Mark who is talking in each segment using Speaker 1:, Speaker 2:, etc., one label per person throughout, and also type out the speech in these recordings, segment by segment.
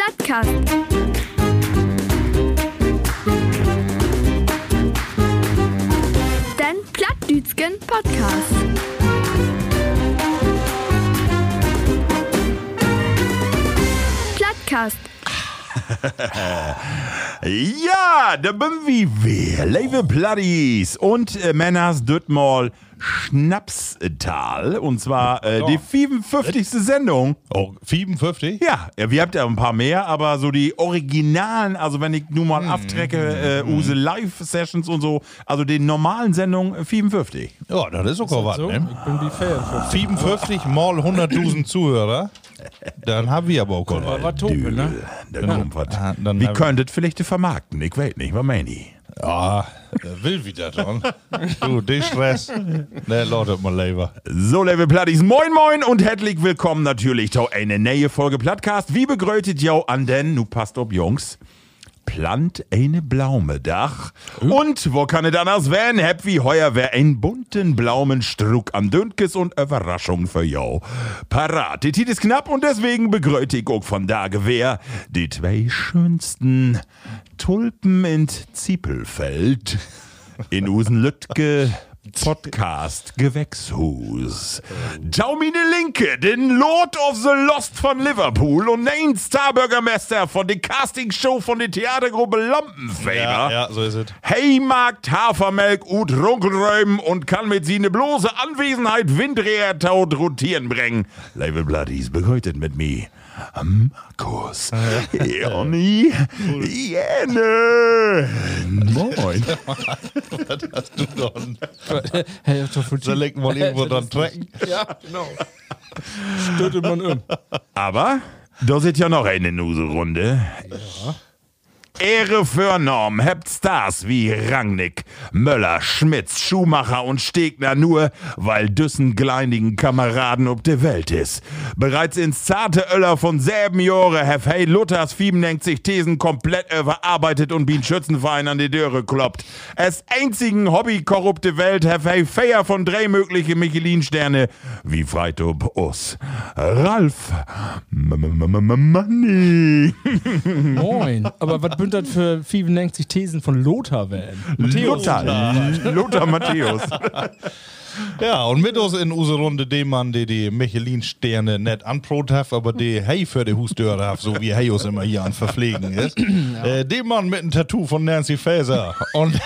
Speaker 1: Podcast. Den Plattdütschen Podcast. Plattcast.
Speaker 2: Ja, da bin wir wieder. Liebe Platties und äh, Männers Düttmal Schnapstal. Und zwar äh, die 55. Sendung.
Speaker 3: Oh, 55?
Speaker 2: Ja, ja, wir habt ja ein paar mehr, aber so die originalen, also wenn ich nun mal aftrecke, äh, Use Live-Sessions und so, also den normalen Sendungen äh, 55.
Speaker 3: Ja, das ist auch was,
Speaker 4: So, ich
Speaker 3: ne?
Speaker 4: bin die Fan.
Speaker 3: 55 mal 100.000 Zuhörer. Dann haben wir aber auch
Speaker 4: Aber
Speaker 3: was.
Speaker 4: was Tope, ne?
Speaker 2: Da kommt was.
Speaker 3: Ah, dann
Speaker 2: wir
Speaker 3: hab ich-
Speaker 2: könntet vielleicht die vermarkten, ich weiß nicht, was meine ich?
Speaker 3: Ja, der will wieder dran. du, den Stress. Ne, lautet mal lieber.
Speaker 2: So, Level Platties, moin moin und herzlich willkommen natürlich zu einer neue Folge Plattcast. Wie begrötet jau an den, nu passt ob Jungs, plant eine Blaume Dach. Und wo kann es anders werden? Hab wie heuer wär ein bunten Blaumenstruck an Dönkes und Überraschung für jou. Parat, die Tit ist knapp und deswegen begröte ich auch von da gewehr die zwei schönsten Tulpen in Ziepelfeld in Usen-Lüttke Podcast Gewächshus. Taumine Linke, den Lord of the Lost von Liverpool und nein Starbürgermeister von der Castingshow von der Theatergruppe Lampenfieber.
Speaker 3: Ja, ja, so ist es.
Speaker 2: Heimarkt, Hafermelk, Ut, Runkelräumen und kann mit sie eine bloße Anwesenheit Windrehertaut rotieren bringen. Level Bloodies begeutet mit mir. Markus, Jonny, Jene. Moin.
Speaker 3: Dass du dann
Speaker 4: Hey, ich hab doch von
Speaker 3: da legen wir irgendwo
Speaker 4: Das
Speaker 3: dran
Speaker 4: ist
Speaker 3: trecken.
Speaker 4: Ja, genau. Stötet man um.
Speaker 2: Aber da sind ja noch eine Nuse-Runde. Ehre für Norm, hebt Stars wie Rangnick, Möller, Schmitz, Schumacher und Stegner nur, weil düssen kleinigen Kameraden ob de Welt is. Bereits ins zarte Öller von selben Jahre hef hey Luthers Fieben denkt sich Thesen komplett überarbeitet und bin Schützenverein an die Döre kloppt. Es einzigen Hobby korrupte Welt hef hey Feier von drei mögliche Michelin-Sterne wie Freitop Us. Ralf M- M- M- M- Manni.
Speaker 4: Moin. Aber was bündert für 95 Thesen von Lothar werden?
Speaker 2: Lothar. Lothar Matthäus.
Speaker 3: Ja, und mit uns in unserer Runde den Mann, der die Michelin-Sterne nicht anprot hat, aber die Hey für die Hustörer hat, so wie Hey uns immer hier an Verpflegen ist. Äh, den Mann mit einem Tattoo von Nancy Faeser und,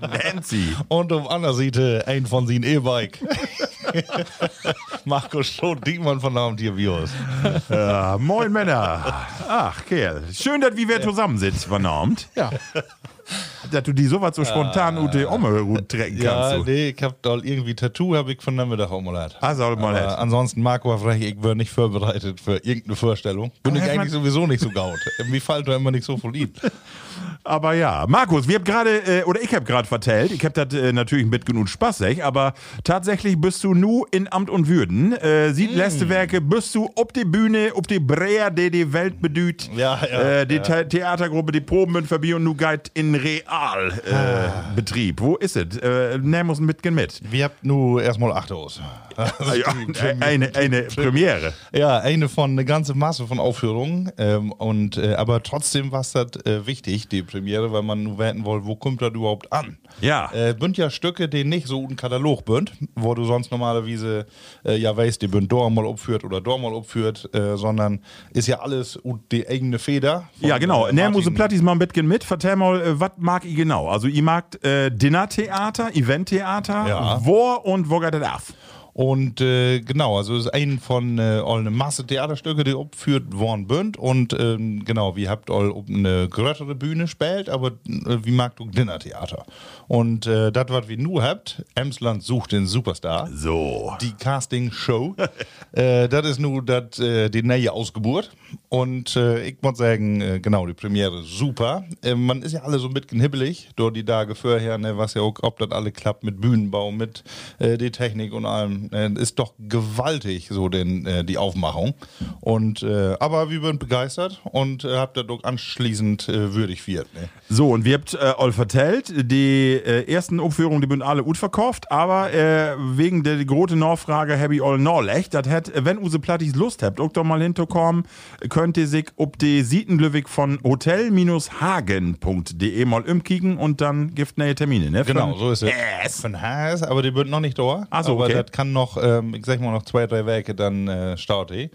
Speaker 2: Nancy.
Speaker 3: und um anderen Seite ein von seinem E-Bike. Markus Schott, Diekmann von Abend hier wie uns.
Speaker 2: Ja, moin Männer. Ach, Kerl. Schön, dass wir wieder zusammen sind, vernormt.
Speaker 4: Ja.
Speaker 2: Dass du die sowas so spontan ute Omme gut trecken
Speaker 3: Ja,
Speaker 2: kannst. du.
Speaker 3: nee, ich hab da irgendwie Tattoo, hab ich von Nachmittag auch mal hat.
Speaker 2: Ah, soll mal
Speaker 3: Aber
Speaker 2: nicht.
Speaker 3: ansonsten, Marco war frech, ich wäre nicht vorbereitet für irgendeine Vorstellung. Bin
Speaker 2: Aber
Speaker 3: ich
Speaker 2: hat man-
Speaker 3: eigentlich sowieso nicht so gaut. Mir fällt doch immer nicht so verliebt.
Speaker 2: Aber ja, Markus, wir haben gerade, äh, oder ich habe gerade vertellt, ich habe das äh, natürlich mit genug Spaß, sech, aber tatsächlich bist du nu in Amt und Würden. Äh, sieht letzte Werke,
Speaker 3: Mm.
Speaker 2: bist du ob die Bühne, ob die Breer, der die Welt bedüht.
Speaker 3: Ja, ja,
Speaker 2: äh, die The Theatergruppe, die Proben in Verbi und nu Guide in Realbetrieb.
Speaker 3: Ah.
Speaker 2: Äh, Betrieb. Wo ist es? Äh, nehmen uns mitgen mit. Ah,
Speaker 3: Wir habt nur erstmal acht aus.
Speaker 2: Ja, eine, eine Premiere.
Speaker 3: ja, eine von eine ganze Masse von Aufführungen. Ähm, und, äh, aber trotzdem war es das äh, wichtig, die Premiere, weil man nur werten wollte, wo kommt das überhaupt an?
Speaker 2: Ja.
Speaker 3: Äh, bünd ja Stücke, die nicht so ein Katalog bünd, wo du sonst normalerweise, äh, ja weißt, die bünd da mal aufführt oder da mal aufführt, äh, sondern ist ja alles und die eigene Feder. von,
Speaker 2: Ja, genau.
Speaker 3: äh,
Speaker 2: Nehmen wir so
Speaker 3: Martin.
Speaker 2: Plattis mal ein bisschen mit. Vertell mal, äh, was mag ich genau? Also, ihr magt äh, Dinnertheater, Eventtheater,
Speaker 3: Ja.
Speaker 2: wo und wo geht das ab?
Speaker 3: Und äh, genau, also es ist ein von äh, all eine Masse Theaterstücke, die aufführt worden bünd. Und ähm, genau, wir habt all ob eine größere Bühne spielt, aber äh, wie mag du Dinnertheater? Und äh, das, was wir nu habt, Emsland sucht den Superstar.
Speaker 2: So.
Speaker 3: Die Casting-Show. äh, das ist nun dat, äh, die neue Ausgeburt. Und äh, ich muss sagen, äh, genau, die Premiere super. Äh, man ist ja alle so ein bisschen hibbelig dort die Tage vorher, ne, was ja auch, ob das alle klappt mit Bühnenbau, mit äh, die Technik und allem. Äh, ist doch gewaltig, so den, äh, die Aufmachung. Und, äh, aber wir sind begeistert und äh, habt das auch anschließend äh, würdig wird. Ne?
Speaker 2: So, und wir habt äh, all vertellt, die äh, ersten Aufführungen, die sind alle gut verkauft, aber äh, wegen der großen Nachfrage habe ich all noch lecht. Das hat, wenn Use Plattis Lust habt, auch doch mal hinzukommen, könnt könnt ihr sich ob die Sietenlöwig von hotel-hagen.de mal umkicken und dann gibt neue Termine, ne?
Speaker 3: Genau,
Speaker 2: Von-
Speaker 3: so ist es.
Speaker 2: Yes.
Speaker 3: Von Haas, aber die wird noch nicht da.
Speaker 2: Ach so,
Speaker 3: aber
Speaker 2: okay.
Speaker 3: das kann noch, ähm, ich sag mal, noch zwei, drei Werke dann äh, starten.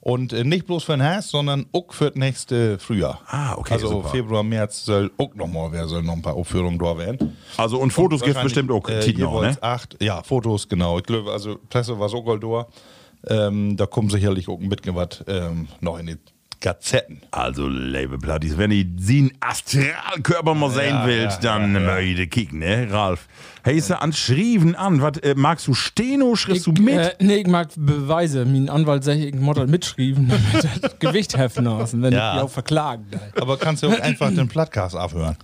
Speaker 3: Und äh, nicht bloß für den Haas, sondern auch für das nächste Frühjahr.
Speaker 2: Ah, okay,
Speaker 3: Also
Speaker 2: super.
Speaker 3: Februar, März soll auch nochmal, wer soll noch ein paar Aufführungen da werden.
Speaker 2: Also und Fotos gibt
Speaker 3: Wahrscheinlich,
Speaker 2: bestimmt auch.
Speaker 3: äh,
Speaker 2: Tiet noch,
Speaker 3: jeweils
Speaker 2: ne?
Speaker 3: acht, ja, Fotos, genau. Ich glaube, also Presse war so gold da. Ähm, da kommen sicherlich auch ein bisschen was ähm, noch in die Gazetten.
Speaker 2: Also, liebe Plattis, wenn ihr den Astralkörper mal sehen
Speaker 3: ja,
Speaker 2: wollt,
Speaker 3: ja,
Speaker 2: dann
Speaker 3: ja,
Speaker 2: ja,
Speaker 3: ja.
Speaker 2: möchte kicken, ne, Ralf? Hey, ist er an Schriven an? Was, äh, magst du Steno? Schriftst du mit?
Speaker 4: Äh, nee, ich mag Beweise. Mein Anwalt sagt, ich muss das mitschrieben, damit das Gewicht heften aus. Und wenn
Speaker 3: Ja.
Speaker 4: ich die auch verklagen. dann-
Speaker 3: Aber kannst du auch einfach den Podcast abhören.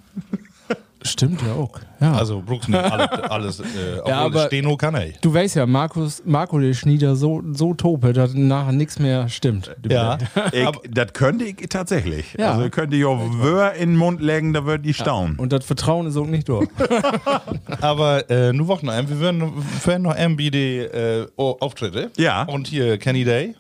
Speaker 4: Stimmt ja auch. Ja.
Speaker 3: Also Brooks nimmt alle, alles, äh, obwohl
Speaker 4: aber-
Speaker 3: Steno kann er.
Speaker 4: Du weißt ja, Markus, Marco der Schnieder so, so tope, dass nachher nichts mehr stimmt.
Speaker 3: Ja,
Speaker 2: Ich, das könnte ich tatsächlich.
Speaker 4: äh, Ja.
Speaker 2: Also könnte ich auch Wör in den Mund legen, da würde ich staunen.
Speaker 4: Und das Vertrauen ist auch nicht durch.
Speaker 3: aber äh, nur Wochen ein. Wir werden, werden noch MBD äh, O- Auftritte.
Speaker 2: Ja.
Speaker 3: Und hier Kenny Day,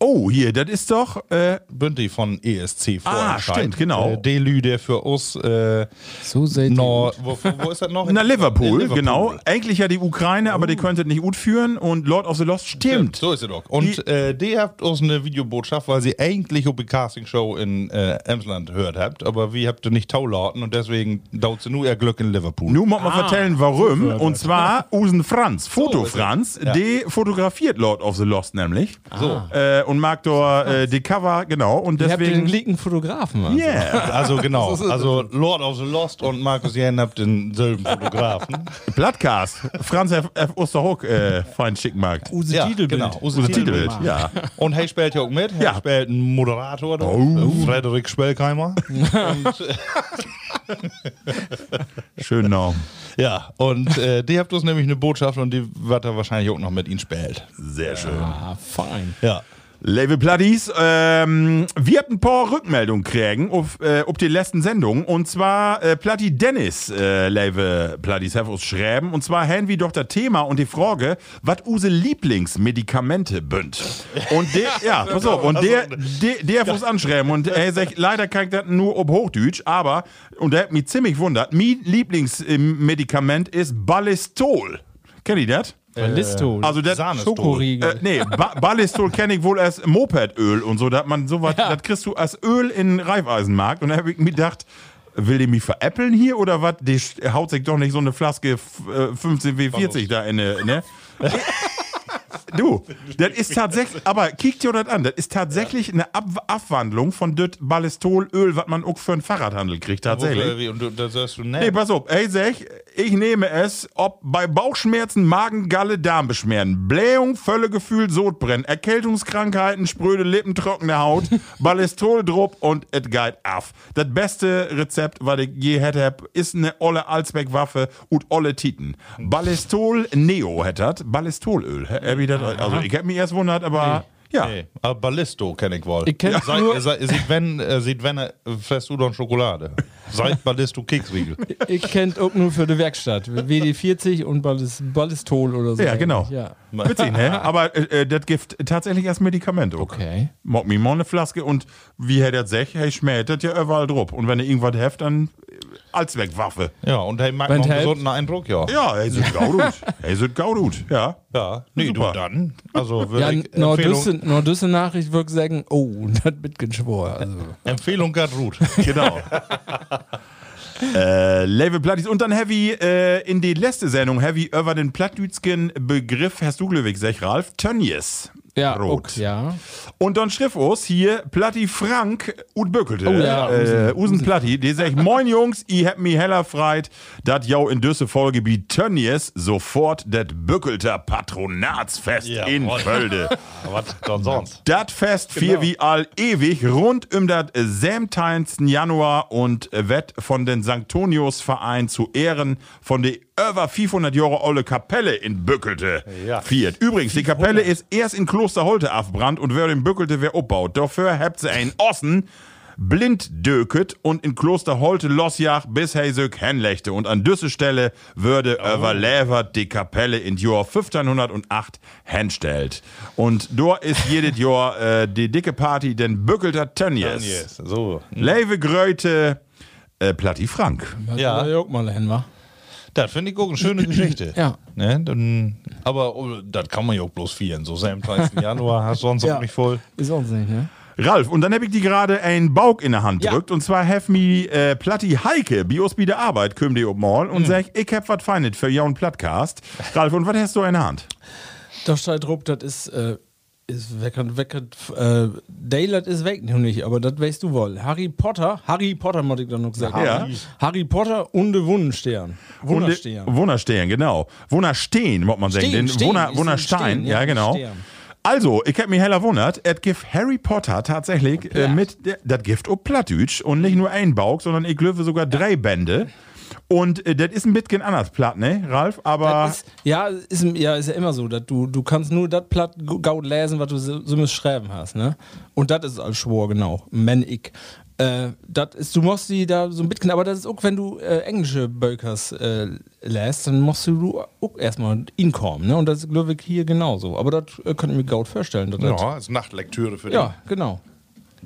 Speaker 2: Oh, hier, das ist doch. Äh,
Speaker 3: Bündi von E ESC
Speaker 2: Ah, stimmt, genau.
Speaker 3: Äh, Delü, der für uns äh,
Speaker 4: So seht ihr
Speaker 3: no,
Speaker 4: gut.
Speaker 3: wo, wo ist das noch?
Speaker 2: na, Liverpool,
Speaker 3: In
Speaker 2: genau. Eigentlich ja die Ukraine, aber
Speaker 3: Oh.
Speaker 2: die könntet nicht gut führen. Und Lord of the Lost stimmt.
Speaker 3: So ist es doch. Und
Speaker 2: Die-
Speaker 3: äh, die habt uns eine Videobotschaft, weil sie eigentlich über die Castingshow in äh, Emsland gehört habt, aber wir habt ihr nicht taulaten und deswegen dauert sie nur ihr Glück in Liverpool.
Speaker 2: Nun muss man vertellen, warum. Und zwar Usen Franz, Foto
Speaker 3: ist er.
Speaker 2: Franz,
Speaker 3: Ja.
Speaker 2: der fotografiert Lord of the Lost nämlich. So. Äh, und mag dort äh, die Cover, genau. Und
Speaker 4: Ihr habt den
Speaker 2: deswegen.
Speaker 4: linken Fotografen. Also.
Speaker 2: Yeah.
Speaker 3: Also genau, also Lord of the Lost und Markus Jähn habt denselben Fotografen.
Speaker 2: Plattcast. Franz F. F. Osterhock, äh, fein Schickmarkt.
Speaker 4: Use
Speaker 3: Ja,
Speaker 4: Titelbild.
Speaker 3: genau. Use
Speaker 2: Unser Titelbild,
Speaker 4: Titelbild.
Speaker 2: ja.
Speaker 3: Und hey spielt ja auch mit. Hey
Speaker 2: Ja.
Speaker 3: spielt einen Moderator, da, Äh,
Speaker 2: Oh.
Speaker 3: Frederik Spellkeimer. und, äh,
Speaker 2: Schön Norm.
Speaker 3: ja, und äh, die habt uns nämlich eine Botschaft und die wird er wahrscheinlich auch noch mit ihnen spielt.
Speaker 2: Sehr schön.
Speaker 4: Ah, fein.
Speaker 3: Ja.
Speaker 2: Level Platties, ähm, wir hatten ein paar Rückmeldungen kriegen auf, äh, auf die letzten Sendungen. Und zwar äh, Platti Dennis, äh, Level Platties, hat uns schreiben. Und zwar haben wir doch das Thema und die Frage, was use Lieblingsmedikamente bünd. Und der, ja, pass auf, und der, der, der hat uns anschreiben. Und er sagt, leider kann ich das nur ob Hochdeutsch, aber, und der hat mich ziemlich wundert, mein Lieblingsmedikament ist Ballistol. Kennt ihr das?
Speaker 4: Äh, Ballisto.
Speaker 2: Also das
Speaker 3: Sahnestol.
Speaker 4: Schokoriegel.
Speaker 2: äh, nee, ba Ballistol kenne ich wohl als Mopedöl und so. Da hat man sowas,
Speaker 4: Ja.
Speaker 2: das kriegst du als Öl in den Reifeisenmarkt. Und da habe ich mir gedacht, will die mich veräppeln hier oder was? Die sch- haut sich doch nicht so eine Flaske f- äh, 15 W40 da in eine, ne? Du, das ist tatsächlich, aber kick dir das an, das ist tatsächlich eine Ab Abwandlung von das Ballistolöl, was man auch für einen Fahrradhandel kriegt, tatsächlich.
Speaker 3: Wofür, äh, wie- Und du, da sagst du,
Speaker 2: Nee,
Speaker 3: ne.
Speaker 2: pass auf. Ey, sag, ich nehme es, ob bei Bauchschmerzen, Magengalle, Darmbeschwerden, Blähung, Völlegefühl, Sodbrennen, Erkältungskrankheiten, spröde Lippen, trockene Haut, Ballestoldrupp und et geht af. Das beste Rezept, was ich je hätte, hab, ist eine olle Alzbeck-Waffe und olle Titen. Ballestol Neo hätte das, Ballestolöl. Hä, hab ich das- Also, ich hätte mich erst wundert, aber ja.
Speaker 3: Nee, aber Ballisto kenne ich wohl.
Speaker 4: Ich kenn
Speaker 3: Seit-
Speaker 4: nur-
Speaker 3: seit- Sieht wenn, äh, sieht wenn, äh, frisst du dann Schokolade. Seit Ballisto Keksriegel.
Speaker 4: ich kennt auch nur für die Werkstatt. WD40 und Ballist Ballistol oder so.
Speaker 2: Ja, genau.
Speaker 4: Ja.
Speaker 2: Witzig, ne? Aber äh, äh, das gibt tatsächlich als Medikament. auch.
Speaker 4: Okay.
Speaker 2: Mock mir mal eine Flaske und wie hätt er sech, hey, schmäht das ja überall drauf. Und wenn er irgendwas heft, dann äh, als Wegwaffe.
Speaker 3: Ja, und hey, mag noch
Speaker 4: Wenn
Speaker 3: einen
Speaker 4: helft.
Speaker 3: gesunden Eindruck, ja.
Speaker 2: Ja, hey, sind gaudut. hey, sind gaudut, ja.
Speaker 3: Ja, nee,
Speaker 2: Super.
Speaker 3: du dann. Also
Speaker 4: Ja,
Speaker 3: würde ich Empfehlung,
Speaker 4: Nordüsse Nachricht würde ich sagen, oh, das wird ganz schwer. Also.
Speaker 3: Empfehlung Gertrud.
Speaker 2: Genau. äh, Level Plattis. Und dann Heavy äh, in die letzte Sendung, Heavy über den Plattdütschen Begriff, Herr Stuglewig, sech Ralf, Tönnies.
Speaker 4: Ja,
Speaker 2: Rot.
Speaker 4: okay, ja.
Speaker 2: Und dann schrieb uns hier Platti Frank und Böckelte.
Speaker 4: Oh ja,
Speaker 2: äh, Usen Platti. Die sagt, moin Jungs, i habt mi heller freit, dat jau in düsse Folge wie Tönnies sofort det Böckelter Patronatsfest
Speaker 3: Ja,
Speaker 2: in
Speaker 3: moin.
Speaker 2: Völde.
Speaker 3: Was dann sonst?
Speaker 2: Dat Fest vier wie all ewig rund um dat 17. Januar und wett von den Sanktonius Verein zu Ehren von de über 500 Jahre olle Kapelle in Bückelte
Speaker 3: Ja.
Speaker 2: viert. Übrigens, die Kapelle ist erst in Kloster Holte afbrannt und wer den Bückelte wer abbaut. Dafür habt sie einen Ossen blind döket und in Kloster Holte Losjach bis Heisöck henlechte und an düsse Stelle würde überlevert die Kapelle in Jor 1508 henstellt. Und dort ist jedes Jahr äh, die dicke Party, denn bückelter Tönnies.
Speaker 3: Yes, so.
Speaker 2: Leve Gröte, äh, Platti Frank.
Speaker 3: Ja.
Speaker 4: Ja. Da auch mal hin, wa?
Speaker 3: Das finde ich auch eine schöne Geschichte.
Speaker 4: Ja.
Speaker 3: Ne? Dann, aber oh, das kann man ja auch bloß vieren. So am 30. Januar hast du sonst auch nicht voll.
Speaker 4: Ist auch nicht, ne?
Speaker 2: Ralf, und dann habe ich die gerade einen Bauch in der Hand
Speaker 4: Ja.
Speaker 2: drückt. Und zwar have mi äh, Platti Heike, Bios bi der Arbeit, küm de ob morgen
Speaker 4: Mhm.
Speaker 2: und sag, ich hab wat feinet für jaun Plattcast. Ralf, und was hast du in der Hand?
Speaker 4: Da steht drauf, das ist, äh, ist weckert, weckert, äh, Daylight ist weg, noch nicht, aber das weißt du wohl. Harry Potter, Harry Potter, muss ich da noch sagen.
Speaker 2: Ja.
Speaker 4: ne? Harry Potter und der Wunderstern. Wunderstern.
Speaker 2: Wunderstern, genau. Wunderstehen, muss man sagen.
Speaker 4: Stehen,
Speaker 2: Den
Speaker 4: stehen,
Speaker 2: Wunder-
Speaker 4: ist ein
Speaker 2: Wunderstein,
Speaker 4: Stehen,
Speaker 2: ja,
Speaker 4: ja,
Speaker 2: genau.
Speaker 4: Stern.
Speaker 2: Also, ich hab mich heller wundert, et gibt Harry Potter
Speaker 4: Oh,
Speaker 2: tatsächlich äh, mit, der- das gibt ob Plattdütsch und
Speaker 4: Mhm.
Speaker 2: nicht nur ein Bauch, sondern ich löwe sogar drei Bände. Und äh, das ist ein bisschen anders platt, ne, Ralf? Aber.
Speaker 4: Das Äh, Ist, ja, ist, ja, ist ja immer so, dass du, du kannst nur das platt gu- gaut lesen, was du so so müsst schreiben hast, ne? Und das ist als Schwur, genau. Men ich. Äh, das ist, du musst die da so ein bisschen, aber das ist auch, wenn du äh, englische Bökers äh, lässt, dann musst du auch erstmal inkommen, ne? Und das ist, glaube ich, hier genauso. Aber das äh, könnte ich mir gaut vorstellen. dass das-
Speaker 3: Ja, ist Nachtlektüre für dich.
Speaker 4: ja, genau.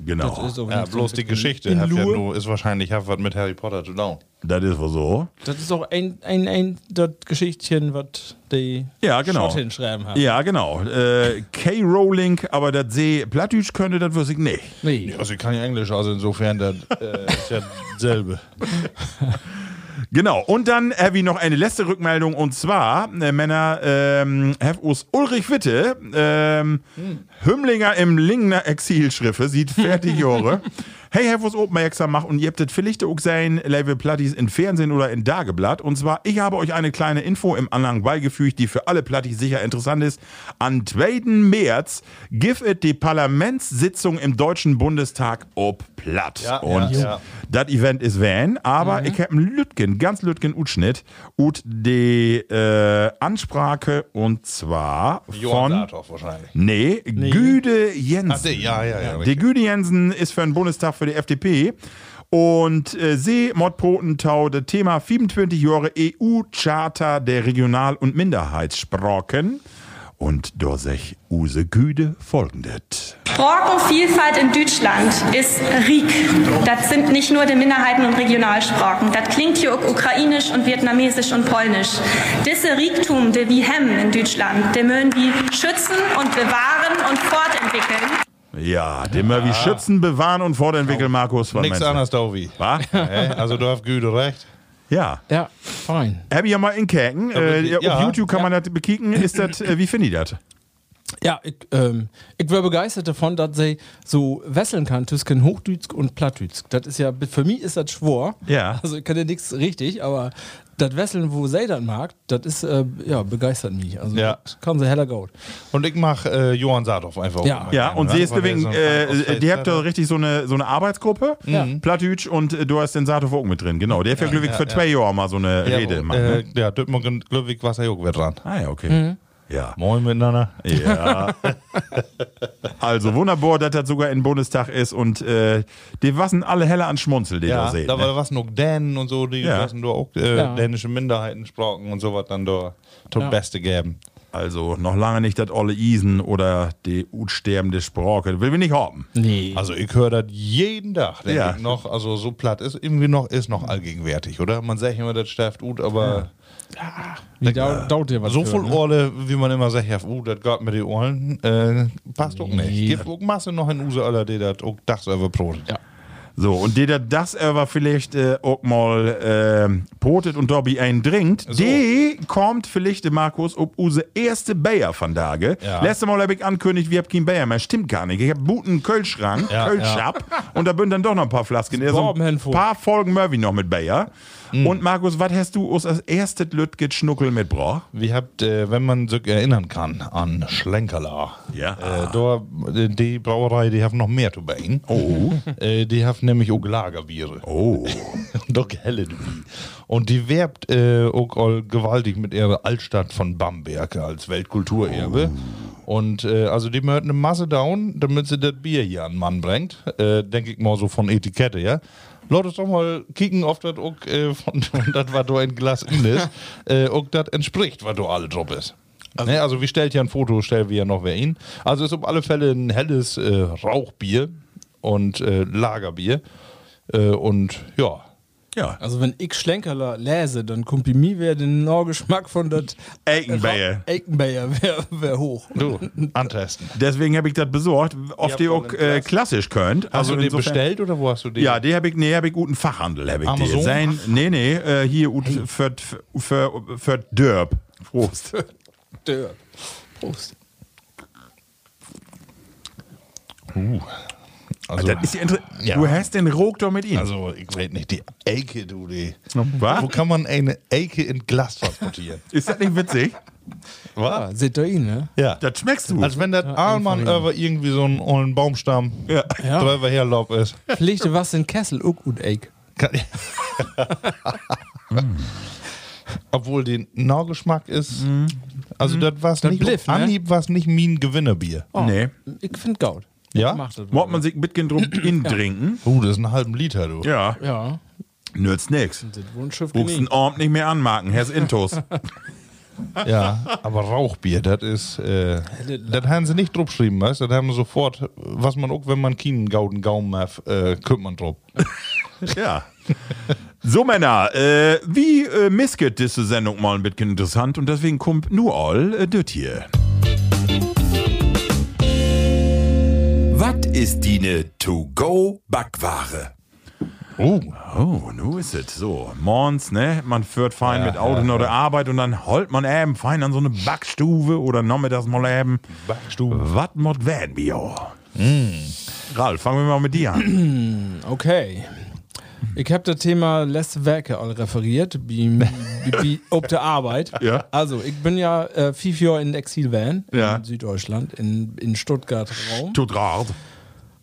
Speaker 2: genau.
Speaker 4: Das ist so, wenn
Speaker 3: Ja,
Speaker 4: ich so
Speaker 3: bloß
Speaker 4: ein
Speaker 3: die
Speaker 4: bisschen
Speaker 3: Geschichte
Speaker 4: in
Speaker 3: hat ja
Speaker 4: Lure-
Speaker 3: nur, ist wahrscheinlich hat was mit Harry Potter zu tun.
Speaker 2: Das ist wohl so.
Speaker 4: Das ist auch ein, ein, ein das Geschichtchen, was die
Speaker 2: Ja, genau.
Speaker 4: Schottin schreiben haben.
Speaker 2: Ja, genau. Äh, K. Rowling, aber das See Plattdütsch könnte, das wüsste ich nicht.
Speaker 4: Nee.
Speaker 3: Also ich kann ja Englisch, also insofern das, äh, ist ja dasselbe.
Speaker 2: Genau. Und dann habe ich noch eine letzte Rückmeldung und zwar, äh, Männer, ähm, have us Ulrich Witte, ähm, Hümmlinger im Lingner Exilschriffe, sieht fertig Jore. Hey, have us aufmerksam macht und ihr habt das vielleicht auch sein, Level Plattis in Fernsehen oder in Dageblatt. Und zwar, ich habe euch eine kleine Info im Anhang beigefügt, die für alle Plattis sicher interessant ist. An 2. März give it die Parlamentssitzung im Deutschen Bundestag ob Platt.
Speaker 3: Ja,
Speaker 2: und
Speaker 3: ja, ja.
Speaker 2: das Event ist Van,
Speaker 3: Mhm.
Speaker 2: aber ich habe einen Lütgen, ganz Lütgen Utschnitt und die äh, Ansprache und zwar von
Speaker 3: Johann Darthoff wahrscheinlich.
Speaker 2: nee, Güde Jensen.
Speaker 3: Ach, der- Ah, ja, ja, ja,
Speaker 2: Die
Speaker 3: richtig.
Speaker 2: Güde Jensen ist für den Bundestag für die FDP und äh, See Mordpotentau, das Thema 25 Jahre EU-Charta der Regional- und Minderheitssprachen und dort sech Use Güde folgendes.
Speaker 5: Sprachenvielfalt in Deutschland ist rik. Das sind nicht nur die Minderheiten und Regionalsprachen. Das klingt hier auch ukrainisch und vietnamesisch und polnisch. Diese Riktum, der wir hemmen in Deutschland, der mögen wir schützen und bewahren und fortentwickeln.
Speaker 2: Ja, den wir wie schützen, bewahren und fortentwickeln, Markus. von
Speaker 3: Nix
Speaker 2: Menzel.
Speaker 3: anderes, Dovi.
Speaker 2: Wa?
Speaker 3: Hä? also du hast Güte recht.
Speaker 2: Ja.
Speaker 4: Ja, fein.
Speaker 2: Hab ich ja mal in Käken. Äh,
Speaker 3: wirklich,
Speaker 2: auf
Speaker 3: ja.
Speaker 2: YouTube kann man das bekicken. Ist das, äh, wie finde ich das?
Speaker 4: Ja, ich, ähm, ich war begeistert davon, dass sie so wechseln kann zwischen Hochdütsk und Plattdütsk. Das ist ja, für mich ist das Schwor.
Speaker 2: Ja.
Speaker 4: Also ich kann ja nichts richtig, aber das Wesseln, wo sie dann mag, das ist, äh, ja, begeistert mich. Also
Speaker 3: Ja.
Speaker 4: das kann sie heller gut.
Speaker 3: Und ich mach äh, Johann Sardoff einfach.
Speaker 4: Ja.
Speaker 3: auch mal
Speaker 2: Ja,
Speaker 3: gerne,
Speaker 2: und
Speaker 3: ne?
Speaker 2: sie ist
Speaker 3: Weil der
Speaker 2: deswegen,
Speaker 3: so ein
Speaker 2: äh,
Speaker 3: Frankfurt-
Speaker 2: die habt da richtig so eine, so eine Arbeitsgruppe. Ja. Plattdütsch und äh, du hast den Sato Vogt mit drin. Genau. Der hat ja, glücklich für zwei Jahre mal so eine Rede
Speaker 3: ja, Rede
Speaker 2: gemacht. Ne?
Speaker 3: äh, Ja, Düttmann Glöwig Wasserjog wird dran.
Speaker 2: Ah, ja, okay. Ja.
Speaker 3: Moin miteinander.
Speaker 2: Ja. also wunderbar, dass das sogar im Bundestag ist und äh, die wassen alle heller an Schmunzel, die da
Speaker 3: Ja,
Speaker 2: sehen.
Speaker 3: da
Speaker 2: ne?
Speaker 3: war was noch Dänen und so, die
Speaker 2: Ja.
Speaker 3: ja. da auch äh,
Speaker 4: Ja.
Speaker 3: dänische Minderheiten sprachen und sowas dann da zum
Speaker 4: Ja.
Speaker 3: Beste geben.
Speaker 2: Also noch lange nicht das olle Isen oder die utsterbende Sprache. Will wir nicht hoppen.
Speaker 4: Nee.
Speaker 3: Also ich höre das jeden Tag, denke
Speaker 2: Ja.
Speaker 3: ich noch. Also so platt ist irgendwie noch, ist noch allgegenwärtig, oder? Man sagt immer, das sterft gut, aber
Speaker 4: Wie dau dauert dir was?
Speaker 3: so
Speaker 4: für,
Speaker 3: voll
Speaker 4: ne?
Speaker 3: Orle, wie man immer sagt, ja, uh, das geht mit den Ohren, äh, passt doch nicht. Gibt auch Masse noch in Use aller, die das auch Dachserver brotet.
Speaker 4: Ja.
Speaker 2: So, und der, der das aber vielleicht äh, auch mal ähm, potet und Dobby einen trinkt, die kommt vielleicht, der Markus, ob use erste Bayer von Tage.
Speaker 3: Ja.
Speaker 2: Letztes Mal habe ich ankündigt, wir haben keinen Bayer mehr. Stimmt gar nicht. Ich habe guten Kölschrank,
Speaker 3: Ja,
Speaker 2: Kölschab. Und da bünden dann doch noch ein paar Flasken. Der so
Speaker 4: Brauchen wir
Speaker 2: ein
Speaker 4: hin vor.
Speaker 2: paar Folgen Murphy noch mit Bayer.
Speaker 3: Mm.
Speaker 2: Und Markus, was hast du uns als erstes Lütget Schnuckel mitgebracht?
Speaker 3: Wir habt, äh, wenn man sich erinnern kann, an Schlenkerla.
Speaker 2: Ja.
Speaker 3: Äh, da, äh, die Brauerei, die haben noch mehr zu bringen. Oh. Äh, die haben nämlich auch Lagerbiere.
Speaker 2: Oh.
Speaker 3: Und auch helle Bier. Und die werbt äh, auch all gewaltig mit ihrer Altstadt von Bamberg als Weltkulturerbe. Und äh, also die möchten eine Masse down, damit sie das Bier hier an den Mann bringt. Äh, Denke ich mal so von Etikette, ja. Lass uns doch mal kicken, ob das auch äh, von, von das, was da in Glas in ist, äh, ob das entspricht, was da alle drauf ist. Also, ne, also wie stellt ihr ein Foto, stellen wir ja noch wer hin. Also ist auf alle Fälle ein helles äh, Rauchbier und äh, Lagerbier. Äh, und ja,
Speaker 2: Ja.
Speaker 4: Also wenn ich Schlenkerler lese, dann kommt bei mir wieder der Norgeschmack von das
Speaker 3: äh,
Speaker 2: Eikenbeyer.
Speaker 4: Eikenbeyer wäre wär hoch.
Speaker 3: du, antesten.
Speaker 2: Deswegen habe ich das besorgt, ob
Speaker 3: habt
Speaker 2: die
Speaker 3: wohl
Speaker 2: auch
Speaker 3: einen
Speaker 2: äh,
Speaker 3: Klass-
Speaker 2: klassisch könnt.
Speaker 3: Hast
Speaker 2: Also
Speaker 3: du den
Speaker 2: insofern-
Speaker 3: bestellt oder wo hast du den?
Speaker 2: Ja, die habe ich, nee, habe ich guten Fachhandel, habe ich die.
Speaker 3: Amazon?
Speaker 2: Sein, nee, nee, äh, hier gut für, für, für Dörp. Prost.
Speaker 4: Dörr. Prost.
Speaker 3: also,
Speaker 2: das ist ja inter-
Speaker 3: Ja.
Speaker 2: Du hast den Rog doch mit ihm.
Speaker 3: also ich weiß nicht, die Eike, du, die.
Speaker 2: Was?
Speaker 3: Wo kann man eine Eike in Glas transportieren?
Speaker 2: Ist das nicht witzig?
Speaker 3: Was?
Speaker 4: Ah, seht ihr ihn, ne?
Speaker 3: Ja. Also,
Speaker 2: Das schmeckst du.
Speaker 3: Als wenn das Ahlmann über irgendwie so einen ollen Baumstamm
Speaker 2: Ja.
Speaker 4: Ja.
Speaker 3: drüber herlaubt ist.
Speaker 4: Pflichte was in Kessel, Uck und Eik.
Speaker 3: Kann- Obwohl den Norgeschmack ist. Also das war's
Speaker 4: Das
Speaker 3: nicht.
Speaker 4: bliff, ne?
Speaker 3: Anhieb war's nicht mein Gewinnerbier.
Speaker 4: Oh,
Speaker 2: Nee.
Speaker 4: Ich find gaut.
Speaker 3: Ja?
Speaker 4: Ich mach das
Speaker 2: Wollt man sich ein bisschen drum hintrinken?
Speaker 3: Oh, das ist ein halben Liter, du.
Speaker 2: Ja.
Speaker 4: Ja,
Speaker 2: Nützt nix.
Speaker 4: das Wunschschiff
Speaker 2: Guckst den Orm nicht mehr anmarken. Hast Intos.
Speaker 3: Ja, aber Rauchbier, das ist. Äh, das haben sie nicht drauf geschrieben, weißt du? Das haben sie sofort, was man auch, wenn man keinen gauden Gaumen hat, äh, kommt man drauf.
Speaker 2: Ja. So, Männer, äh, wie äh, misket diese Sendung mal ein bisschen interessant und deswegen kommt nur all äh, das hier. Was ist die ne To-Go-Backware?
Speaker 3: Oh,
Speaker 2: Oh, nu ist es so. Morgens, ne, man führt fein mit Auto nach der Arbeit und dann holt man eben fein an so eine Backstube oder nachmittags mal eben.
Speaker 3: Backstube.
Speaker 2: Was mod werden wir? Hm. Ralf, fangen wir mal mit dir an.
Speaker 4: Okay. Ich habe das Thema letzte Werke all referiert, bi- bi- bi- ob der Arbeit.
Speaker 2: Ja.
Speaker 4: Also, ich bin ja äh, fünf Jahre in Exil Van
Speaker 2: Ja.
Speaker 4: in Süddeutschland, in, in Stuttgart Raum.
Speaker 2: Tut rat.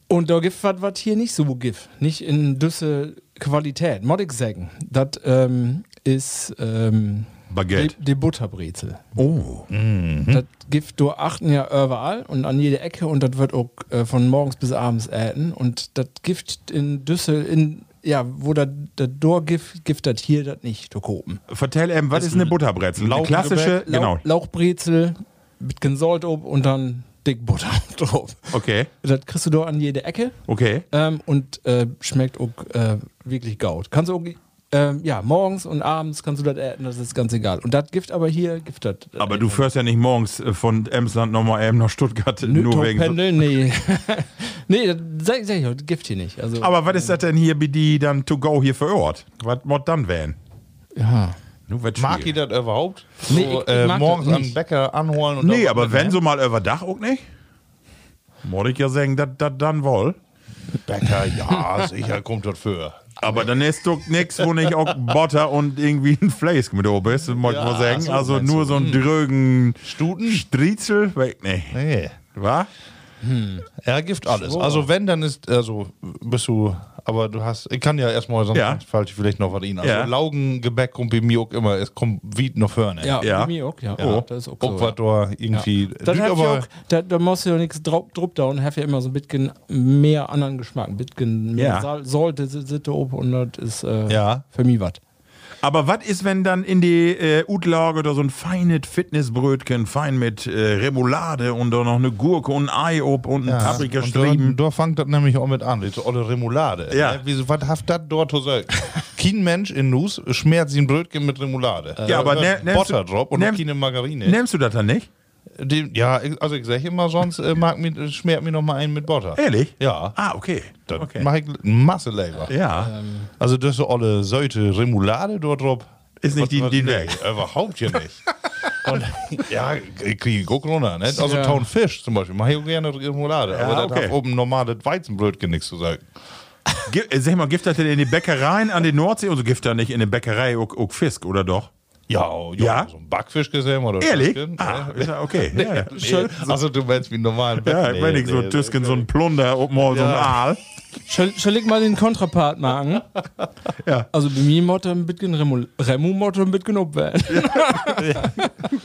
Speaker 4: Und da gibt was, was hier nicht so gibt. Nicht in düsse Qualität. Mod ich sagen. Das ähm, ist ähm, die,
Speaker 2: Baguette.
Speaker 4: die Butterbrezel.
Speaker 2: Oh.
Speaker 4: Das gibt du achten ja überall und an jeder Ecke und das wird auch äh, von morgens bis abends äten. Und das Gift in Düssel, in, ja, wo das Dorgift, gibt das hier das nicht, du Kopen.
Speaker 2: Vertell eben, was ist eine Butterbrezel? Eine
Speaker 3: Laugengebäck.
Speaker 2: klassische,
Speaker 4: Lauch,
Speaker 2: genau.
Speaker 4: Lauchbrezel mit Salt ob und dann dick Butter drauf.
Speaker 2: Okay,
Speaker 4: Das kriegst du da an jede Ecke
Speaker 2: okay.
Speaker 4: ähm, und äh, schmeckt auch äh, wirklich gaut. Kannst du auch, ähm, ja, morgens und abends kannst du das äten, das ist ganz egal. Und das Gift aber hier, äh, Gift das.
Speaker 2: Aber du fährst ja nicht morgens äh, von Emsland nochmal eben nach Stuttgart, nur wegen... So
Speaker 4: Pendeln, nee. nee, das sag, sag ich heute, Gift hier nicht. Also,
Speaker 2: aber was ist das denn hier, wie die dann to go hier vor Ort? Was mod dann werden?
Speaker 4: ja.
Speaker 2: Nur wird
Speaker 3: Mag
Speaker 2: schwierig.
Speaker 3: ihr das überhaupt?
Speaker 4: Nee,
Speaker 3: so,
Speaker 4: ich- ich
Speaker 3: äh,
Speaker 4: mag
Speaker 3: morgens
Speaker 4: das
Speaker 3: an den
Speaker 4: nicht.
Speaker 3: Bäcker anholen und
Speaker 2: Nee,
Speaker 3: dann-
Speaker 2: aber wenn so mal über Dach auch nicht? Mod ich ja sagen, das dann wohl.
Speaker 3: Bäcker, ja, sicher kommt das für.
Speaker 2: Aber dann ist doch nix, wo nicht auch Butter und irgendwie ein Fleisch mit oben ist, mod ich
Speaker 3: Ja,
Speaker 2: mal sagen.
Speaker 3: so
Speaker 2: also
Speaker 3: meinst Hm.
Speaker 2: nur so einen drögen
Speaker 3: Stuten?
Speaker 2: Striezel, weg nicht.
Speaker 3: Nee.
Speaker 2: Was?
Speaker 3: Er gibt alles. Also wenn, dann ist, also bist du, aber du hast, ich kann ja erstmal, sonst
Speaker 2: Ja.
Speaker 3: falsch vielleicht noch was ihn. Also
Speaker 2: Ja.
Speaker 3: Laugengebäck kommt bei mir auch immer, es kommt wie noch vorne.
Speaker 4: Ja,
Speaker 2: Ja. Oh.
Speaker 4: bei mir auch, ja.
Speaker 3: Ja.
Speaker 4: Das ist auch so.
Speaker 3: Auch was da irgendwie.
Speaker 4: Dann
Speaker 3: Lügt
Speaker 4: hab ich
Speaker 3: aber-
Speaker 4: auch, da, da musst du ja nichts drauf drauf da und hab ja immer so ein bisschen mehr anderen Geschmack. Ein bisschen mehr
Speaker 2: Ja.
Speaker 4: Sal Sollte, Sitte, ob und das ist äh,
Speaker 3: Ja.
Speaker 4: für mich was.
Speaker 2: Aber was ist, wenn dann in die äh, Utlage oder so ein feines Fitnessbrötchen, fein mit äh, Remoulade und dann noch eine Gurke und ein Ei ob und
Speaker 3: Ja.
Speaker 2: ein
Speaker 3: Und
Speaker 2: Paprikastrieben?
Speaker 3: da, da fängt das nämlich auch mit an, diese olle Remoulade.
Speaker 2: Ja.
Speaker 3: Ne? Wieso, was haft das dort zu sagen? Kein Mensch in Nus schmerzt ihn Brötchen mit Remoulade. Äh,
Speaker 2: Ja, aber ne- nimmst
Speaker 3: Butter
Speaker 2: du-
Speaker 3: drauf und
Speaker 2: nimm-
Speaker 3: noch keine Margarine.
Speaker 2: Nimmst du das dann nicht?
Speaker 3: Die, ja, ich- also ich sage immer, sonst äh, mag mir, schmiert mir noch mal einen mit Butter.
Speaker 2: Ehrlich?
Speaker 3: Ja.
Speaker 2: Ah, okay.
Speaker 3: Dann
Speaker 2: okay.
Speaker 3: mache ich Masse Leber.
Speaker 2: Ja.
Speaker 3: Also das so olle Söte Remoulade dort drauf.
Speaker 2: Ist nicht die- die weg.
Speaker 3: Nee, überhaupt ja nicht. Und, ja, ich kriege auch runter. Ne? Also
Speaker 4: Ja.
Speaker 3: Town Fish zum Beispiel, mache ich auch gerne Remoulade.
Speaker 2: Ja,
Speaker 3: aber
Speaker 2: okay.
Speaker 3: da hat oben normales Weizenbrötchen nichts zu sagen.
Speaker 2: Gi- äh, sag mal, gift das denn in die Bäckereien an den Nordsee und so gift da nicht in der Bäckerei auch, auch Fisk, oder doch?
Speaker 3: Ja, oh,
Speaker 2: Ja?
Speaker 3: so ein Backfisch gesehen oder
Speaker 2: Ehrlich?
Speaker 3: Tüsken,
Speaker 2: Ah,
Speaker 3: ne?
Speaker 2: ist ja okay. Ja, ja.
Speaker 3: Nee, also du meinst wie normal
Speaker 2: Ja, ich meine, so ein Tüsken, so ein Plunder, ob mal so ein
Speaker 3: Ja.
Speaker 2: Aal.
Speaker 4: Soll, soll ich mal den Kontrapart machen?
Speaker 2: Ja.
Speaker 4: Also bei mir muss ein bisschen Remu, Remu muss ein bisschen ob werden.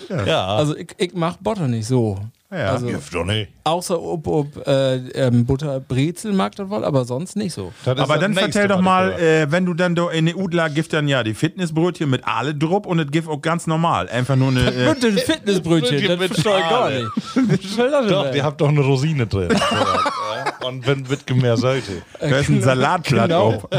Speaker 3: Ja,
Speaker 2: Also-
Speaker 4: Also ich, ich mach Butter nicht so.
Speaker 2: Ja.
Speaker 4: Also,
Speaker 3: Gift doch nicht.
Speaker 4: außer ob, ob äh, ähm, Butter Brezel mag das wohl, aber sonst nicht so.
Speaker 3: Das ist
Speaker 2: Aber
Speaker 3: das
Speaker 2: dann
Speaker 3: nächste,
Speaker 2: vertell doch
Speaker 3: was ich
Speaker 2: mal,
Speaker 3: höre.
Speaker 2: äh, wenn du dann do in die Udla gibt dann ja die Fitnessbrötchen mit alle drupp und das gibt auch ganz normal. Einfach nur eine.
Speaker 3: Genau.
Speaker 2: Äh,
Speaker 4: Mit den Fitnessbrötchen, das
Speaker 3: Brötchen
Speaker 4: wird
Speaker 3: mit
Speaker 4: schon gar
Speaker 3: Schale.
Speaker 4: nicht. Was soll
Speaker 2: äh,
Speaker 4: das denn
Speaker 3: Doch,
Speaker 4: sein?
Speaker 3: ihr habt doch eine Rosine drin. ja. Und wenn Wittgen mehr sollte.
Speaker 2: da ist ein Salatblatt
Speaker 4: genau.
Speaker 2: auch.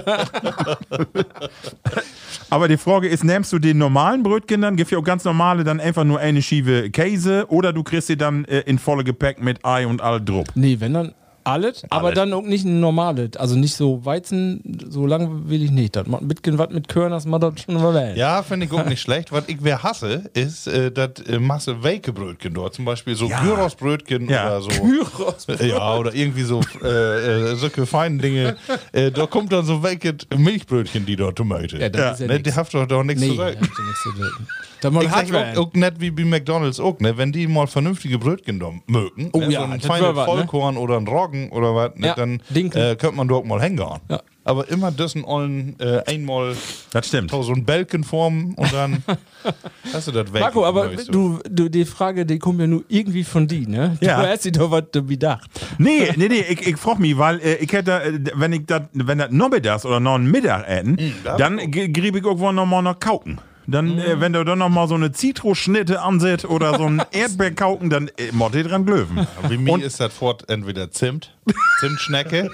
Speaker 2: Aber die Frage ist, nimmst du den normalen Brötchen dann, gibt ja auch ganz normale, dann einfach nur eine Schiefe Käse oder du kriegst sie dann äh, in volle Gepäck mit Ei und all drupp.
Speaker 4: Nee, wenn dann alles, aber dann auch nicht ein normales. Also nicht so Weizen, so lang will ich nicht. Das macht mitgehen, was mit Körnern, das macht das schon mal weh.
Speaker 3: Ja, finde ich auch nicht schlecht. Was ich wer hasse, ist äh, das äh, Masse welke Brötchen dort. Zum Beispiel so
Speaker 2: Ja.
Speaker 3: Gyrosbrötchen
Speaker 2: Ja.
Speaker 3: oder so.
Speaker 4: Gyros.
Speaker 3: ja, oder irgendwie so äh, äh, solche feinen Dinge. Äh, da kommt dann so welke Milchbrötchen, die dort möchte.
Speaker 4: Ja, das ist ja
Speaker 3: ne,
Speaker 4: nix.
Speaker 3: die habt doch doch nichts
Speaker 4: Nee,
Speaker 3: zu
Speaker 4: da
Speaker 3: sagen.
Speaker 4: habt ihr nichts zu sagen. Da muss
Speaker 3: Ich
Speaker 4: hart
Speaker 3: sag
Speaker 4: werden.
Speaker 3: auch, auch nicht wie bei McDonalds auch, ne? Wenn die mal vernünftige Brötchen da mögen,
Speaker 4: Oh
Speaker 3: ne?
Speaker 4: ja,
Speaker 3: so ein
Speaker 4: das wär
Speaker 3: feines
Speaker 4: was, ne?
Speaker 3: Vollkorn oder ein Roggen oder was, ne?
Speaker 4: Ja,
Speaker 3: dann
Speaker 4: Dinkel.
Speaker 3: äh, könnte man dort mal hängen.
Speaker 4: Ja.
Speaker 3: Aber immer dessen allen äh, einmal
Speaker 2: Das stimmt.
Speaker 3: so ein Belken formen und dann hast du das weg.
Speaker 4: Marco, aber
Speaker 3: Weißt
Speaker 4: du, du, die Frage, die kommt ja nur irgendwie von dir, ne?
Speaker 2: Ja.
Speaker 4: Du hast dir doch was dabei gedacht.
Speaker 2: Nee, nee, nee, ich, ich frag mich, weil äh, ich hätte, äh, wenn ich das, wenn das Nobbedas oder noch ein Mittag hätten,
Speaker 3: das
Speaker 2: dann
Speaker 3: auch. Hm.
Speaker 2: ge- grieb ich irgendwann nochmal nach Kauken. Dann, äh, wenn du dann nochmal so eine Zitrusschnitte ansetzt oder so ein Erdbeerkauken, dann äh, mott ihr dran glöwen.
Speaker 3: Bei mir ist das fort entweder Zimt, Zimtschnecke,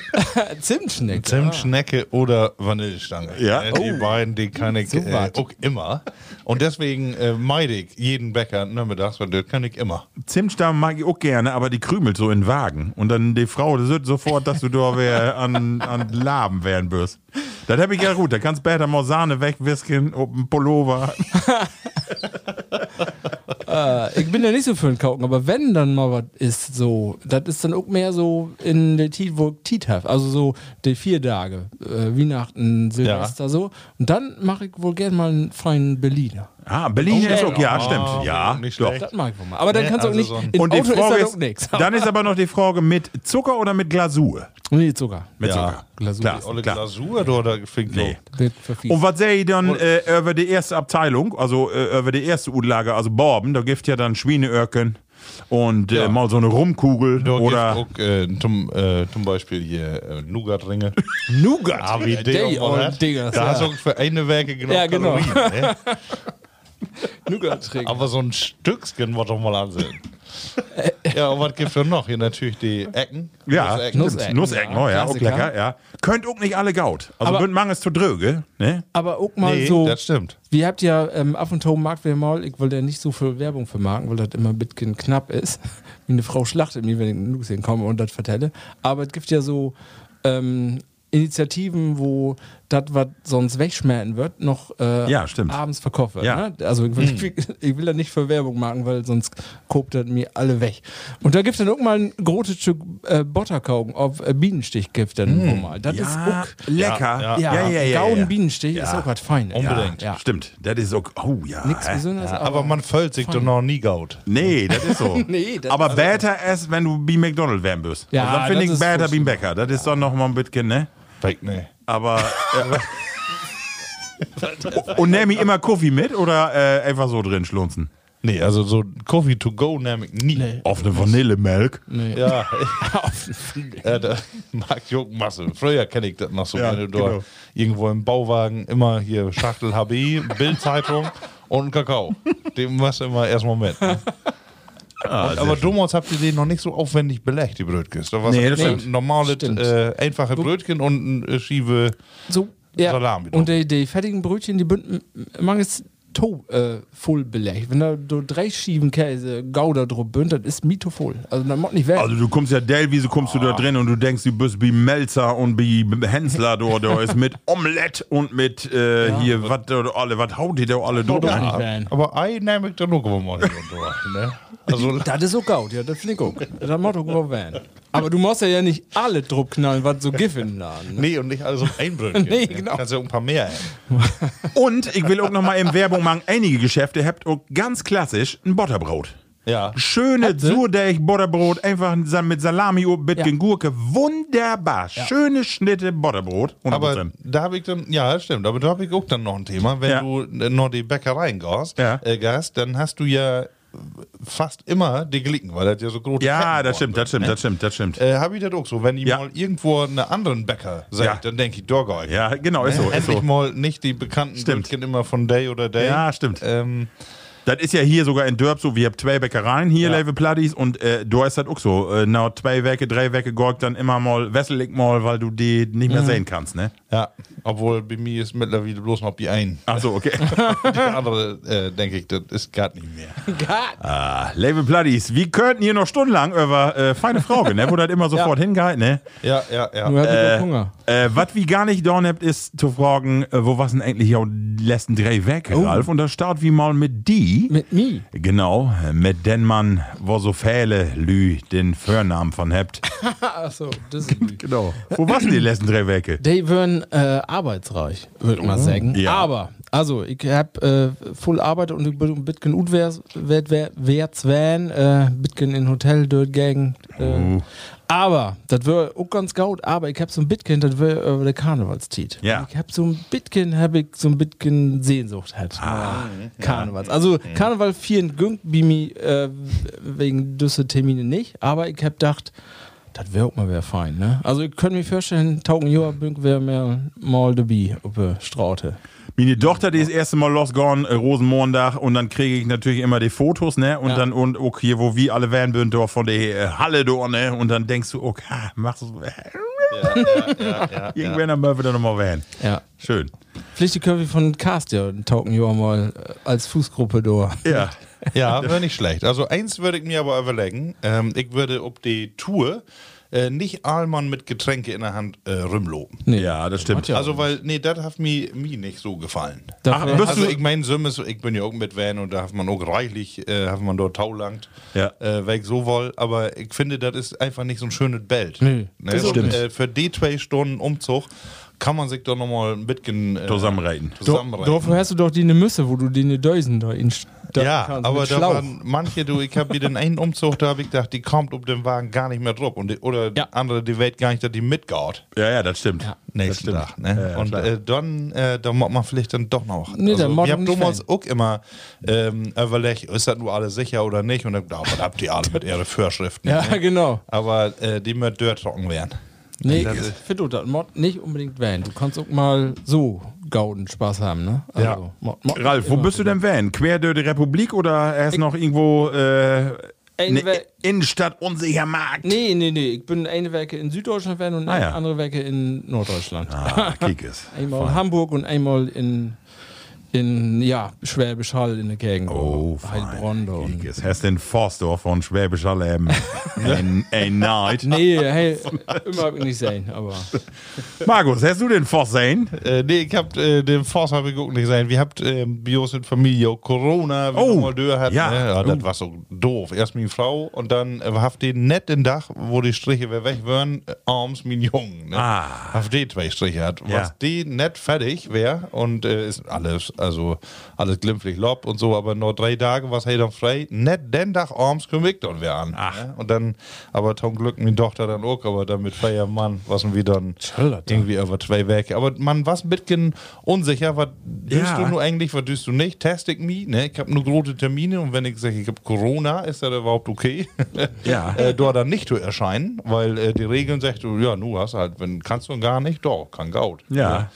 Speaker 4: Zimtschneck.
Speaker 3: Zimtschnecke oder Vanillestange.
Speaker 2: Ja.
Speaker 3: Äh, Die beiden, die kann ich
Speaker 4: So
Speaker 3: äh,
Speaker 4: was.
Speaker 3: auch immer. Und deswegen äh, meide ich jeden Bäcker nachmittags, weil das kann ich immer.
Speaker 2: Zimtstamm mag ich auch gerne, aber die krümelt so in Wagen. Und dann die Frau, die sieht sofort, dass du da wär, an, an Laben werden wirst. Das hab ich ja gut, da kannst du mal Sahne wegwisken, ob ein Pullover.
Speaker 4: Äh, ich bin ja nicht so für den Kauken, aber wenn dann mal was ist, so, das ist dann auch mehr so in der Tid, wo ich Tid hab. Also so die vier Tage, äh, Weihnachten, Silvester, so. Und dann mache ich wohl gern mal einen freien Berliner.
Speaker 2: Ah, Berlin ist auch, ja, stimmt. Ja,
Speaker 3: Oh, nicht
Speaker 2: doch.
Speaker 3: schlecht.
Speaker 4: Das mag ich wohl mal. Aber dann
Speaker 3: Nee,
Speaker 4: kannst du auch
Speaker 3: also
Speaker 4: nicht.
Speaker 3: so ein-
Speaker 4: in
Speaker 2: Und die
Speaker 4: Auto ist
Speaker 2: Frage
Speaker 4: dann auch
Speaker 2: ist,
Speaker 4: nichts.
Speaker 2: dann ist aber noch die Frage mit Zucker oder mit Glasur?
Speaker 4: nee, Zucker.
Speaker 2: Mit
Speaker 3: Ja,
Speaker 2: Zucker.
Speaker 4: Glasur
Speaker 2: Klar,
Speaker 4: ist
Speaker 3: Olle
Speaker 2: klar.
Speaker 3: Glasur oder fängt
Speaker 2: Nee.
Speaker 4: Wird verfies.
Speaker 2: Und was sehe ich dann äh, über die erste Abteilung, also äh, über die erste Udlage, also Borben, da gibt ja dann Schweineöhrchen und äh, mal so eine Rumkugel
Speaker 3: Oder
Speaker 2: oder
Speaker 3: auch, äh, zum, äh, zum Beispiel hier äh, Nougat-Ringe.
Speaker 4: Nougat.
Speaker 3: Ah, wie
Speaker 4: Day
Speaker 3: auch mal
Speaker 4: old
Speaker 3: hat.
Speaker 4: Diggers,
Speaker 3: Da
Speaker 4: ja.
Speaker 3: hast du auch für eine Werke genau
Speaker 4: Ja, genau.
Speaker 3: Kalorien. Ne?
Speaker 4: Nougat trinken.
Speaker 3: Aber so ein Stückchen wollte doch mal ansehen. ja, und was gibt es noch? Hier natürlich die Ecken.
Speaker 2: ja, Nussecken,
Speaker 3: Nussecken.
Speaker 4: Nussecken,
Speaker 2: Nussecken
Speaker 4: ja,
Speaker 2: oh ja, auch
Speaker 4: Klassiker.
Speaker 2: lecker, ja. Könnt auch nicht alle gaut. Also
Speaker 4: Aber-
Speaker 2: könnt man es zu dröge, ne?
Speaker 4: Aber auch mal
Speaker 3: Nee,
Speaker 4: so.
Speaker 3: das stimmt.
Speaker 4: Wir habt ja ähm, ab und zu mag wir mal, ich wollte ja nicht so viel Werbung für Marken, weil das immer ein bisschen knapp ist. Wie eine Frau schlachtet mich, wenn ich in Lucien komme und das vertelle. Aber es gibt ja so ähm, Initiativen, wo das, was sonst wegschmerzen wird, noch äh,
Speaker 2: Ja, stimmt.
Speaker 4: abends verkauft wird.
Speaker 2: Ja.
Speaker 4: Ne? Also ich will, ich will da nicht für Werbung machen, weil sonst kopt das mir alle weg. Und da gibt es dann auch mal ein großes Stück äh, Butterkaugen auf äh, Bienenstich gibt dann auch mal. Das ist
Speaker 2: Ja,
Speaker 4: auch
Speaker 2: lecker.
Speaker 3: Ja,
Speaker 4: ja, ja, ja,
Speaker 2: ja.
Speaker 4: Bienenstich ist
Speaker 2: Ja.
Speaker 4: auch was Feines.
Speaker 3: Unbedingt.
Speaker 4: Ja, ja.
Speaker 2: Stimmt, das ist auch, oh ja.
Speaker 4: Nichts
Speaker 2: äh.
Speaker 4: Besonderes,
Speaker 3: Aber man füllt sich doch noch nie Gaut.
Speaker 2: Nee, das ist so.
Speaker 4: Nee, das-
Speaker 2: Aber better ist, wenn du wie McDonald werden wirst.
Speaker 4: Ja,
Speaker 2: also, dann finde
Speaker 4: das
Speaker 2: ich
Speaker 4: ist
Speaker 2: better
Speaker 4: furchtbar.
Speaker 2: wie ein Bäcker. Das ist doch noch mal ein bisschen, ne?
Speaker 3: Weg, ne.
Speaker 2: Aber. äh, und nehme ich immer Kofi mit oder äh, einfach so drin schlunzen?
Speaker 3: Nee, also so Coffee to go nehme ich nie.
Speaker 2: Offene Vanillemelk.
Speaker 3: Ja, ja da mag ich auch Masse. Früher kenne ich das noch so,
Speaker 2: Ja,
Speaker 3: wenn du
Speaker 2: genau.
Speaker 3: da irgendwo im Bauwagen immer hier Schachtel HB, Bildzeitung und einen Kakao. Den machst du immer erstmal mit. Ne?
Speaker 2: Ah,
Speaker 3: und, Also aber damals habt ihr den noch nicht so aufwendig belegt, die Brötchen. Da war
Speaker 2: Nee,
Speaker 3: nee,
Speaker 2: das
Speaker 3: das ein
Speaker 2: stimmt.
Speaker 3: normales,
Speaker 4: Stimmt.
Speaker 3: äh, einfache Brötchen und ein äh, schiefe.
Speaker 4: so, ja.
Speaker 3: Salami drauf.
Speaker 4: Und die, die fertigen Brötchen, die bünden mangels to äh, voll belegt. Wenn da du drei Schieben Käse Gouda drauf bünd, das ist mito voll. Also dann macht nicht weg.
Speaker 2: Also du kommst ja Delwiese, kommst
Speaker 4: Ah.
Speaker 2: du da drin und du denkst, du bist wie Melzer und wie Hensler da, da ist mit Omelette und mit äh, hier, was da alle, was haut die da alle durch?
Speaker 4: doch
Speaker 2: Ja.
Speaker 4: nicht werden.
Speaker 3: Aber Ei nehme ich dann auch immer mal hier und da. Ne? Also,
Speaker 4: Das ist so gaut, ja, das finde ich auch. Das macht auch gut werden. Aber du musst ja ja nicht alle drauf knallen, was so Gift in den Laden. Ne?
Speaker 3: nee, und nicht alles um ein Brötchen.
Speaker 4: Nee, genau.
Speaker 3: Kannst ja auch ein paar mehr. Ey.
Speaker 2: Und ich will auch noch mal in Werbung machen, einige Geschäfte habt auch ganz klassisch ein Butterbrot.
Speaker 3: Ja.
Speaker 2: Schöne Surdeig, Butterbrot, einfach sa- mit Salami, Bitgen,
Speaker 4: Ja.
Speaker 2: Gurke. Wunderbar. Schöne Schnitte Butterbrot. 100%.
Speaker 3: Aber da habe ich dann, ja, stimmt, aber da habe ich auch dann noch ein Thema. Wenn
Speaker 2: Ja.
Speaker 3: du äh, noch die Bäckereien gehst,
Speaker 2: Ja.
Speaker 3: äh, gehst, dann hast du ja fast immer die Glicken, weil das ja so große
Speaker 2: Ja,
Speaker 3: Ketten
Speaker 2: das stimmt,
Speaker 3: worden
Speaker 2: das stimmt,
Speaker 3: sind,
Speaker 2: das stimmt, das stimmt.
Speaker 3: ne? Äh, Habe ich das auch so. Wenn ich
Speaker 2: Ja.
Speaker 3: mal irgendwo einen anderen Bäcker sehe,
Speaker 2: Ja.
Speaker 3: dann denke ich, Dorgei.
Speaker 2: Ja, genau, ist so, ist
Speaker 3: Äh, Endlich
Speaker 2: so.
Speaker 3: mal nicht die bekannten
Speaker 2: Stimmt.
Speaker 3: Brötchen immer von Day oder Day.
Speaker 2: Ja, stimmt.
Speaker 3: Ähm,
Speaker 2: Das ist ja hier sogar in Dörp so, wir haben zwei Bäckereien hier,
Speaker 3: Ja.
Speaker 2: Leve Platties, und äh, du hast das auch so. Äh, na, zwei Werke, drei Werke gorgt dann immer mal, wesselig mal, weil du die nicht
Speaker 3: Mhm.
Speaker 2: mehr sehen kannst, ne?
Speaker 3: ja, obwohl bei mir ist mittlerweile bloß noch die einen.
Speaker 2: Ach so, okay.
Speaker 3: Die andere, äh, denke ich, das ist gar nicht mehr.
Speaker 2: ah, Leve Platties, wir könnten hier noch stundenlang über äh, feine Frage, ne? Wo das immer sofort hingeht, ne?
Speaker 3: Ja, ja, ja.
Speaker 4: Nur hab ich noch Hunger.
Speaker 2: Äh, was wir gar nicht dorn habt, ist zu fragen, äh, wo was denn eigentlich auch die letzten drei Werke, Ralf? Und da starten wir mal mit die.
Speaker 4: Mit mir.
Speaker 2: Genau, mit den man, wo so viele Lü den Vornamen von habt.
Speaker 4: Achso, das ist gut.
Speaker 2: Genau. Wo waren die letzten drei Werke?
Speaker 4: Die waren äh, arbeitsreich, würde man sagen.
Speaker 2: Mhm. Ja.
Speaker 4: Aber, also, ich habe äh, voll Arbeit und ich bin ein bisschen unwärts werden, äh, bisschen in Hotel dort gegen. Äh. Aber, das wäre auch ganz gut, aber ich habe so ein bisschen, das wäre äh, der Karnevalstit.
Speaker 2: Ja.
Speaker 4: Ich habe so ein bisschen, habe ich so ein bisschen Sehnsucht halt. Ah, Karnevals. Also, Karneval 4 in Günk, Bimi, äh, wegen düsse Termine nicht, aber ich habe gedacht, das wäre auch mal wär fein, ne? Also ihr könnt mir vorstellen, Taugen Joa Bünk wäre mehr mal de Bi ob er Straute.
Speaker 2: Meine Tochter, die ist das erste Mal losgegangen, äh, Rosenmontag, und dann kriege ich natürlich immer die Fotos, ne? Und
Speaker 4: Ja.
Speaker 2: dann, und okay, wo wir alle wären, würden, doch von der äh, Halle, do, ne? Und dann denkst du, okay, machst du. äh, Irgendwann dann mal wieder nochmal wählen.
Speaker 4: Ja.
Speaker 2: Schön.
Speaker 4: Vielleicht die Curvy von Cast ja Taugen Joa mal äh, als Fußgruppe do.
Speaker 2: Ja.
Speaker 3: Ja, wäre nicht schlecht. Also eins würde ich mir aber überlegen. Ähm, ich würde ob die Tour äh, nicht Ahlmann mit Getränke in der Hand äh, rümloben.
Speaker 4: Nee.
Speaker 2: Ja, das stimmt.
Speaker 4: Ja.
Speaker 3: Also weil, nee, das hat mir, mir nicht so gefallen.
Speaker 2: Ach,
Speaker 4: Dafür,
Speaker 2: bist
Speaker 3: Also
Speaker 2: du,
Speaker 3: ich mein Sümmes, ich bin ja auch mit Van und da hat man auch reichlich, äh, hat man dort taulangt,
Speaker 2: Ja.
Speaker 3: äh, weg so wohl, aber ich finde, das ist einfach nicht so ein schönes Bild.
Speaker 4: Nö,
Speaker 3: ne?
Speaker 4: das
Speaker 3: und,
Speaker 4: stimmt.
Speaker 3: Äh, für die zwei Stunden Umzug kann man sich doch nochmal ein bisschen äh,
Speaker 2: Zusammenreiten.
Speaker 4: do,
Speaker 3: zusammenreißen.
Speaker 4: dafür hast du doch die ne Müsse, wo du die ne Dösen da in
Speaker 3: Ja, aber da waren manche, du, ich habe den einen Umzug, da habe ich gedacht, die kommt um den Wagen gar nicht mehr drauf. Und die, oder
Speaker 4: Ja.
Speaker 3: andere, die Welt gar nicht, dass die mitgeht.
Speaker 2: Ja, ja, das stimmt. das
Speaker 3: Nächsten
Speaker 2: stimmt.
Speaker 3: Tag, ne?
Speaker 2: Ja,
Speaker 3: und
Speaker 2: klar.
Speaker 3: äh, dann, äh, da macht man vielleicht dann doch noch. Also,
Speaker 4: Nee, dann macht
Speaker 3: wir
Speaker 4: man
Speaker 3: haben
Speaker 4: nicht
Speaker 3: damals
Speaker 4: Fan.
Speaker 3: auch immer ähm, überlegt, ist das nur alle sicher oder nicht? Und dann, aber habt ihr alle mit ihren Vorschriften.
Speaker 4: Ja,
Speaker 3: ne?
Speaker 4: genau.
Speaker 3: Aber äh, die mit Dörr trocken werden.
Speaker 4: Nee,
Speaker 3: Das ist-
Speaker 4: für du das Mod nicht unbedingt wählen. Du kannst auch mal so gauden Spaß haben, ne?
Speaker 3: Ja.
Speaker 4: Mod- Mod-
Speaker 2: Ralf, wo
Speaker 4: immer.
Speaker 2: bist du denn Van? Quer durch die Republik oder erst noch irgendwo äh,
Speaker 4: Irgendwer-
Speaker 2: ne, Innenstadt unsicher Markt?
Speaker 4: Nee, nee, nee. Ich bin eine Werke in Süddeutschland werden und
Speaker 2: Ah, ja.
Speaker 4: andere Werke in Norddeutschland.
Speaker 2: Ah, kick es.
Speaker 4: Einmal in Hamburg und einmal in, in ja, Schwäbisch Hall in der Gegend.
Speaker 2: Oh,
Speaker 4: Heilbronn.
Speaker 2: fein.
Speaker 4: und-
Speaker 2: Kick es. Hast den Forstor von Schwäbisch Hall ähm, ein, ein Night.
Speaker 4: Nee, hey, immer hab ich nicht sehen, aber.
Speaker 2: Markus, hast du den Forst sehen?
Speaker 3: Äh, nee, ich hab äh, den Forst habe ich geguckt nicht sein. Wir habt äh, Bios in Familie, Corona, wie
Speaker 2: Oh,
Speaker 3: wir mal Dörr hatten.
Speaker 2: ja.
Speaker 3: Ne? ja
Speaker 2: Oh.
Speaker 3: das war so doof. Erst meine Frau und dann äh, habt ihr net den Dach, wo die Striche wer weg waren, äh, arms mein Jungen. Ne?
Speaker 2: Ah.
Speaker 3: Habt die zwei Striche hat.
Speaker 2: Ja.
Speaker 3: Was die net fertig wär und äh, ist alles, also alles glimpflich lob und so, aber nur drei Tage was hey dann frei. Net den Dach arms kümmert und wer an. Ne? Und dann, aber zum Glück meine Tochter dann auch, aber dann mit Feiermann, was wir dann irgendwie über zwei Werke. Aber man war ein bisschen unsicher, was düst
Speaker 2: Ja.
Speaker 3: du nur eigentlich, was düst du nicht? Test ich mich, ne? Ich habe nur große Termine und wenn ich sage, ich habe Corona, ist das überhaupt okay?
Speaker 2: Ja.
Speaker 3: äh, da dann nicht zu erscheinen, weil äh, die Regeln sagt du, ja, nu hast halt, wenn kannst du gar nicht, doch, kann gaut.
Speaker 2: Ja.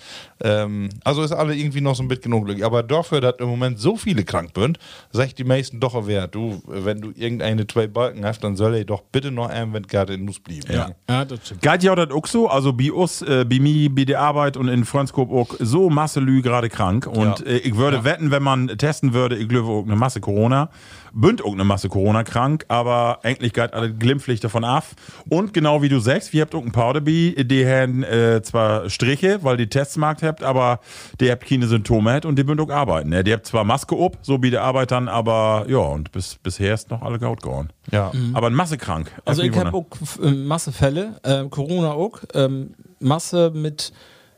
Speaker 3: Ähm, also ist alle irgendwie noch so ein bisschen unglücklich. Aber dafür, dass im Moment so viele krank sind, sagt die meisten doch, wer, du, wenn du irgendeine zwei Balken hast, dann soll er doch bitte noch ein, wenn gerade in Nuss blieben.
Speaker 2: Ja.
Speaker 4: Ja, das stimmt.
Speaker 2: Geht ja das auch so, also bei uns, äh, bei mir, bei der Arbeit und in Frönskop auch so Masse Lü gerade krank. Und
Speaker 3: Ja.
Speaker 2: äh, ich würde wetten, wenn man testen würde, ich glaube auch eine Masse Corona, bünd auch eine Masse Corona krank, aber eigentlich geht alle glimpflich davon ab. Und genau wie du sagst, wir habt auch ein paar dabei, die haben äh, zwar Striche, weil die Tests markt habt, aber die habt keine Symptome hat und die bünd auch arbeiten. Ne? Die habt zwar Maske ob, so wie die Arbeitern, aber ja, und bis, bisher ist noch alle gaut gehauen.
Speaker 3: Ja.
Speaker 2: Aber in Masse krank.
Speaker 4: Mhm. Also,
Speaker 2: Das
Speaker 4: ich
Speaker 2: mich
Speaker 4: habe
Speaker 3: ne?
Speaker 2: wundern.
Speaker 4: auch äh, Masse Fälle, ähm, Corona auch, ähm, Masse mit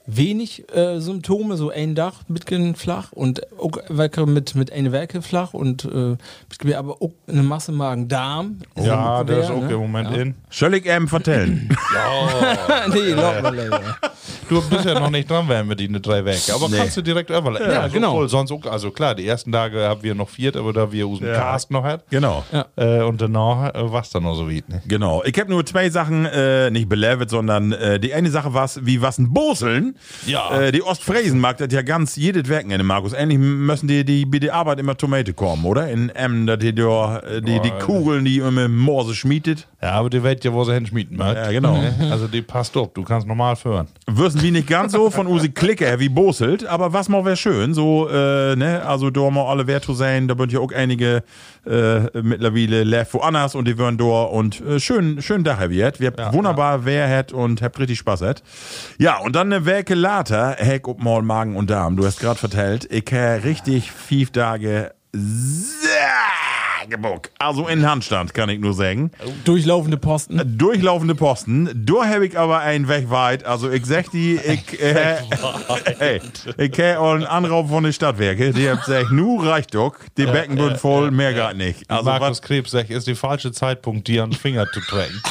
Speaker 4: wenig äh, Symptome, so ein Dach mitgehen flach und auch Werke mit, mit eine Werke flach und äh, mitgehen aber auch eine Masse Magen-Darm. Ist
Speaker 3: Ja,
Speaker 4: auch
Speaker 3: das ist
Speaker 4: wer,
Speaker 3: auch
Speaker 4: ne?
Speaker 2: ähm,
Speaker 3: im Moment in.
Speaker 2: Soll ich eben vertellen?
Speaker 3: Ja.
Speaker 4: nee, glaub mal, Leute.
Speaker 3: Du bist ja noch nicht dran, wären wir die ne drei weg. Aber
Speaker 2: Nee.
Speaker 3: kannst du direkt überleiten. Ja, also
Speaker 4: genau.
Speaker 3: Voll, sonst, auch- also klar, die ersten Tage haben wir noch viert, aber da wir unseren
Speaker 2: Ja.
Speaker 3: Cast noch hat.
Speaker 2: Genau.
Speaker 3: Äh, und danach äh, war es dann noch so weit. Ne?
Speaker 2: Genau. Ich habe nur zwei Sachen, äh, nicht belevert, sondern äh, die eine Sache war wie was in Boseln.
Speaker 3: Ja.
Speaker 2: Äh, die Ostfriesen mag das ja ganz jedes Werkenende, Markus. Also Ähnlich müssen die, die bei der Arbeit immer Tomate kommen, oder? In Emmen, dass die, die, die, die
Speaker 3: Ja.
Speaker 2: Kugeln, die immer Morse schmiedet.
Speaker 3: Ja, aber die Welt ja, wo sie hinschmieden mag.
Speaker 2: Ja, genau.
Speaker 3: Ne? Also die passt auf, du kannst normal führen.
Speaker 2: Würden wir nicht ganz so von Usi Klicker wie Boselt, aber was mal wäre schön, so, äh, ne, also da mal alle wert zu sein, da sind ja auch einige äh, mittlerweile left woanders und die wären da und äh, schön, schön da habt ihr, wir habt wunderbar wer hat und habt richtig Spaß hat. Ja, und dann eine Werke later, Heck ob mal Magen und Darm, du hast gerade vertellt, ich hab richtig fünf Tage sehr gebuckt. also in Handstand, kann ich nur sagen
Speaker 4: Durchlaufende Posten.
Speaker 2: durchlaufende Posten. Da habe ich aber einen weg weit. Also ich sag die, ich, äh, ey, ich kenne auch einen Anrauf von den Stadtwerke. Die haben gesagt, nu reicht doch, die Becken sind voll, mehr gar nicht. Also
Speaker 3: Markus
Speaker 2: was,
Speaker 3: Krebs sagt, ist der falsche Zeitpunkt, dir an den Finger zu drängen.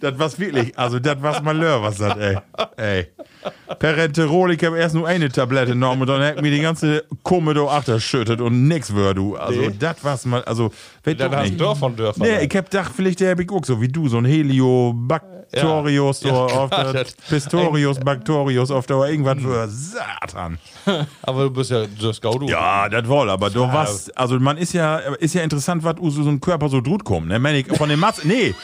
Speaker 2: das was wirklich, also das was Malheur, was das, ey. Ey. Parenterol, ich habe erst nur eine Tablette genommen und dann hat mir die ganze Kumme da achterschüttet und nix wär du. Also das was mal, also, weet
Speaker 3: dann
Speaker 2: doch
Speaker 3: hast
Speaker 2: nicht.
Speaker 3: du Dörfer von Dörfer.
Speaker 2: Nee, ich hab gedacht, vielleicht der Big Uck, so wie du, so ein Heliobactorius,
Speaker 3: Ja.
Speaker 2: so
Speaker 3: Ja,
Speaker 2: auf
Speaker 3: klar,
Speaker 2: der
Speaker 3: das-
Speaker 2: Pistorius, Bactorius, auf der irgendwas für Satan.
Speaker 3: aber du bist ja das Gaudu.
Speaker 2: Ja, das wohl, aber du was, also man ist ja, ist ja interessant, was so so ein Körper so drut kommt, ne? Meine ich, von dem Matz, nee.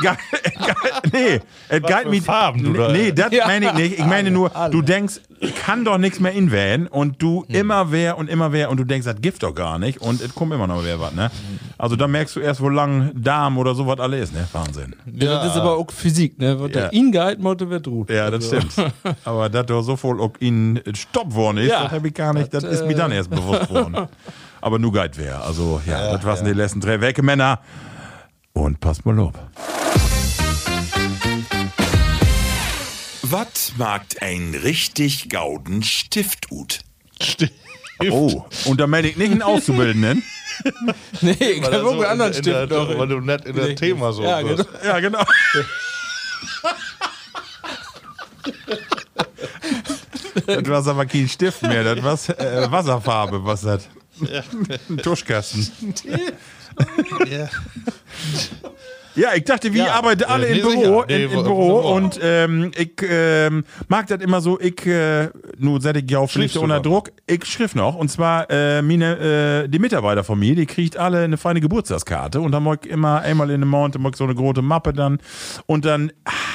Speaker 2: Ge- ge- nee, es galt
Speaker 3: für
Speaker 2: mich.
Speaker 3: Farben, du da.
Speaker 2: nee, das
Speaker 4: Ja.
Speaker 2: meine ich nicht. Ich meine nur, du denkst, kann doch nichts mehr in werden und du
Speaker 3: Hm.
Speaker 2: immer wer und immer wer und du denkst, das gibt doch gar nicht und es kommt immer noch wer was, ne? Also da merkst du erst, wo lang Darm oder sowas alle ist, ne? Wahnsinn.
Speaker 4: Ja. Das ist aber auch Physik, ne? Was
Speaker 2: Ja.
Speaker 4: der Ingehalt Motto wird ruht.
Speaker 2: Ja, das stimmt. Aber dass da so voll auch ihn äh, Stopp worden ist,
Speaker 4: Ja.
Speaker 2: das habe ich gar nicht, das,
Speaker 4: Das,
Speaker 2: ist mir
Speaker 4: äh,
Speaker 2: dann erst bewusst worden. Aber nur Guide wäre. Also ja, das waren die letzten drei Wecke, Männer. Und passt mal ab. Was mag ein richtig gauden Stiftut?
Speaker 3: Also
Speaker 2: Oh, und da meine ich nicht einen Auszubildenden.
Speaker 4: Nee, ich
Speaker 3: Weil, das
Speaker 4: kann
Speaker 3: so
Speaker 4: irgendwo
Speaker 3: in,
Speaker 4: anderen
Speaker 3: in der,
Speaker 4: Stimmen doch.
Speaker 3: weil du nicht in das Thema so
Speaker 4: Ja,
Speaker 3: bist.
Speaker 4: genau.
Speaker 2: ja, genau. das war aber kein Stift mehr, das war äh, Wasserfarbe, was das? Ein Tuschkasten. genau.
Speaker 3: Ja.
Speaker 2: Ja, ich dachte, wir
Speaker 3: Ja,
Speaker 2: arbeiten alle
Speaker 3: äh,
Speaker 2: im
Speaker 3: nee,
Speaker 2: Büro,
Speaker 3: sicher. Nee,
Speaker 2: in,
Speaker 3: wo-
Speaker 2: im Büro
Speaker 3: wunderbar.
Speaker 2: und ähm, ich ähm, mag das immer so, ich, äh, nur seit ich ja auf
Speaker 3: Schriftst
Speaker 2: Pflicht unter
Speaker 3: du noch?
Speaker 2: Druck, ich schrift noch und zwar äh, meine, äh, die Mitarbeiter von mir, die kriegt alle eine feine Geburtstagskarte und dann mag ich immer einmal in den Mount, mag ich so eine große Mappe dann und dann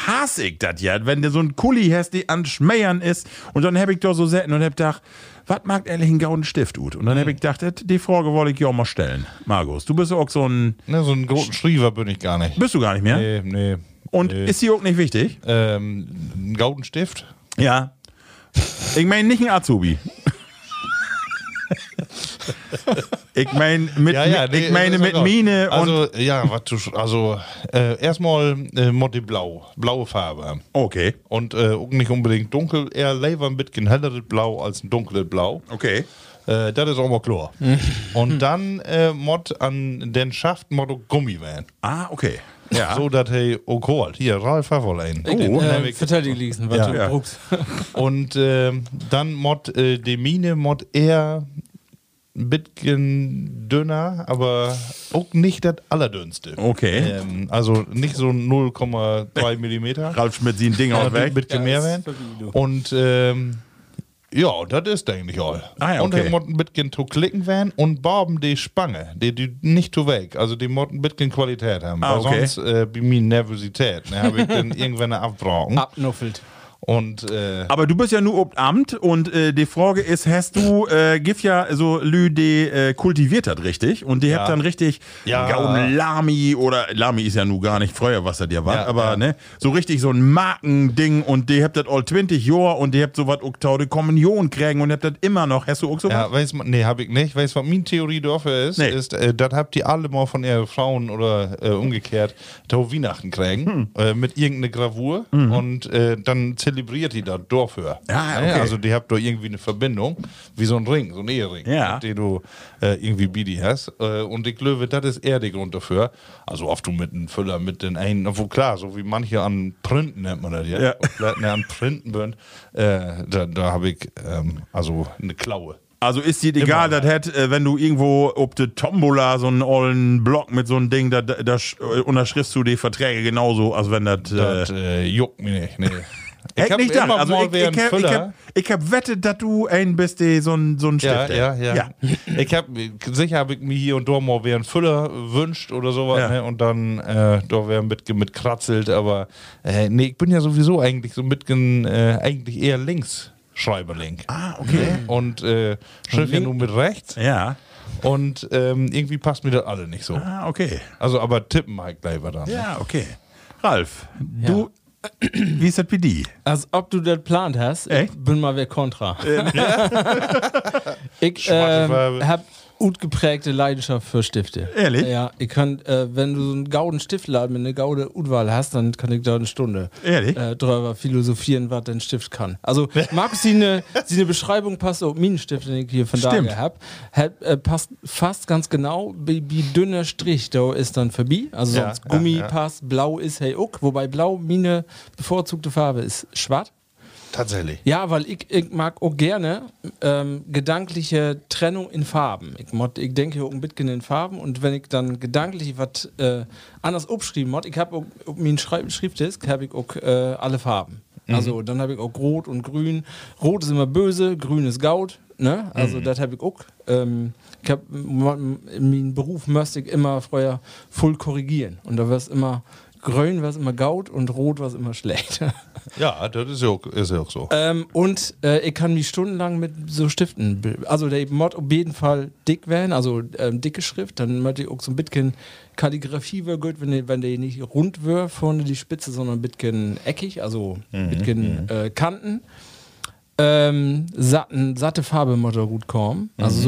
Speaker 2: hasse ich das ja, wenn der so ein Kuli hast, die an Schmeiern ist und dann hab ich doch so selten und hab gedacht, was mag ehrlich einen gauden Stift, gut? Und dann
Speaker 3: Hm.
Speaker 2: hab ich gedacht, das- die Frage wollte ich ja auch mal stellen. Markus, du bist ja auch so ein,
Speaker 3: Ne, so einen großen Schriever bin ich gar nicht.
Speaker 2: bist du gar nicht mehr?
Speaker 3: Nee, nee.
Speaker 2: Und
Speaker 3: nee.
Speaker 2: ist die auch nicht wichtig?
Speaker 3: Ähm, ein Gaudenstift?
Speaker 2: Ja. Ich meine nicht ein Azubi. ich meine mit, ich meine
Speaker 3: ist ja
Speaker 2: mit
Speaker 3: gut.
Speaker 2: Mine und
Speaker 3: Also, ja, was du. sch- Also, äh, erstmal äh, Motti Blau. Blaue Farbe.
Speaker 2: okay,
Speaker 3: Und äh, auch nicht unbedingt dunkel, eher lieber ein bisschen helleres Blau als ein dunkles Blau.
Speaker 2: okay.
Speaker 3: Äh, das ist auch mal klar.
Speaker 2: Mhm.
Speaker 3: Und dann äh, Mod an den Schaft Motto Gummivan.
Speaker 2: Ah, okay. Ja.
Speaker 3: So, dass hey, oh cool, hier, Ralf Haverlein.
Speaker 2: Oh,
Speaker 4: Äh, Verteidigung liegen, was
Speaker 3: Ja.
Speaker 4: du
Speaker 2: Ja.
Speaker 4: druckst.
Speaker 3: Und ähm, dann Mod äh, die Mine, Mod eher ein bisschen dünner, aber auch nicht das allerdünnste.
Speaker 2: Okay.
Speaker 3: Ähm, also nicht so 0,3 Millimeter.
Speaker 2: Ralf Schmidt sieht ein Ding auch
Speaker 3: Ein
Speaker 2: weg.
Speaker 3: bisschen mehr werden. Und ähm, ja, das ist eigentlich all.
Speaker 2: Ah ja,
Speaker 3: Und
Speaker 2: okay.
Speaker 3: dann mod ein bisschen zu klicken werden und barben die Spange, die, die nicht zu weg, also die mod ein bisschen Qualität haben.
Speaker 2: Ah,
Speaker 3: Weil
Speaker 2: okay.
Speaker 3: Sonst äh, bei mir Nervosität, ne, habe ich dann irgendwann abgebrochen.
Speaker 4: Abnuffelt.
Speaker 3: Und äh,
Speaker 2: Aber du bist ja nur ob Amt und äh, die Frage ist, hast du äh, gif ja so Lü de äh, kultiviert hat richtig und die habt dann richtig
Speaker 3: Ja.
Speaker 2: Gaum Lami oder Lami ist ja nun gar nicht früher, was das ja war,
Speaker 3: Ja,
Speaker 2: aber
Speaker 3: ja.
Speaker 2: ne, so richtig so ein Markending und die habt das all 20 Jahre und die habt sowas auch tau de Kommunion kriegen und habt das immer noch. Hast du auch sowas?
Speaker 3: ja, weiß man, nee, habe ich nicht. Weißt du, was meine Theorie dafür ist?
Speaker 2: Nee.
Speaker 3: ist äh, das habt ihr alle mal von ihren Frauen oder
Speaker 2: Hm.
Speaker 3: äh, umgekehrt zu Weihnachten kriegen äh, mit irgendeiner Gravur und äh, dann zähl zelebriert die da dafür.
Speaker 2: Mhm. Ah,
Speaker 3: Ne?
Speaker 2: okay.
Speaker 3: Also die habt doch irgendwie eine Verbindung, wie so ein Ring, so ein Ehering,
Speaker 2: Ja.
Speaker 3: den du äh, irgendwie Bidi hast. Äh, und ich glaube, das ist eher der Grund dafür. Also oft du mit einem Füller, mit den einen, obwohl klar, so wie manche an Printen nennt man das ja,
Speaker 2: Ja.
Speaker 3: Und vielleicht, ne, an Printen bin, äh, da, da habe ich ähm, also eine Klaue.
Speaker 2: Also ist dir egal, das hätte, äh, wenn du irgendwo ob de Tombola so einen ollen Block mit so einem Ding, da, da da sch- äh, unterschriftst du die Verträge genauso, als wenn das.
Speaker 3: Das
Speaker 2: Äh,
Speaker 3: äh, juckt mich nicht. Nee.
Speaker 2: Echt
Speaker 3: hab
Speaker 2: nicht das.
Speaker 3: immer
Speaker 2: Also
Speaker 3: mal
Speaker 2: ich,
Speaker 3: wieder
Speaker 2: ich,
Speaker 3: einen
Speaker 2: hab, ich,
Speaker 3: Füller.
Speaker 2: hab, ich hab wettet, dass du ein bist, der so ein so ein
Speaker 3: Ja,
Speaker 2: Stift
Speaker 3: ja,
Speaker 2: hat.
Speaker 3: ja, Ich habe sicher habe ich mir hier und da mal wieder einen Füller wünscht oder sowas,
Speaker 2: Ja.
Speaker 3: ne? Und dann äh, da wäre mit mit kratzelt, aber äh, nee, ich bin ja sowieso eigentlich so mit äh, eigentlich eher links Schreiberling. Ah, okay. Und äh, schrift ja nur mit rechts
Speaker 2: Ja.
Speaker 3: und ähm, irgendwie passt mir das alle nicht so.
Speaker 2: Ah, okay.
Speaker 3: Also aber tippen halt gleich mal dran.
Speaker 2: Ja, okay. Ralf, du, wie ist das bei dir?
Speaker 4: Als ob du das geplant hast, ich
Speaker 2: Echt?
Speaker 4: bin mal wer kontra. ich
Speaker 3: Schwarze
Speaker 4: ähm,
Speaker 3: Farbe.
Speaker 4: habe gut geprägte Leidenschaft für Stifte.
Speaker 2: Ehrlich?
Speaker 4: Ja, ich kann, äh, wenn du so einen gauden Stiftladen mit einer gaude Udwahl hast, dann kann ich da eine Stunde
Speaker 2: Ehrlich?
Speaker 4: Äh, drüber philosophieren, was dein Stift kann. Also mag sie eine, sie eine Beschreibung passt, auch mein Stift, den ich hier von
Speaker 2: Stimmt.
Speaker 4: da habe, hat, äh, passt fast ganz genau, wie, wie dünner Strich da ist dann vorbei. Also
Speaker 3: Ja,
Speaker 4: sonst
Speaker 3: ja,
Speaker 4: Gummi
Speaker 3: ja.
Speaker 4: passt, blau ist hey uck, wobei blau meine bevorzugte Farbe ist schwarz.
Speaker 3: Tatsächlich.
Speaker 4: Ja, weil ich, ich mag auch gerne ähm, gedankliche Trennung in Farben. Ich, mod, ich denke auch ein bisschen in Farben und wenn ich dann gedanklich was äh, anders abschreiben mod, ich habe auf meinen Schrei- Schreibtisch habe ich auch äh, alle Farben. Also dann habe ich auch Rot und Grün. Rot ist immer böse, Grün ist Gaut. Ne? Also das habe ich auch. Ähm, ich habe meinen Beruf müsste ich immer vorher voll korrigieren und da war es immer Grün war es immer Gaut und Rot war es immer schlecht.
Speaker 3: Ja, das ist ja auch, ist ja auch so.
Speaker 2: Genau.
Speaker 4: Ähm, und äh, ich kann mich stundenlang mit so Stiften. be- Also der Mod auf jeden Fall dick werden, also ähm, dicke Schrift. Dann möchte ich auch so ein bisschen Kalligrafie wäre gut, wenn der, wenn der nicht rund wäre vorne die Spitze, sondern ein bisschen eckig, also ein
Speaker 2: Mhm,
Speaker 4: bisschen äh, Kanten. Ähm, satten, satte Farbe Mod auch gut kommen. Also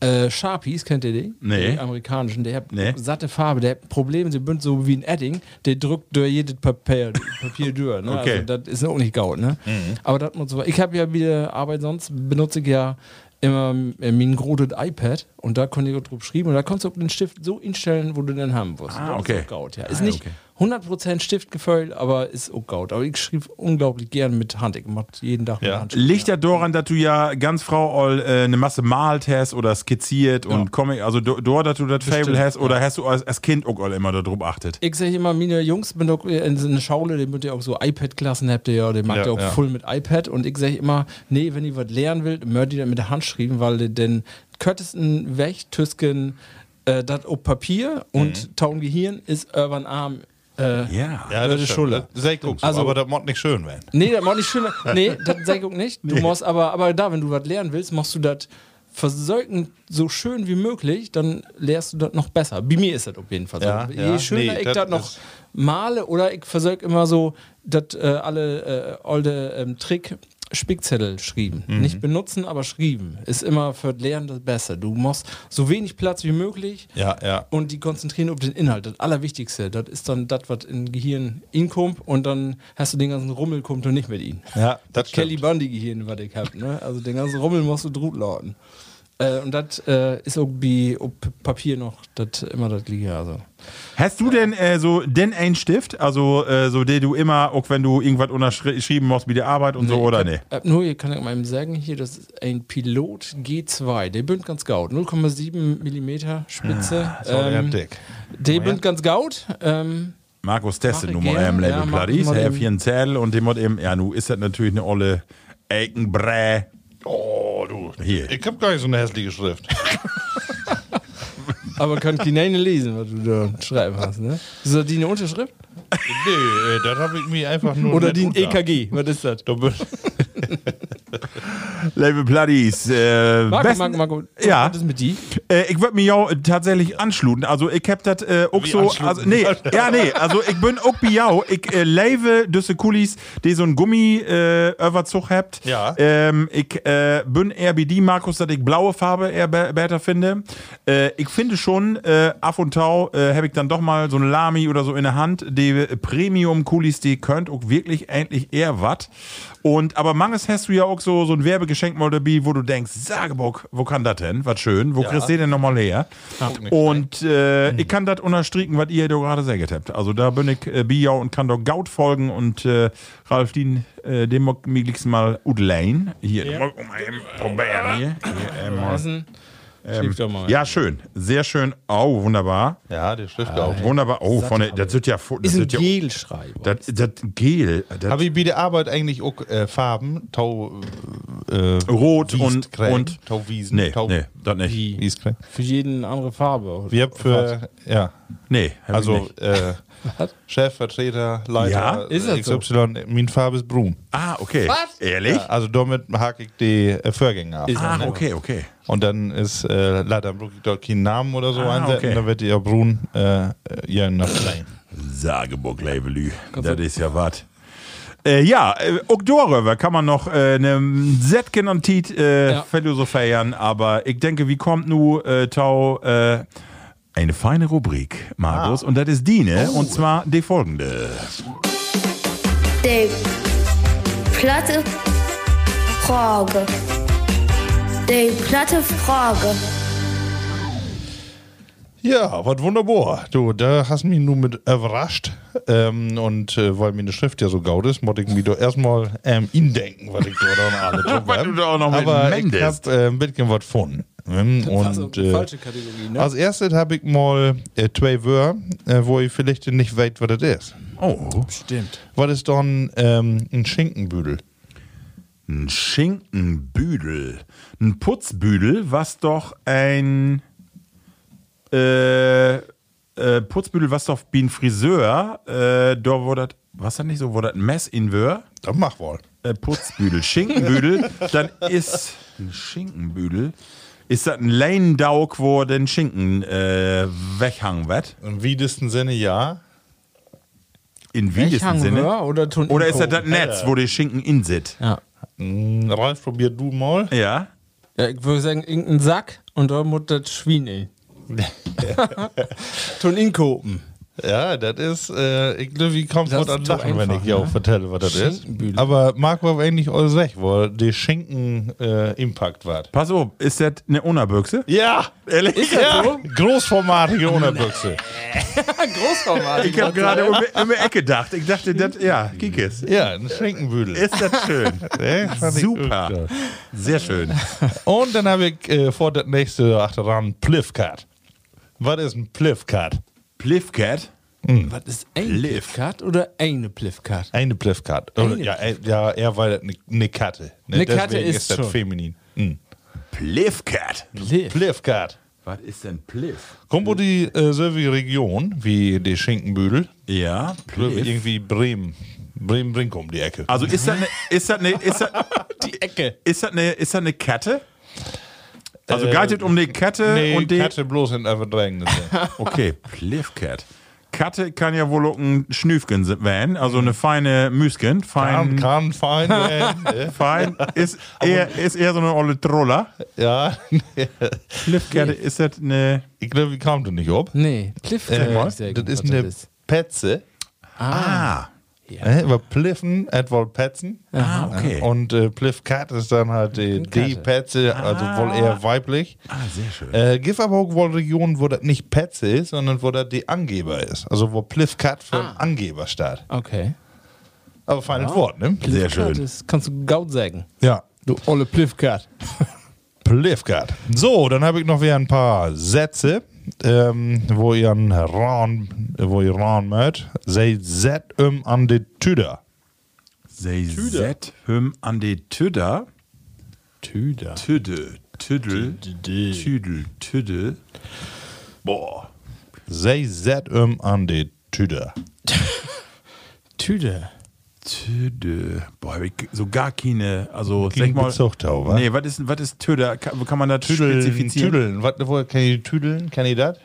Speaker 4: so äh, Sharpies, kennt ihr die?
Speaker 2: Mhm. Nee.
Speaker 4: Die amerikanischen, der hat
Speaker 2: Nee.
Speaker 4: satte Farbe, der hat Probleme, sie bünd so wie ein Edding, der drückt durch jedes Papier, Papier durch. Ne?
Speaker 2: Okay. Mhm.
Speaker 4: Also, das ist auch nicht gaut, ne? Aber das muss so. Ich habe ja wieder Arbeit, sonst benutze ich ja immer äh, mein großes iPad und da konnte ich auch drauf schreiben und da konntest du auch den Stift so instellen, wo du den haben wirst.
Speaker 2: Ah,
Speaker 4: Das ist
Speaker 2: okay.
Speaker 4: auch Gaut, ja. Ist
Speaker 2: Ah,
Speaker 4: nicht
Speaker 2: okay.
Speaker 4: 100% Stift gefüllt, aber ist auch gaut. Aber ich schrieb unglaublich gern mit Hand. Ich mach jeden Tag
Speaker 3: Ja.
Speaker 4: mit Hand.
Speaker 2: Liegt das daran, dass du ja ganz Frau all, äh, eine Masse malt hast oder skizziert und Comic, also do, do, dass du das Fable hast oder hast du als, als Kind auch all immer darauf achtet?
Speaker 4: Ich sage immer, meine Jungs bin doch äh, in so einer Schaule, die müsst ihr auch so iPad-Klassen habt ihr ja, die macht
Speaker 3: Ja,
Speaker 4: ihr auch
Speaker 3: ja.
Speaker 4: voll mit iPad. Und ich sage immer, nee, wenn ihr was lernen wollt, mört ihr das mit der Hand schreiben, weil die den kürtesten Weg tüsken äh, das auf Papier und taun Gehirn ist Urban Arm. Äh,
Speaker 2: Ja.
Speaker 3: Mhm. Ja,
Speaker 4: das
Speaker 3: stimmt.
Speaker 4: Schule.
Speaker 3: Das sehe ich auch so,
Speaker 4: Also-
Speaker 3: aber das macht nicht schön werden.
Speaker 4: Nee, das macht nicht schön. Nee, das sag ich auch nicht. Du musst aber, aber da, wenn du was lernen willst, machst du das versäugen so schön wie möglich, dann lernst du das noch besser. Bei mir ist das auf jeden Fall so.
Speaker 3: Ja,
Speaker 4: Je
Speaker 3: ja.
Speaker 4: schöner
Speaker 3: Nee,
Speaker 4: ich
Speaker 3: das
Speaker 4: das noch
Speaker 3: ist-
Speaker 4: male oder ich versäug immer so, dass äh, alle äh, olde ähm, Trick Spickzettel schrieben.
Speaker 3: Mhm.
Speaker 4: Nicht benutzen, aber schrieben. Ist immer für das Lernen das Beste. Du musst so wenig Platz wie möglich
Speaker 3: Ja, ja.
Speaker 4: und die konzentrieren auf den Inhalt. Das Allerwichtigste, das ist dann das, was im Gehirn inkommt und dann hast du den ganzen Rummel kommt und nicht mit ihm.
Speaker 3: Ja, das stimmt.
Speaker 4: Kelly Bundy Gehirn, was ich hab, ne? Also den ganzen Rummel musst du drut lauten. Äh, und das äh, ist irgendwie auf Papier noch das immer das Gleiche. Also.
Speaker 2: Hast du denn äh, so denn einen Stift, also äh, so den du immer, auch wenn du irgendwas unterschrieben musst bei der Arbeit und so oder
Speaker 4: ich
Speaker 2: ne?
Speaker 4: hab, hab Äh, nur, hier kann ich mal eben sagen, hier, das ist ein Pilot G2. Der bünd ganz gaut. 0,7 Millimeter Spitze.
Speaker 3: Sorry,
Speaker 4: ähm,
Speaker 3: dick.
Speaker 4: der bünd ganz gaut. Ähm,
Speaker 2: Markus testet
Speaker 4: Mach
Speaker 2: nun
Speaker 4: ich
Speaker 2: mal
Speaker 4: gern.
Speaker 2: im Label
Speaker 4: Ja, mach ich
Speaker 2: Platties,
Speaker 4: mal
Speaker 2: Herr
Speaker 4: den-
Speaker 2: vielen Zettel und dem hat eben, ja, nu ist das natürlich eine olle Eckenbrä.
Speaker 3: Oh, du.
Speaker 2: Hier.
Speaker 3: Ich hab gar nicht so eine hässliche Schrift.
Speaker 4: Aber kann Kinane lesen, was du da schreiben hast, ne? Ist das die eine Unterschrift?
Speaker 3: Nee,
Speaker 2: E
Speaker 3: äh, das habe ich mir einfach nur.
Speaker 4: Oder E
Speaker 3: nett
Speaker 4: die ein
Speaker 3: unter-
Speaker 4: EKG? Was ist das?
Speaker 3: Da bin-
Speaker 2: Liebe Bloodies. Äh,
Speaker 4: Marco,
Speaker 2: besten-
Speaker 4: Marco, Marco,
Speaker 2: Ja.
Speaker 4: was ist mit die?
Speaker 2: Äh, ich würde mich ja tatsächlich anschluten. Also ich hab das äh, auch
Speaker 3: Wie
Speaker 2: so.
Speaker 3: anschluten?
Speaker 2: Also, nee, ja, nee. Also ich bin auch bei jou. Ich äh, lebe diese Kulis, die so einen Gummi äh, Überzug habt.
Speaker 3: Ja.
Speaker 2: Ähm, ich äh, bin eher bei die, Markus, dass ich blaue Farbe eher be besser finde. Äh, ich finde schon, äh, af und tau äh, habe ich dann doch mal so eine Lami oder so in der Hand. Die Premium-Kulis, die könnt auch wirklich eigentlich eher wat. Und aber manches hast du ja auch so, so ein Werbegeschenk mal dabei, wo du denkst, sage Bock, wo kann das denn? Was schön, wo kriegst du den nochmal her? Und äh, ich kann das unterstrichen, was ihr da gerade gesagt habt. Also da bin ich äh, Biau und kann doch Gaut folgen und äh, Ralf Dien, äh, dem mag möglichst mal Udlein. Hier, ja. mal eben probieren. Hier, hier einmal.
Speaker 4: Schieb doch mal.
Speaker 2: Ja, schön. Sehr schön. Au, wunderbar.
Speaker 3: Ja, der Stift auch.
Speaker 2: Wunderbar. Oh, von der, das wird ja. fu- Das
Speaker 4: Ist ein
Speaker 2: wird ja
Speaker 4: Gelschreiber.
Speaker 2: das, das Gel. äh, Das
Speaker 3: Habe ich bei der Arbeit eigentlich auch äh, Farben? Tau. Äh,
Speaker 2: Rot und-
Speaker 3: Wieskräg,
Speaker 2: und-
Speaker 3: Tau Wiesen.
Speaker 2: nee,
Speaker 3: Tau
Speaker 2: nee, das nicht.
Speaker 4: Wie?
Speaker 3: Wieskräg.
Speaker 4: Für jeden andere Farbe.
Speaker 3: Wir haben für. Ja.
Speaker 2: Nee, hab ich
Speaker 3: Also,
Speaker 2: nicht.
Speaker 3: äh,
Speaker 4: Was?
Speaker 3: Chefvertreter, Leiter äh,
Speaker 2: Ja?
Speaker 4: Ist das so?
Speaker 3: XY, mein Farbe ist Brun.
Speaker 2: Ah, okay. Was? Ehrlich?
Speaker 3: Ja, also damit hake ich die äh, Vorgänger ab.
Speaker 2: Ah, okay, okay.
Speaker 3: Und dann ist äh, leider brauche ich dort keinen Namen oder so
Speaker 2: Ah,
Speaker 3: einsetzen,
Speaker 2: okay.
Speaker 3: dann wird ihr Brun äh, äh, ja nach Klein.
Speaker 2: Sageburg Levelü. Das ist ja was. Äh, ja, äh, auch darüber kann man noch äh, ne Zetkin und Tiet äh,
Speaker 4: Ja.
Speaker 2: philosophieren, aber ich denke, wie kommt nu äh, Tau äh, eine feine Rubrik, Markus, und das ist die, ne? Und zwar die folgende.
Speaker 6: Die platte Frage. Die platte Frage.
Speaker 3: Ja, was wunderbar. Du, da hast mich nun mit überrascht. Ähm, und äh, weil meine Schrift ja so gaut ist, muss ich mir doch erstmal ähm, indenken, was ich da dann alle drauf
Speaker 2: Weil du da auch noch mit
Speaker 3: Aber ich
Speaker 2: mendest.
Speaker 3: hab äh, ein bisschen was von. Ähm, und,
Speaker 4: Also,
Speaker 3: äh,
Speaker 4: falsche Kategorie, ne?
Speaker 3: Als erstes habe ich mal äh, zwei Wörter, äh, wo ich vielleicht nicht weiß, was das ist.
Speaker 2: Oh,
Speaker 4: Stimmt.
Speaker 3: Was ist dann ähm, ein Schinkenbüdel?
Speaker 2: ein Schinkenbüdel. Ein Putzbüdel, was doch ein äh, äh, Putzbüdel, was doch wie ein Friseur, äh, da wo das, was das nicht so, wo das ein Messinvör,
Speaker 3: Dann mach wohl.
Speaker 2: äh, Putzbüdel, Schinkenbüdel, dann ist ein Schinkenbüdel, ist das ein Leindauk, wo den Schinken äh, weghangen wird?
Speaker 3: Im widesten Sinne ja.
Speaker 2: In widesten Sinne.
Speaker 4: Oder, tun
Speaker 2: Oder ist das das Netz, wo der Schinken in sit?
Speaker 4: Ja.
Speaker 3: Hm, Ralf, probier du mal.
Speaker 2: Ja.
Speaker 4: ja. Ich würde sagen, irgendein Sack und da muss das Schwein, ey. Tun inkopen.
Speaker 3: Ja, das ist, äh, ich glaube, ich komme
Speaker 4: Das
Speaker 3: von an
Speaker 4: ist so
Speaker 3: Lachen, wenn ich
Speaker 4: einfach,
Speaker 3: hier
Speaker 4: ne?
Speaker 3: auch vertelle, was das ist.
Speaker 4: Schinkenbüdel.
Speaker 3: Aber Marc war eigentlich alles recht, wo der Schinken-Impact war.
Speaker 2: Pass auf, ist das eine Unabüchse?
Speaker 3: äh, Ja, ehrlich?
Speaker 4: Ist das
Speaker 3: ja.
Speaker 4: so?
Speaker 3: Großformatige Unterbüchse.
Speaker 4: Großformat.
Speaker 2: Ich habe gerade um, um die Ecke gedacht. Ich dachte, das, ja, Kikis.
Speaker 3: Ja, ein Schinkenbüdel.
Speaker 2: Ist das schön.
Speaker 3: Ja, fand ich
Speaker 2: Super.
Speaker 3: gut.
Speaker 2: Sehr schön.
Speaker 3: Und dann habe ich äh, vor das nächste achteran Pliffcard. Was ist ein Pliffcard?
Speaker 2: Pliffcat.
Speaker 4: Hm, Was ist ein
Speaker 2: Liv.
Speaker 4: Pliffkart oder eine Pliffkart?
Speaker 3: Eine Pliffcard. Oder-
Speaker 4: Eine
Speaker 3: Ja, äh, ja, eher weil das eine Karte. Ne?
Speaker 4: Eine Karte
Speaker 3: Deswegen
Speaker 4: ist
Speaker 3: das
Speaker 4: schon.
Speaker 3: feminin. Mhm.
Speaker 2: Pliffcat.
Speaker 4: Liv.
Speaker 3: Pliffcard.
Speaker 2: Was ist denn Pliff?
Speaker 3: Kommt wo die äh, selbe Region wie die Schinkenbüdel?
Speaker 2: Ja, Pliff.
Speaker 3: Irgendwie Bremen. Bremen-Brink um die Ecke.
Speaker 2: Also ist das eine, ist das eine, ist das,
Speaker 4: Die Ecke.
Speaker 2: ist das eine, ist das eine Kette? Also geitet um die Kette
Speaker 3: nee,
Speaker 2: und die.
Speaker 3: Karte bloß in Verdrängnis.
Speaker 2: Okay, Pliffcat. Katte kann ja wohl auch ein Schnüfgen werden, also eine feine Müsken,
Speaker 3: kann,
Speaker 2: fein,
Speaker 3: kann fein werden. ne?
Speaker 2: fein, ist eher, ist eher so eine olle Troller.
Speaker 3: ja.
Speaker 2: Pliffcat ist das eine,
Speaker 3: ich glaube, ich kam da nicht ob.
Speaker 4: Nee, Pliffkart.
Speaker 3: Äh,
Speaker 4: würd
Speaker 3: das
Speaker 4: ich
Speaker 3: ist
Speaker 4: sagen, was
Speaker 3: eine
Speaker 4: das ist.
Speaker 3: Petze.
Speaker 2: ah,
Speaker 3: Äh, über Pliffen, etwa Petzen.
Speaker 2: ah, okay.
Speaker 3: Und äh, Pliffcat ist dann halt die, die Petze, also wohl eher weiblich.
Speaker 2: Ah, sehr schön.
Speaker 3: Äh, gibt aber auch wohl Regionen, wo das nicht Petze ist, sondern wo das die Angeber ist. Also wo Pliffcat für
Speaker 4: Ah.
Speaker 3: einen Angeber
Speaker 2: Ah,
Speaker 3: steht.
Speaker 4: Okay.
Speaker 3: Aber feines Wort, ne?
Speaker 2: Sehr
Speaker 4: Pliffkart
Speaker 2: schön.
Speaker 4: ist- kannst du gaut sagen.
Speaker 3: Ja.
Speaker 4: Du olle Pliffkart.
Speaker 3: Pliffgard. So, dann habe ich noch wieder ein paar Sätze, ähm, wo ihr an Ron, wo ihr Ron mört. Sei set um an de Tüder.
Speaker 2: They set him an die Tüder.
Speaker 4: Tüder.
Speaker 2: Tüde, Tüdel, Tüdel, Tüde. Boah.
Speaker 3: Sei set um an de Tüder.
Speaker 4: Tüder.
Speaker 2: Töde. Boah, hab ich so gar keine. Also,
Speaker 3: Kein Bezug drauf, wa?
Speaker 2: Nee, was ist, was ist Töde? Kann, kann man da
Speaker 3: Tüdeln,
Speaker 2: spezifizieren?
Speaker 3: Tüdeln. Was, wo, kann ich tüdeln? Kann ich das?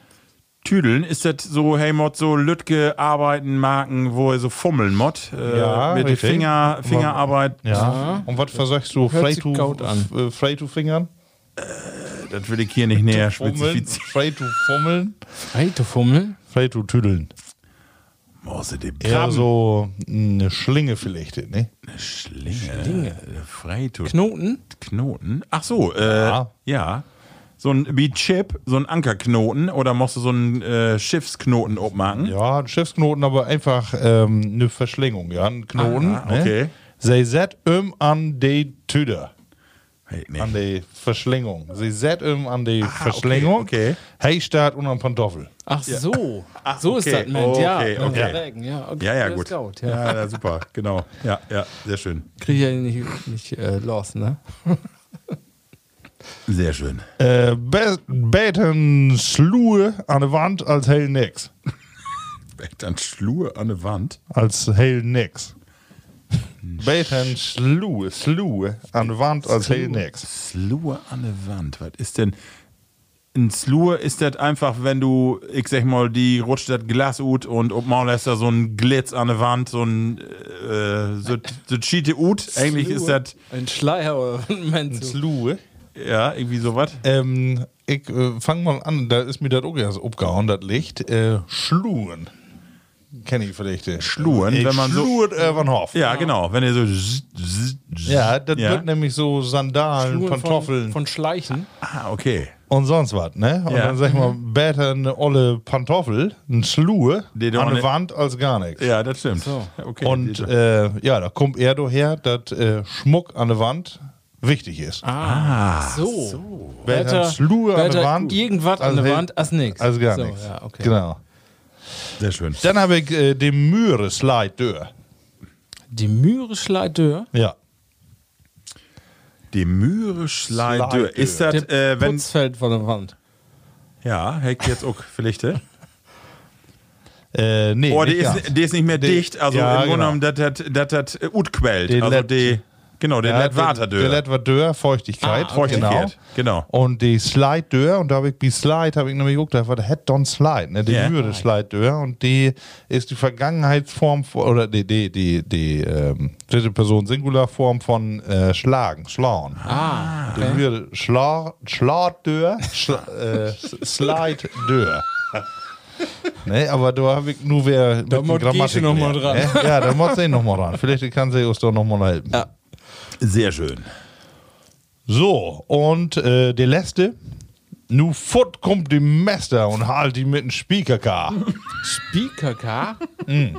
Speaker 2: Tüdeln, ist das so, hey Mod, so Lütke, Arbeiten, Marken, wo er so fummeln, Mod? Äh,
Speaker 3: Ja,
Speaker 2: mit
Speaker 3: richtig.
Speaker 2: Finger, Fingerarbeit.
Speaker 3: Ja. Und was versagst du?
Speaker 4: Hört
Speaker 3: Frei
Speaker 4: sich
Speaker 3: to,
Speaker 4: gut an.
Speaker 3: f- äh, frei to fingern?
Speaker 2: Das will ich hier nicht näher
Speaker 3: Fummeln?
Speaker 2: spezifizieren.
Speaker 3: Frei to fummeln?
Speaker 4: Reitefummel?
Speaker 3: Frei to tüdeln.
Speaker 2: Außer dem
Speaker 3: Eher
Speaker 2: Krabben.
Speaker 3: so eine Schlinge vielleicht, ne?
Speaker 2: Schlinge. Schlinge. Freitut.
Speaker 4: Knoten?
Speaker 2: Knoten. Ach so, äh, ja.
Speaker 3: Ja.
Speaker 2: So ein wie Chip, so ein Ankerknoten oder machst du so einen äh, Schiffsknoten abmachen?
Speaker 3: Ja, ein Schiffsknoten, aber einfach ähm, eine Verschlingung, ja, ein Knoten.
Speaker 2: Ah, okay.
Speaker 3: Ne? Sie set um an die Tüder,
Speaker 2: Hey, nee.
Speaker 3: an die Verschlingung. Sie set um an die
Speaker 2: Ah, okay,
Speaker 3: Verschlingung.
Speaker 2: okay.
Speaker 3: Hey, Start und an Pantoffel.
Speaker 4: Ach so.
Speaker 2: Ach,
Speaker 4: so
Speaker 2: okay.
Speaker 4: ist das, Mensch. Ja,
Speaker 2: Okay,
Speaker 4: ja,
Speaker 2: okay.
Speaker 4: Regen, ja, okay.
Speaker 2: Ja, ja,
Speaker 4: das
Speaker 2: gut.
Speaker 4: Gaut, ja.
Speaker 2: ja. ja, super, genau. Ja, ja, sehr schön.
Speaker 4: Krieg ich ja nicht, nicht äh, los, ne?
Speaker 2: Sehr schön.
Speaker 3: Äh, be- beten Slue an der Wand als hell nix.
Speaker 2: Dann Schlur an der Wand.
Speaker 3: Als hell nix.
Speaker 2: Hm.
Speaker 3: Beten Slue, Slue an der Wand als hell nix.
Speaker 2: Slur an der Wand. Was ist denn? Ein Slur ist das einfach, wenn du, ich sag mal, die rutscht das Glas ut und ob man lässt da so ein Glitz an der Wand, so ein äh, so, so Cheate ut. Eigentlich ist das
Speaker 4: Ein Schleier oder ein Mensch.
Speaker 3: Slue.
Speaker 2: ja irgendwie sowas.
Speaker 3: Ähm, ich äh, fang mal an, da ist mir das auch erst abgehauen, das Licht. Äh, Schluen. Kenne ich vielleicht. äh.
Speaker 2: Schluen,
Speaker 3: ich
Speaker 2: wenn man so-
Speaker 3: Schluert Erwenhoff.
Speaker 2: Ja, genau. Wenn ihr so zzz, zzz, zzz.
Speaker 3: Ja, das
Speaker 2: Ja.
Speaker 3: wird nämlich so Sandalen,
Speaker 4: Schuhe
Speaker 3: Pantoffeln
Speaker 4: Von, von Schleichen.
Speaker 2: ah, okay.
Speaker 3: und sonst was, ne? Und
Speaker 2: Ja.
Speaker 3: dann sag ich mal,
Speaker 4: Mhm.
Speaker 3: besser eine olle Pantoffel, ein Schlue
Speaker 2: Die du
Speaker 3: an
Speaker 2: ne-
Speaker 3: der Wand als gar nichts.
Speaker 2: Ja, das stimmt.
Speaker 4: So.
Speaker 2: Okay.
Speaker 3: Und äh, ja, da kommt er daher, dass äh, Schmuck an der Wand wichtig ist.
Speaker 4: Ah, so. so.
Speaker 3: Besser ein Schlue an der Wand.
Speaker 4: irgendwas an
Speaker 3: als
Speaker 4: der
Speaker 3: hell-
Speaker 4: Wand als nichts.
Speaker 3: Als gar
Speaker 4: so,
Speaker 3: nichts.
Speaker 4: Ja, okay.
Speaker 3: Genau.
Speaker 2: sehr schön.
Speaker 3: Dann habe ich äh, den Mühreslide durch.
Speaker 4: Die Mühre schleit durch.
Speaker 3: Ja.
Speaker 2: Die Mühre schleit
Speaker 3: Schleidür.
Speaker 2: durch. Ist das,
Speaker 4: Der
Speaker 2: äh, wenn.
Speaker 4: Putzfeld von der Wand.
Speaker 2: Ja, hängt jetzt auch vielleicht. äh?
Speaker 3: Äh, nee,
Speaker 2: Oh, die
Speaker 3: nicht ganz.
Speaker 2: ist, die ist nicht mehr
Speaker 3: Die-
Speaker 2: dicht. Also
Speaker 3: Ja,
Speaker 2: im Grunde
Speaker 3: genau.
Speaker 2: genommen, das hat das hat Ut quält.
Speaker 3: Den
Speaker 2: Also
Speaker 3: Let-
Speaker 2: die. Genau, den
Speaker 3: Ja,
Speaker 2: Let Water
Speaker 3: Der
Speaker 2: durch.
Speaker 3: Lettwardeur,
Speaker 2: Ah,
Speaker 3: Feuchtigkeit.
Speaker 2: okay. Feuchtigkeit, genau.
Speaker 3: Und die Slide-Dör, und da habe ich die Slide, habe ich nämlich geguckt, da war der Head Don Slide, ne, die
Speaker 2: Ja.
Speaker 3: yeah. mühre
Speaker 4: Ah,
Speaker 3: Slide-Dör, und die ist die Vergangenheitsform, von- oder die, die, die, die ähm, dritte Person Singularform von äh, Schlagen, Schlauen.
Speaker 4: Ah,
Speaker 3: Die mühre Schla Schlad-Dör, Schla äh, Slide-Dör. Ne, aber da habe ich nur wer mit
Speaker 4: muss ich noch mal
Speaker 3: lernt, Ne? Ja, da muss ich noch mal ran. Vielleicht kann sie uns doch noch mal helfen.
Speaker 4: Ja.
Speaker 2: Sehr schön.
Speaker 3: So, und äh, der letzte. Nu fort kommt die Mester und halt die mit dem Spiekerkar.
Speaker 4: Spiekerkar?
Speaker 2: Mm.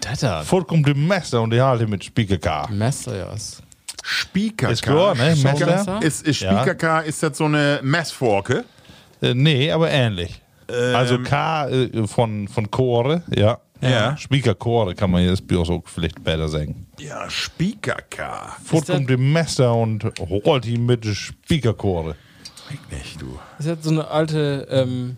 Speaker 4: Tata.
Speaker 3: fort kommt die Mester und die halt die mit Spiekerkar.
Speaker 4: Messer, ja. ist-
Speaker 2: Spiekerkar.
Speaker 3: Ist klar, ne? Messer?
Speaker 4: Messer?
Speaker 2: Ist, ist
Speaker 3: Ja.
Speaker 2: Spiekerkar, ist das so eine Messforke?
Speaker 3: Äh, nee, aber ähnlich.
Speaker 4: Ähm.
Speaker 3: also K äh, von, von Chore, ja.
Speaker 2: Ja.
Speaker 3: Spiekerchore kann man jetzt bei uns auch vielleicht besser sagen.
Speaker 2: Ja, Spiekerkar.
Speaker 3: Fort
Speaker 4: Ist das-
Speaker 3: kommt die Mester und holt die mit dem Spiekerchore.
Speaker 2: Fick nicht, du.
Speaker 4: Ist das so eine alte, ähm,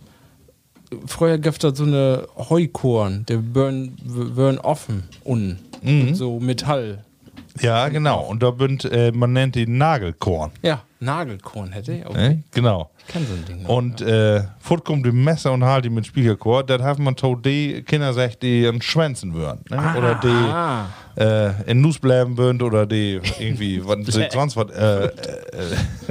Speaker 4: früher gab das so eine Heukorn, der Burn, Burn offen unten. Mit So Metall.
Speaker 3: Ja, genau. Und da bünd, äh, man nennt die Nagelkorn.
Speaker 4: Ja, Nagelkorn hätte ich. Okay.
Speaker 3: Ne? Genau.
Speaker 4: Ich kann so ein Ding. noch.
Speaker 3: Und äh, fort kommt dem Messer und halt die mit Spiegelchor. Das haben man to die Kinder sagt, die an Schwänzen würden. Ne? Oder
Speaker 4: Ah.
Speaker 3: die äh, in Nuss bleiben würden oder die irgendwie wat, sie sonst was äh, äh,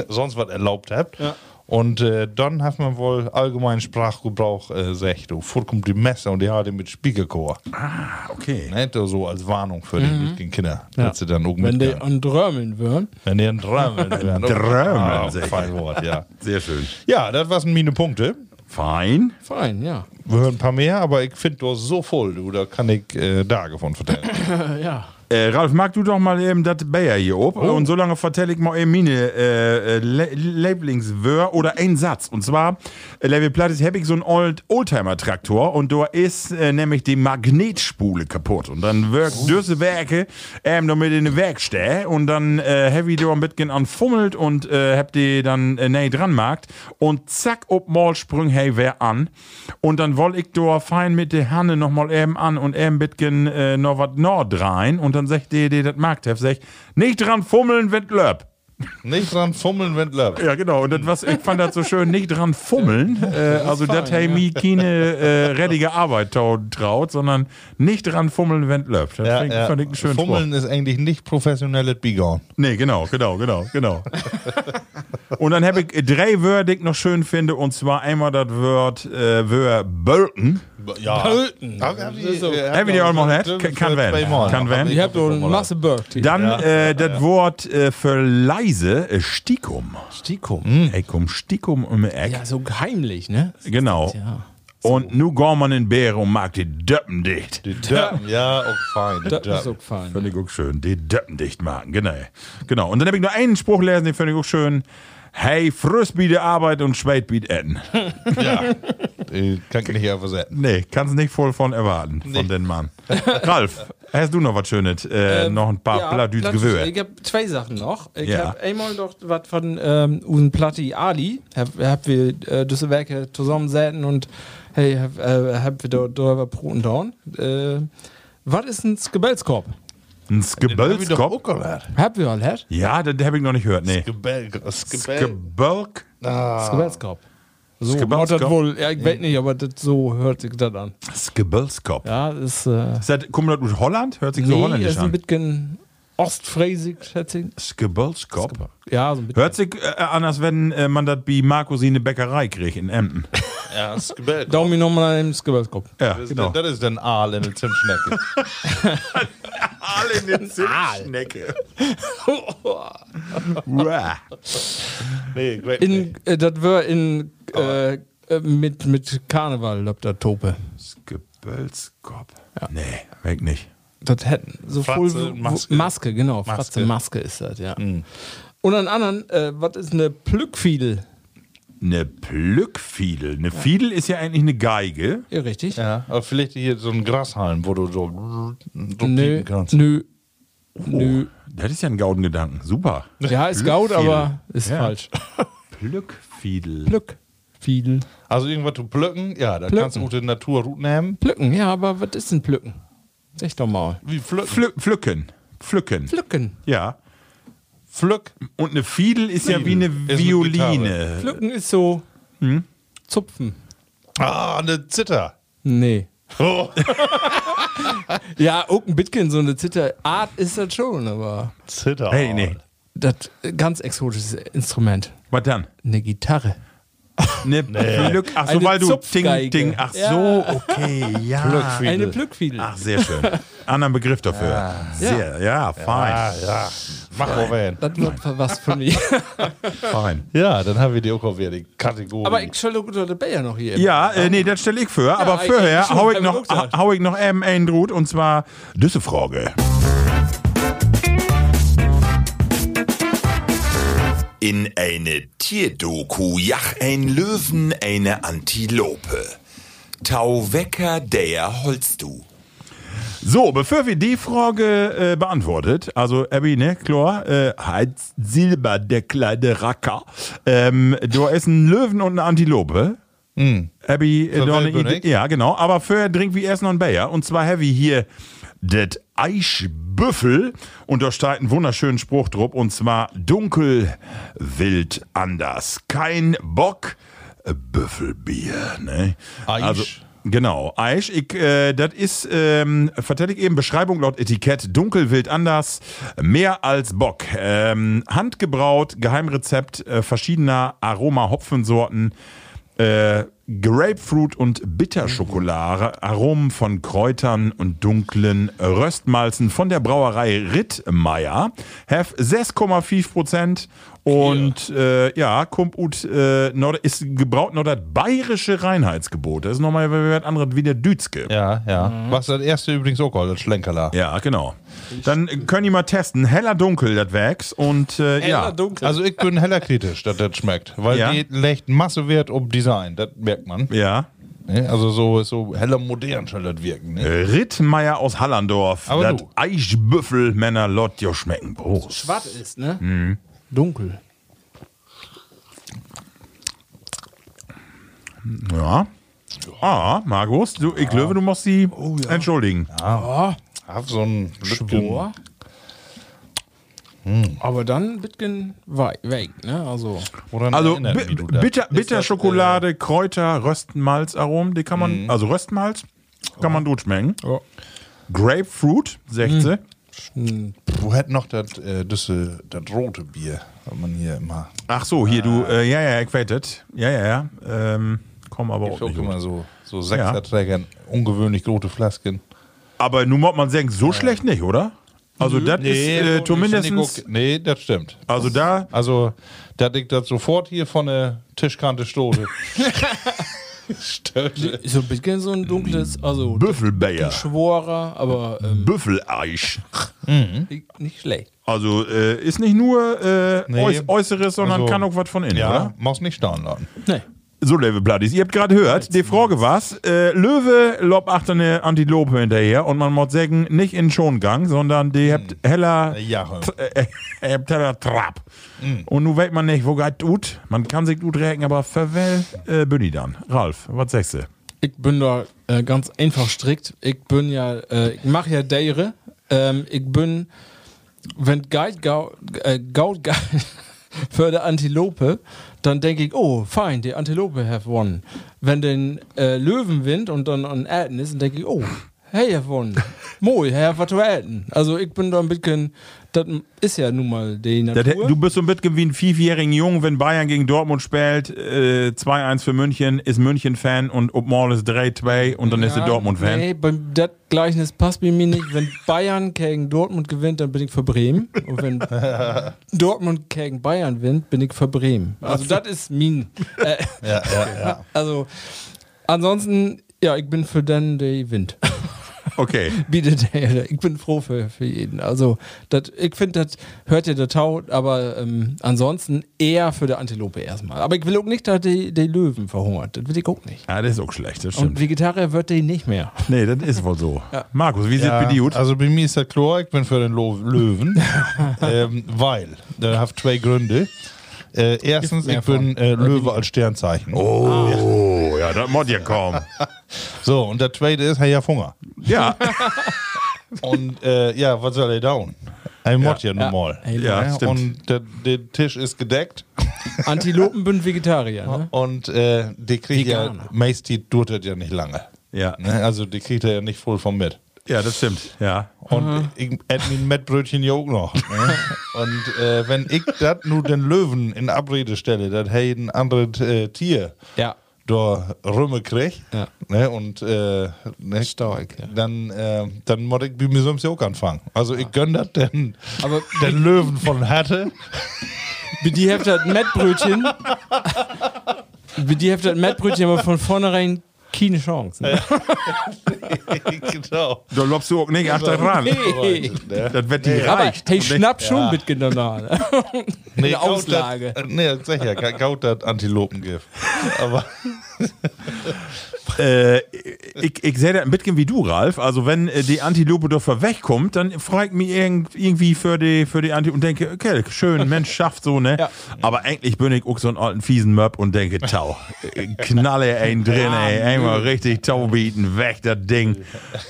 Speaker 3: sonst was erlaubt habt. Und äh, dann hat man wohl allgemein Sprachgebrauch äh, sagt, du, fort kommt die Messer und die halt die mit Spiegelchor.
Speaker 2: Ah, okay.
Speaker 3: Ne? Da So als Warnung für die mitgehen Kinder.
Speaker 4: Mhm. Ja.
Speaker 3: dass sie dann auch
Speaker 4: Wenn die
Speaker 3: mitgehen.
Speaker 4: an Drömeln würden.
Speaker 3: Wenn die einen Drömmeln werden.
Speaker 2: Drömmeln,
Speaker 3: Ah,
Speaker 2: sehr
Speaker 3: fein Wort, ja.
Speaker 2: Sehr schön.
Speaker 3: Ja, das waren meine Punkte.
Speaker 2: Fein.
Speaker 4: Fein, ja.
Speaker 3: Wir hören ein paar mehr, aber ich finde du so voll, du, da kann ich äh, Tage von vertellen.
Speaker 4: Äh, ja.
Speaker 2: Äh, Ralf, mag du doch mal eben das Bayer hier ob und solange vertelle ich mal eben meine äh, äh, Le- Lieblingswör oder einen Satz. Und zwar, äh, Level Plattis habe ich so einen Old Oldtimer-Traktor und da ist äh, nämlich die Magnetspule kaputt. Und dann wirkt diese Werke ähm, damit in den Werkstätte und dann äh, habe ich da ein bisschen anfummelt und äh, hab die dann äh, näher dran gemacht und zack, ob mal sprung hey wer an und dann dann woll ich da fein mit der Hanne nochmal eben an und eben bitgen äh, noch was Nord rein. Und dann sagt die, die das Marktheft, sagt, nicht dran fummeln, wenn löb.
Speaker 3: Nicht dran fummeln, wenn Lörb.
Speaker 2: Ja, genau. Und das, was, ich fand das so schön, nicht dran fummeln. Äh, also, das hat mir keine äh, rettige Arbeit tau- traut, sondern nicht dran fummeln, wenn löbt. Das
Speaker 3: Ja,
Speaker 2: fand,
Speaker 3: ja.
Speaker 2: fand ich einen schönen Spruch.
Speaker 3: Fummeln ist eigentlich nicht professionelles Bigon.
Speaker 2: Nee, genau, genau, genau, genau. und dann habe ich drei Wörter, die ich noch schön finde. Und zwar einmal das Wort, äh, Wör Bölken.
Speaker 3: Ja.
Speaker 4: Bölten.
Speaker 3: Hab
Speaker 4: Das ist
Speaker 3: ich
Speaker 4: so.
Speaker 2: Hab ich die auch mal nicht? Kann- kann werden. Kann werden.
Speaker 4: Ich hab doch eine Masse Bird.
Speaker 2: Dann äh, das Wort äh, für leise, äh, Stikum.
Speaker 4: Stikum.
Speaker 2: Ey, komm, Stikum um die Ecke.
Speaker 4: Ja, so heimlich, ne?
Speaker 2: genau.
Speaker 4: Ja.
Speaker 2: Und nu gorn man in Bär und mag die Döppen dicht.
Speaker 3: Die Dörpen, ja, auch fein.
Speaker 4: Das ist so
Speaker 3: Dörpen.
Speaker 4: gefallen.
Speaker 2: Fand ich auch schön. Die Döppen dicht machen, genau. Genau. Und dann habe ich nur einen Spruch lesen, den fand ich auch schön. Hey, Frust bietet Arbeit und Schweit bietet Enden.
Speaker 3: Ja. Die Kann ich nicht übersetzen.
Speaker 2: Nee, kannst nicht voll von erwarten, von den Mann. Ralf, hast du noch was Schönes? Äh,
Speaker 4: Ähm,
Speaker 2: noch ein paar ja, Plattdüts
Speaker 4: Plattdüts.
Speaker 2: Gewöhr.
Speaker 4: Ich habe zwei Sachen noch. Ich
Speaker 2: Ja.
Speaker 4: habe einmal noch was von ähm, unseren Platti Ali. Hab, hab wir äh, Düsselberg zusammen säten und hey, hab, äh, hab wir dort drüber Brot und Down. Äh, was ist ein Gebellskorb?
Speaker 2: Ein
Speaker 3: Gebölskop.
Speaker 2: Skebölskop?
Speaker 4: Hab wir all hat?
Speaker 2: Ja, das habe ich noch nicht gehört, nee.
Speaker 3: äh, Gebölskop.
Speaker 2: Skebölk?
Speaker 4: Skebellskorb. So,
Speaker 2: Skebellskorb?
Speaker 4: lautet wohl, ja, ich weiß nicht, aber das, so hört sich das an.
Speaker 2: Skebölskop.
Speaker 4: Ja, das ist, äh,
Speaker 2: Ist das, kommt das aus Holland? Hört sich so
Speaker 4: nee, das
Speaker 2: holländisch
Speaker 4: ist ein
Speaker 2: an.
Speaker 4: bisschen ostfräsig, schätze ich.
Speaker 2: Skebölskop?
Speaker 4: Ja, so ein bisschen.
Speaker 2: Hört sich äh, an, als wenn äh, man das wie Marco sie eine Bäckerei kriegt in Emden.
Speaker 3: Ja, Gebölskop.
Speaker 4: Daumen nochmal im Skebellskorb.
Speaker 2: Ja,
Speaker 3: Das,
Speaker 2: genau.
Speaker 3: das ist dann Aal in der Zimtschnecke.
Speaker 2: Alle in den Zimtschnecke. Uah.
Speaker 3: nee, great.
Speaker 4: In, äh, das war in, äh, äh, mit, mit Karneval, ob der Tope.
Speaker 2: Skebölskop. Nee, weg nicht.
Speaker 4: Das hätten. So
Speaker 3: Fratze,
Speaker 4: voll, wo-
Speaker 3: Maske.
Speaker 4: Maske, genau.
Speaker 3: Maske. Mhm.
Speaker 4: Fratze, Maske ist das, ja. Und an anderen, äh, was ist eine Plückfiedel?
Speaker 2: Eine Plückfiedel. Eine Fiedel ist ja eigentlich eine Geige.
Speaker 4: Ja, richtig?
Speaker 3: Ja, aber vielleicht hier so ein Grashalm, wo du so, so Oh.
Speaker 4: Nö,
Speaker 3: piepen kannst.
Speaker 4: nö, nö.
Speaker 2: Das ist ja ein Gaudengedanken. Super.
Speaker 3: Ne
Speaker 4: Ja, ist Gaut,
Speaker 2: Plückfiedel.
Speaker 4: aber ist
Speaker 2: Ja.
Speaker 4: falsch.
Speaker 2: Plückfiedel.
Speaker 4: Plückfiedel.
Speaker 3: Also irgendwas zu pflücken, ja, da
Speaker 4: Pflücken.
Speaker 3: kannst du auch die Natur gut nehmen.
Speaker 4: Plücken, ja, aber was ist denn Plücken? Sag doch mal.
Speaker 3: Wie pflücken?
Speaker 2: Pflü pflücken. Pflücken.
Speaker 4: Plücken.
Speaker 2: Ja.
Speaker 3: Pflück.
Speaker 2: Und eine Fiedel ist ja wie eine
Speaker 3: Ist eine
Speaker 2: Violine.
Speaker 4: Plücken ist so
Speaker 3: Hm?
Speaker 4: zupfen.
Speaker 3: Ah, eine Zitter.
Speaker 4: Nee.
Speaker 3: Oh.
Speaker 4: Ja, auch ein Bitcoin, so eine Zitterart ist das schon, aber
Speaker 3: Zitter.
Speaker 2: Hey, nee.
Speaker 4: das äh, ganz exotisches Instrument.
Speaker 2: Was dann?
Speaker 4: Eine Gitarre.
Speaker 2: Eine Plück. Ach so,
Speaker 4: Eine
Speaker 2: weil du. Ting,
Speaker 4: Zupfgeige.
Speaker 2: ting. Ach
Speaker 4: Ja.
Speaker 2: so, okay,
Speaker 3: Ah,
Speaker 2: ja.
Speaker 4: Eine Glückfiedel.
Speaker 2: Ach, sehr schön. Anderen Begriff dafür. Sehr, ja, fein.
Speaker 3: Ah, ja. Mach mal rein.
Speaker 4: Das wird was für mich.
Speaker 2: Fein.
Speaker 3: Ja, dann haben wir die auch auf die Kategorie.
Speaker 4: aber ich stelle gut der Bayer noch hier.
Speaker 2: Ja, äh, nee, das stelle ich für. aber
Speaker 4: ich-
Speaker 2: vorher
Speaker 4: ich-
Speaker 2: hau ich
Speaker 4: hab ich
Speaker 2: noch,
Speaker 4: auch gesagt.
Speaker 2: hau ich noch eben einen Drut und zwar diese Frage.
Speaker 7: In eine Tierdoku jach ein Löwen eine Antilope. Tauwecker der holst du.
Speaker 2: So, bevor wir die Frage äh, beantwortet, also Abby, ne, Chlor, äh, Heinz Silber, der kleine Racker, ähm, du ist ein Löwen und eine Antilope. Abby, äh,
Speaker 3: Für
Speaker 2: noch eine
Speaker 3: Welpen,
Speaker 2: Idee.
Speaker 3: nicht?
Speaker 2: Ja, genau. Aber vorher trinken wir erst noch ein Bayer. Und zwar haben wir hier das Eichbüffel. Und da steht ein wunderschönen Spruch drauf. Und zwar dunkel, wild, anders. Kein Bock, äh, Büffelbier. Ne?
Speaker 3: Eich.
Speaker 2: Genau, Eich, ich, äh, das ist, ähm, vertelle ich eben, Beschreibung laut Etikett, dunkel, wild, anders, mehr als Bock. Ähm, handgebraut, Geheimrezept äh, verschiedener Aroma-Hopfensorten, äh, Grapefruit und Bitterschokolade, Aromen von Kräutern und dunklen Röstmalzen von der Brauerei Rittmeier, have 6,5% und äh, ja, kommt ut, äh, nord, ist gebraut noch das bayerische Reinheitsgebot. Das ist nochmal was anderes wie der Dütske.
Speaker 3: ja, ja.
Speaker 2: Mhm.
Speaker 3: Was das erste übrigens auch geholt, das Schlenkerler.
Speaker 2: Ja, genau. Dann können die mal testen. Heller dunkel, das Wächs. Und äh,
Speaker 4: Ja,
Speaker 2: ja.
Speaker 4: dunkel.
Speaker 3: Also ich bin heller kritisch, dass das schmeckt. Weil
Speaker 2: Ja.
Speaker 3: die legt Masse Wert um Design, das merkt man.
Speaker 2: Ja.
Speaker 3: Ne? Also so, so heller modern soll das wirken. Ne?
Speaker 2: Rittmeier aus Hallandorf.
Speaker 3: Aber
Speaker 2: Das
Speaker 3: du.
Speaker 2: Eichbüffel, Männer, Lot, jo schmecken. Prost.
Speaker 4: schwarz ist, ne? Dunkel.
Speaker 2: Ja. Ah, Markus, du, ich glaube, du musst sie
Speaker 3: Oh,
Speaker 2: entschuldigen.
Speaker 3: Hab so ein
Speaker 4: Schwor. Aber dann Bitgen wei- weg, ne? Also.
Speaker 3: Woran
Speaker 2: Also
Speaker 3: erinnert
Speaker 2: bi
Speaker 3: mich du das?
Speaker 2: bitter,
Speaker 3: Ist das, äh,
Speaker 2: Bitterschokolade, Kräuter, Röstmalzaromen, die kann
Speaker 3: Mhm.
Speaker 2: man, also Röstmalz kann man gut schmecken.
Speaker 4: Ja.
Speaker 2: Grapefruit, 16.
Speaker 3: Mhm. Äh, wo hat noch das, äh, das, äh, das rote Bier, was man hier immer.
Speaker 2: Ach so, hier du, äh, ja, ja, ich wette. Ja, ja, ja. Ähm, komm aber
Speaker 3: Ich
Speaker 2: auch
Speaker 3: guck
Speaker 2: nicht.
Speaker 3: immer so, so Sechserträgern, ungewöhnlich große Flasken.
Speaker 2: Aber nun muss man sagen, so schlecht nicht, oder? Also das
Speaker 3: Hm?
Speaker 2: ist äh, zumindest,
Speaker 3: Nee, das stimmt.
Speaker 2: also da,
Speaker 3: Also, da liegt das sofort hier von der Tischkante Stoße. Stimmt.
Speaker 4: So Bitgen so ein dunkles, also
Speaker 2: Büffelbäyer,
Speaker 4: Schworer, aber ähm,
Speaker 2: Büffeleisch.
Speaker 4: nicht- nicht schlecht.
Speaker 2: Also äh, ist nicht nur äh,
Speaker 3: Nee.
Speaker 2: Äuß Äußeres, sondern
Speaker 3: Also,
Speaker 2: kann auch was von innen,
Speaker 3: Ja,
Speaker 2: oder?
Speaker 3: mach's nicht staunen lassen.
Speaker 4: Nee.
Speaker 2: So, liebe Plattis, ihr habt gerade gehört, die Frage war's, äh, Löwe lobt achter eine Antilope hinterher und man muss sagen, nicht in den Schongang, sondern die habt heller,
Speaker 3: Ja, hör.
Speaker 2: t- äh, äh, habt heller Trab. Und nun weiß man nicht, wo geht tut. Man kann sich gut recken, aber verwell äh, bin ich dann. Ralf, was sagst du?
Speaker 4: Ich bin da äh, ganz einfach strikt. Ich bin ja, äh, ich mache ja Dere. Ähm, ich bin, wenn Guide Gaut äh, Gaut Guide für die Antilope, dann denke ich, oh, fein, die Antilope have won. Wenn den äh, Löwen winnt und dann an Elton ist, dann denke ich, oh, hey, have won. Moi, have was to Elton. Also ich bin da ein bisschen, das ist ja nun mal die Natur.
Speaker 2: Das, hä- du bist so ein bisschen wie ein fünfjähriger Jung, wenn Bayern gegen Dortmund spielt, äh, 2-1 für München, ist München-Fan und ob morgen ist 3-2 und dann ist er Dortmund-Fan.
Speaker 4: Nee, beim das Gleichnis passt bei mir nicht. Wenn Bayern gegen Dortmund gewinnt, dann bin ich für Bremen. Und wenn Dortmund gegen Bayern gewinnt, bin ich für Bremen. Also das ist mein. Äh,
Speaker 3: Ja, ja, ja.
Speaker 4: also ansonsten, ja, ich bin für den, der gewinnt.
Speaker 2: Okay.
Speaker 4: Bitte der. Ich bin froh für, für jeden. Also das, ich finde, das hört ihr der Tau, aber ähm, ansonsten eher für die Antilope erstmal. Aber ich will auch nicht, dass die, die Löwen verhungert. Das will ich auch nicht.
Speaker 2: Ja, das ist auch schlecht, das
Speaker 4: Und
Speaker 2: stimmt.
Speaker 4: Vegetarier wird die nicht mehr.
Speaker 2: Nee, das ist wohl so. Markus, wie sieht bei dir gut?
Speaker 3: Also bei mir ist das klar, ich bin für den Lo Löwen, ähm, weil, da habe zwei Gründe. Äh, erstens, ich bin äh, Löwe als Sternzeichen.
Speaker 2: Ah. Oh, ja, das mod ja kaum.
Speaker 3: So, und der zweite ist, hey, ich hab Hunger.
Speaker 2: Ja,
Speaker 3: Und äh, ja, was soll ich down? Ein Mod ja,
Speaker 4: Ja.
Speaker 3: nun mal.
Speaker 4: Ey,
Speaker 2: ja,
Speaker 3: Ja,
Speaker 2: stimmt.
Speaker 3: und der, der Tisch ist gedeckt
Speaker 4: Antilopen bin Vegetarier, ne?
Speaker 3: und äh, die kriegt ja,
Speaker 4: Veganer.
Speaker 3: meist die tut das ja nicht lange.
Speaker 2: Ja.
Speaker 3: Ne? Also die kriegt er ja nicht voll vom mit.
Speaker 2: Ja, das stimmt. Ja.
Speaker 3: Und
Speaker 4: Mhm.
Speaker 3: ich hätte mir ein Mettbrötchen ja auch noch. Ne? und äh, wenn ich das nur den Löwen in Abrede stelle, dass hey ein anderes äh, Tier
Speaker 4: Ja.
Speaker 3: da Rümme kriegt,
Speaker 4: Ja.
Speaker 3: ne? und äh, ne? Stark,
Speaker 4: ja.
Speaker 3: dann, äh, dann muss ich bei mir sonst ja auch anfangen. Also ich gönn das den,
Speaker 4: Aber-
Speaker 3: den Löwen von Hatte.
Speaker 4: Die habt halt Mettbrötchen. Die habt halt Mettbrötchen, aber von vornherein keine Chance. Ne?
Speaker 3: genau. ne?
Speaker 2: Da lobst du auch nicht achter ran.
Speaker 4: Hey.
Speaker 2: Das wird dir
Speaker 4: Aber
Speaker 2: reicht.
Speaker 4: hey, schnapp schon mitgenommen.
Speaker 3: Nee,
Speaker 4: Ne? Eine
Speaker 3: kaut dat-
Speaker 4: Auslage.
Speaker 3: äh, Nee, sag ja, kaut das Antilopengift. Aber
Speaker 2: Äh, ich, ich sehe da ein bisschen wie du, Ralf. Also, wenn äh, die Antilope doch wegkommt, dann fragt mich irgend, irgendwie für die, für die Antilope und denke, okay, schön, Mensch, schafft so, ne?
Speaker 4: Ja.
Speaker 2: Aber eigentlich bin ich auch so einen alten, fiesen Möb und denke, tau, äh, knalle einen drin, ey, einmal richtig tau bieten, weg das Ding.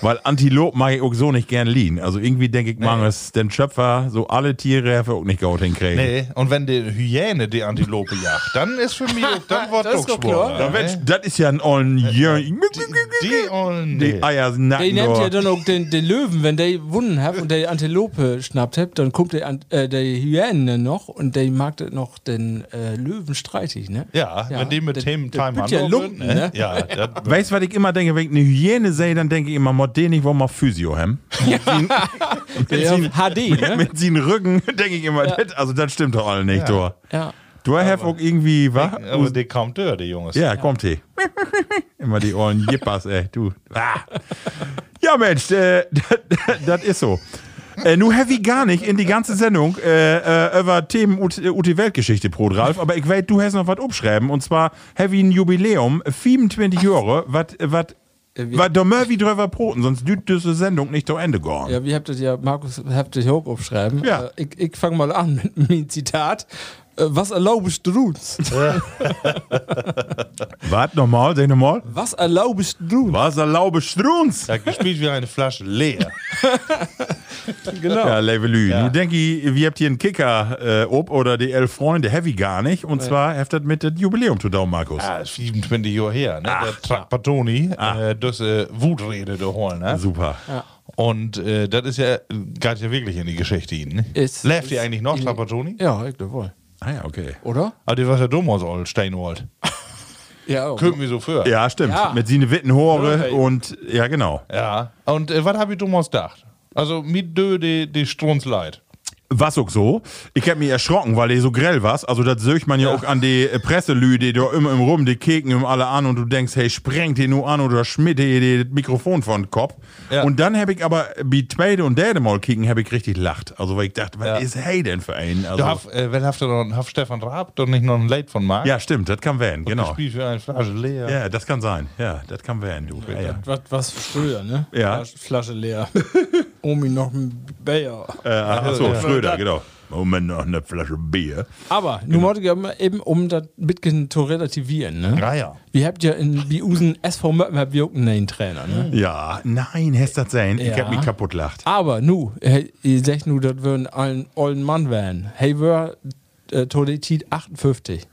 Speaker 2: Weil Antilope mag ich auch so nicht gern liegen. Also, irgendwie denke ich, man es den Schöpfer, so alle Tiere, einfach auch nicht gut hinkriegen.
Speaker 3: nee, und wenn die Hyäne die Antilope jagt, dann ist für mich, dann wird
Speaker 4: Das ist
Speaker 3: doch
Speaker 4: doch klar.
Speaker 2: Ja,
Speaker 3: Schwur.
Speaker 2: Mensch, das ist ja ein ollen Jörn.
Speaker 3: Die und
Speaker 2: Die Eier sind
Speaker 4: Ihr
Speaker 2: nacken.
Speaker 4: nehmt ja
Speaker 2: nur.
Speaker 4: dann auch den, den Löwen, wenn der Wunden habt und der Antilope schnappt habt, dann kommt der, Ant- äh, der Hyäne noch und der mag das noch den äh, Löwen streitig, ne?
Speaker 3: Ja, wenn die mit Themen Time
Speaker 4: bütt ja
Speaker 3: anrufen,
Speaker 4: Lumpen, ne?
Speaker 3: Ja, dat-
Speaker 2: Weißt du, was ich immer denke, wenn ich eine Hyäne sehe, dann denke ich immer, mod den nicht, wo mal Physio haben.
Speaker 4: Der HD, ne?
Speaker 2: Mit seinen Rücken denke ich immer, das- also das stimmt doch alle nicht, du.
Speaker 4: Ja.
Speaker 2: Du have auch irgendwie, wa?
Speaker 3: aber die kommt durch, die Jungs.
Speaker 2: Ja, kommt he. Immer die ollen Jippers, ey, du. Ah. Ja, Mensch, äh, das ist so. Äh, nu heavy gar nicht in die ganze Sendung äh, äh, über Themen ut, äh, ut die Weltgeschichte pro Ralf, aber ich weiß, du hast noch was abschreiben und zwar heavy ein Jubiläum, 25 Jahre, was
Speaker 4: Ja, wir-
Speaker 2: War doch mehr Äh, wie drüber broten, sonst düht diese Sendung nicht zu Ende gegangen.
Speaker 4: Ja, wie habt ihr ja, Markus, habt ihr hoch aufschreiben?
Speaker 2: Ja.
Speaker 4: Äh, ich ich fange mal an mit meinem Zitat. Äh, Was erlaubst du uns?
Speaker 2: Wart nochmal, sag nochmal.
Speaker 4: Was erlaubst du uns?
Speaker 2: Was erlaube Struns?
Speaker 3: Da gespielt wie eine Flasche leer.
Speaker 4: Genau.
Speaker 2: Ja, Levelü. Ja. Nu denk ich, wir habt hier einen Kicker äh, ob oder die elf Freunde heavy gar nicht. Und zwar heft das mit dem Jubiläum zu down, Markus.
Speaker 3: Ja, 27 Jahre her, ne? Der Trapattoni, äh, das äh, Wutrede da holen, ne?
Speaker 2: Super.
Speaker 3: Und äh, das ist ja, geht ja wirklich in die Geschichte hin. Ne?
Speaker 4: Ist-
Speaker 3: Läuft
Speaker 4: ist
Speaker 3: die eigentlich noch,
Speaker 4: in-
Speaker 3: Trapattoni?
Speaker 4: Ja, ich glaube wohl.
Speaker 2: Ah ja, okay.
Speaker 4: Oder?
Speaker 3: Aber die war ja dumm aus Old Steinwald.
Speaker 4: Ja, auch.
Speaker 3: Könnten wir so für.
Speaker 2: Ja, stimmt.
Speaker 4: Ja.
Speaker 2: Mit Sine Wittenhore
Speaker 4: Okay.
Speaker 2: und ja, genau.
Speaker 3: Ja. Und äh, was hab ich dumm aus gedacht? Also, mit dö die, die Strunz leid.
Speaker 2: Was auch so. Ich hab mich erschrocken, weil ihr so grell warst. Also, das söcht man ja, auch an die äh, Presselü, die da immer im Rum, die keken ihm alle an und du denkst, hey, sprengt den nur an oder schmidt dir das Mikrofon von den Kopf.
Speaker 3: Ja.
Speaker 2: Und dann hab ich aber, wie zweite und derde Mal kicken, hab ich richtig lacht. Also, weil ich dachte, was
Speaker 3: Ja.
Speaker 2: ist hey denn für ein?
Speaker 3: Du
Speaker 2: Also,
Speaker 3: hast, äh, wer haft noch, haft Stefan Raab doch nicht noch ein Leid von Marc?
Speaker 2: ja, stimmt, das kann werden, genau.
Speaker 3: Gespielt für eine Flasche leer.
Speaker 2: Ja, das kann sein. Ja, das kann werden, du. Ja, ja.
Speaker 4: Was, was früher, ne?
Speaker 2: Ja.
Speaker 4: Flasche, Flasche leer. Omi noch ein Bayer.
Speaker 2: Äh, achso, Schröder, genau. Moment, noch eine Flasche Bier.
Speaker 4: Aber, nun wollte ich ja mal eben, um das bisschen zu relativieren, ne?
Speaker 3: Ah, ja.
Speaker 4: Wir habt ja in Biusen SV Möppen, habt ihr auch einen neuen Trainer, ne?
Speaker 2: Ja, nein, hättest das sein. Ich
Speaker 4: Ja.
Speaker 2: hab mich kaputt lacht.
Speaker 4: Aber nu, äh, ihr sagt nu, das würden allen ollen Mann werden. Hey, wir, äh, Todetit 58.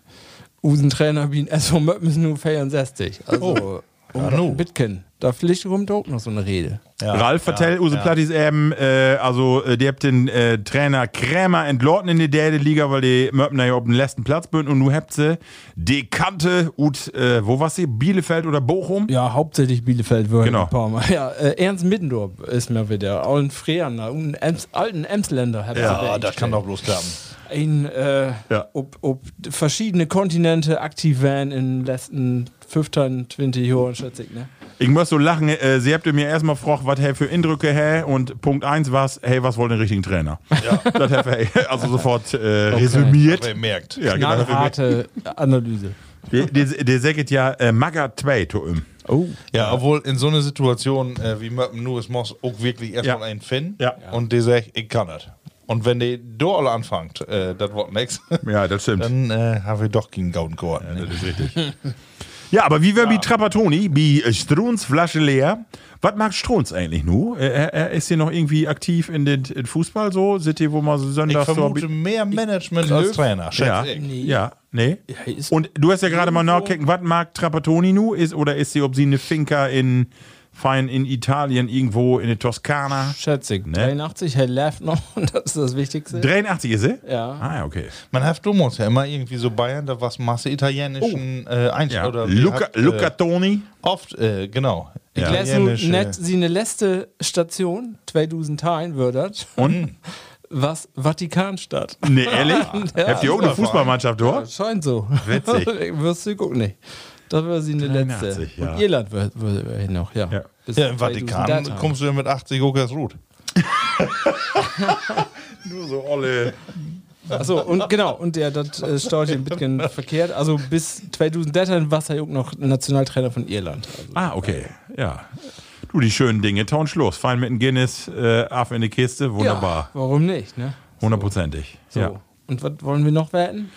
Speaker 4: Usen Trainer wie ein SV Möppen ist nur 64. Also,
Speaker 3: Ja, nu.
Speaker 4: um Bitken. Da fliegt rum doch noch so eine Rede.
Speaker 2: Ralf vertellt, Use Plattis eben, äh, also äh, die habt den äh, Trainer Krämer entloten in die derde Liga, weil die Möppner ja auf dem letzten Platz bünden und nu habt sie die Kante ut, äh, wo war sie, Bielefeld oder Bochum?
Speaker 4: Ja, hauptsächlich Bielefeld würden
Speaker 2: Genau.
Speaker 4: ein paar Mal. Ja, äh, Ernst Middendorf ist mir wieder. Allen Freaner, einen Ems, alten Emsländer. habt ihr
Speaker 3: Ja,
Speaker 4: wieder
Speaker 3: Ah, das kann doch bloß klappen.
Speaker 4: in äh,
Speaker 2: Ja.
Speaker 4: ob, ob verschiedene Kontinente aktiv wären in den letzten 15, 20 Jahren, schätze ich, ne?
Speaker 2: Ich muss so lachen, äh, sie habt mir erstmal gefragt, was hey für Eindrücke hey und Punkt eins war's, hey, was wollt den richtigen Trainer? Ja. das hab ich, hey, also sofort äh, resümiert.
Speaker 3: Wer merkt.
Speaker 2: Ja, genau.
Speaker 4: Knallharte Analyse.
Speaker 2: Der, der, der sagt ja, äh, Maga 2 to ihm.
Speaker 4: Oh.
Speaker 3: Ja, obwohl in so einer Situation äh, wie Möppen nur es muss auch wirklich erstmal
Speaker 2: Ja.
Speaker 3: einen finden
Speaker 2: Ja.
Speaker 3: und der sagt, ich kann das. Und wenn der da alle anfängt, äh, das wird nix,
Speaker 2: Ja, das stimmt.
Speaker 3: dann äh, haben wir doch gegen Gauden Korn.
Speaker 2: Das ist richtig. ja, aber wie wir wie Trapattoni, wie äh, Struns Flasche leer. Was macht Struns eigentlich nur? Er, er- er ist hier noch irgendwie aktiv in den in Fußball so? Seht ihr, wo man so
Speaker 3: Ich
Speaker 2: sonntags so-
Speaker 3: vermute mehr Management als Trainer,
Speaker 2: ja,
Speaker 3: schätze ich.
Speaker 2: ja, nee.
Speaker 4: Ja, ist-
Speaker 2: Und du hast ja gerade mal nachgeguckt, was mag Trapattoni nu ist oder ist sie, ob sie eine Finca in fein in Italien irgendwo in der Toskana?
Speaker 4: Schätze ich.
Speaker 2: Ne?
Speaker 4: 83, Herr Leff noch, das ist das Wichtigste.
Speaker 2: 83 ist sie?
Speaker 4: Ja.
Speaker 2: Ah, okay.
Speaker 3: Man hat Dummos ja immer irgendwie so Bayern, da was Masse italienischen äh, Einsch
Speaker 2: Oh. Ja.
Speaker 3: oder wie
Speaker 2: Luca,
Speaker 3: hat, äh,
Speaker 2: Luca Toni.
Speaker 3: oft, äh, genau.
Speaker 2: Ja.
Speaker 4: Ich lese nur
Speaker 3: Italienische-
Speaker 4: net, sie eine letzte Station, 2000 Teilen würdet,
Speaker 2: Und?
Speaker 4: was Vatikanstadt.
Speaker 2: Nee, ehrlich? Habt ihr auch eine
Speaker 3: super
Speaker 2: Fußballmannschaft, oder?
Speaker 4: Scheint so.
Speaker 2: Witzig.
Speaker 4: Wirst du gucken, nee. Das wäre sie eine
Speaker 2: 83,
Speaker 4: letzte.
Speaker 2: ja.
Speaker 4: Und Irland wär- wär- wär hin noch, ja.
Speaker 2: Ja.
Speaker 4: Bis
Speaker 3: Ja, im
Speaker 4: 2000
Speaker 3: Vatikan
Speaker 4: Daten.
Speaker 3: kommst du ja mit 80 Okas Ruth.
Speaker 2: Nur so olle.
Speaker 4: Achso, und genau, und der, das äh, staut hier ein bisschen verkehrt. Also bis 2000 Daten war er auch noch Nationaltrainer von Irland. Also.
Speaker 2: Ah, okay. Ja. Du, die schönen Dinge. Town Schluss. Fein mit dem Guinness, äh, Affe in die Kiste. Wunderbar.
Speaker 4: Ja, warum nicht, ne?
Speaker 2: Hundertprozentig.
Speaker 4: So.
Speaker 2: Ja.
Speaker 4: Und was wollen wir noch werden?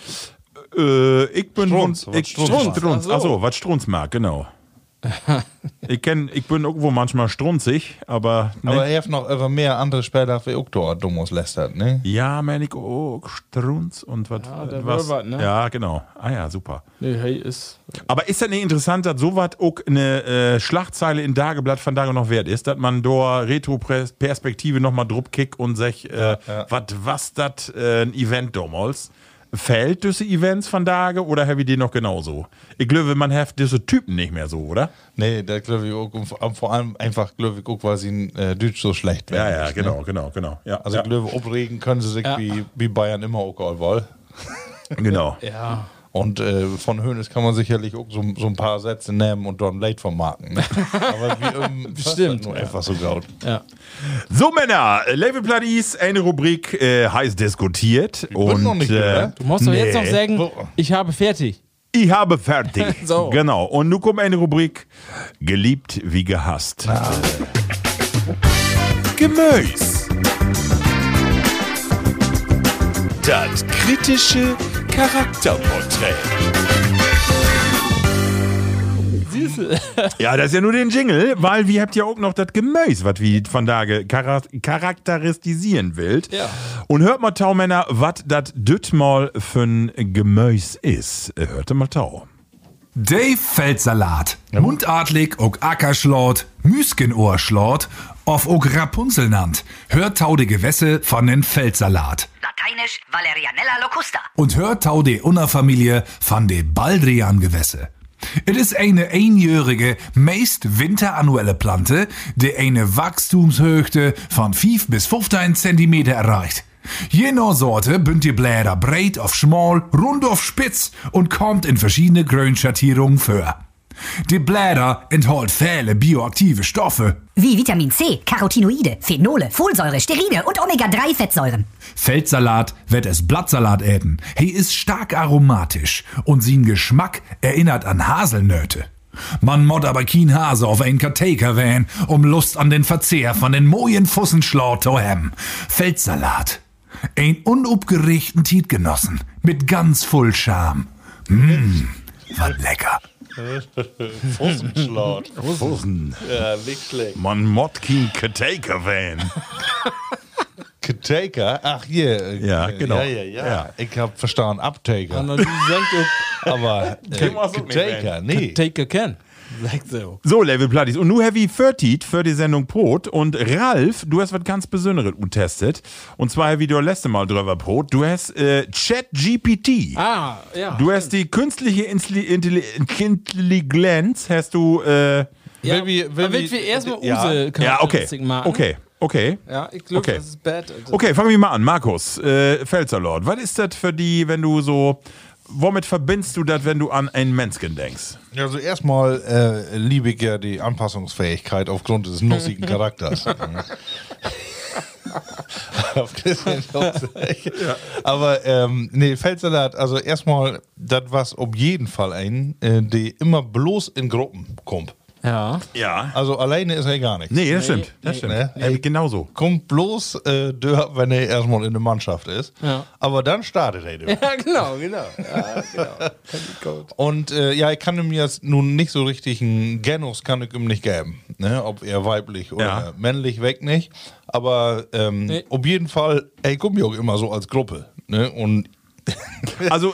Speaker 2: Äh, ich bin
Speaker 3: Strunz,
Speaker 2: von-
Speaker 3: was
Speaker 2: ich,
Speaker 3: Strunz
Speaker 2: Strunz,
Speaker 3: mag.
Speaker 2: Strunz.
Speaker 4: Ach so.
Speaker 2: Ach so, was Strunz mag, genau. ich, kenn, ich bin irgendwo manchmal strunzig, aber. Ne?
Speaker 3: Aber er hat noch über mehr andere Spieler für Oktor Dummos lästert, ne?
Speaker 2: ja, Manik, oh, Strunz und wat,
Speaker 4: Ja, der
Speaker 2: was.
Speaker 4: Wolbert, ne?
Speaker 2: Ja, genau. Ah, ja, super.
Speaker 4: Nee, hey, ist.
Speaker 2: Aber ist das nicht interessant, dass sowas auch eine äh, Schlagzeile in Dageblatt von Tage noch wert ist, dass man da Retro-Perspektive nochmal drup kickt und sich, äh, wat was das äh, ein Event damals? Fällt diese Events von Tage oder haben wir die noch genauso? Ich glaube, man hat diese Typen nicht mehr so, oder?
Speaker 3: Nee, da glaube ich auch, und vor- vor allem einfach glaube ich auch, weil sie in äh, Deutsch so schlecht
Speaker 2: Ja,
Speaker 3: werden.
Speaker 2: ja, genau, genau, genau. Ja,
Speaker 3: ne? Also
Speaker 2: ja,
Speaker 3: glaube ich, obregen können sie sich
Speaker 4: Ja.
Speaker 3: wie, wie Bayern immer auch allweil.
Speaker 2: genau.
Speaker 4: Ja.
Speaker 3: Und äh, von Hönes kann man sicherlich auch so, so ein paar Sätze nehmen und dann late vermarkten. ne? Aber wie ähm,
Speaker 4: Bestimmt,
Speaker 3: nur
Speaker 4: ja.
Speaker 3: einfach so gaut.
Speaker 4: ja.
Speaker 2: So, Männer, Level Pladies, eine Rubrik äh, heiß diskutiert.
Speaker 3: bin
Speaker 2: und
Speaker 3: noch nicht,
Speaker 2: äh,
Speaker 3: oder?
Speaker 4: Du musst doch jetzt noch
Speaker 2: nee.
Speaker 4: sagen,
Speaker 3: Wo-
Speaker 4: ich habe fertig.
Speaker 2: Ich habe fertig.
Speaker 4: So.
Speaker 2: Genau. Und nun kommt eine Rubrik: Geliebt wie gehasst.
Speaker 7: Gemüse. Das kritische Charakterporträt.
Speaker 2: Ja, das ist ja nur den Jingle, weil wir habt ja auch noch das Gemäß, was wir von da ge- charak charakterisieren wollt.
Speaker 4: Ja.
Speaker 2: Und hört mal, Taumänner, was das Düttmal für ein Gemäß ist. Hört mal, Tau.
Speaker 8: Dave Feldsalat, mundartlig og Ackerschlaut, Müskenohrschlaut, of og Rapunzel nannt, hört tau de Gewässe von den Feldsalat.
Speaker 9: Lateinisch Valerianella locusta.
Speaker 8: Und hört tau de Unnerfamilie von de Baldrian Gewässe. Es ist eine einjährige, meist winterannuelle Plante, die eine Wachstumshöchte von 5 bis 15 cm erreicht. Je nach Sorte bünd die Blätter breit auf schmal, rund auf spitz und kommt in verschiedene Grönschattierungen vor. Die Blätter enthält viele bioaktive Stoffe,
Speaker 9: Wie Vitamin C, Carotinoide, Phenole, Folsäure, Sterine und Omega-3-Fettsäuren.
Speaker 8: Feldsalat wird es Blattsalat äten. He ist stark aromatisch und sin Geschmack erinnert an Haselnöte. Man mod aber kien Hase auf ein Karteker wähn, um Lust an den Verzehr von den mojen Fussenschlau zu haben. Feldsalat. Ein unubgerichten Tietgenossen mit ganz voll Charme. Mmm, war lecker.
Speaker 3: Fussenschlaut.
Speaker 2: Fussen.
Speaker 3: ja, nicht schlecht.
Speaker 2: Man Motkin Kataker Van.
Speaker 3: Taker? Ach, hier. Äh,
Speaker 2: Ja, genau.
Speaker 3: Ja, ja, ja.
Speaker 2: Ja.
Speaker 3: Ich hab verstanden, Uptaker.
Speaker 4: Dann du sagst,
Speaker 3: Aber äh,
Speaker 2: Kim war's auch nicht,
Speaker 3: Taker, nee.
Speaker 4: take a can. Sagt sie auch.
Speaker 2: So, Level Platties. Und nu Heavy 30 für die Sendung Brot. Und Ralf, du hast was ganz Besonderes getestet. Und zwar, wie du letzte Mal drüber Brot, du hast äh, Chat-GPT.
Speaker 4: Ah, ja.
Speaker 2: Du hast die künstliche Insli- Intelli- Intelligenz, hast du. Äh,
Speaker 4: ja.
Speaker 3: Will wir- will
Speaker 4: Dann wird
Speaker 3: wir-
Speaker 4: wir erstmal
Speaker 3: ja.
Speaker 4: Use
Speaker 2: ja, okay.
Speaker 4: Charakteristik machen.
Speaker 2: Okay, okay.
Speaker 4: Ja, ich glaube,
Speaker 2: Okay.
Speaker 4: das ist bad. Das-
Speaker 2: Okay, fangen wir mal an. Markus, äh, Pfälzerlord, was ist das für die, wenn du so. Womit verbindest du das, wenn du an einen Menschen denkst?
Speaker 3: Also erstmal äh, liebe ich ja die Anpassungsfähigkeit aufgrund des nussigen Charakters. Auf das hin kommt's nicht. Aber ähm, nee, Feldsalat, also erstmal, das was auf jeden Fall ein, äh, die immer bloß in Gruppen kommt.
Speaker 4: Ja.
Speaker 2: Ja.
Speaker 3: Also alleine ist er gar nichts.
Speaker 2: Nee, das stimmt. Das stimmt.
Speaker 3: nee.
Speaker 2: Äh, genauso.
Speaker 3: Kommt bloß, äh, durch, wenn er erstmal in der Mannschaft ist.
Speaker 4: Ja.
Speaker 3: Aber dann startet er. durch.
Speaker 4: Ja, genau, genau.
Speaker 3: Und äh, ja, ich kann ihm jetzt nun nicht so richtig einen Genus kann ich ihm nicht geben. Ne? Ob er weiblich oder
Speaker 2: Ja.
Speaker 3: männlich, weg nicht. Aber ähm,
Speaker 4: Nee.
Speaker 3: auf jeden Fall, ey, komm auch immer so als Gruppe. Ne? Und
Speaker 2: Also,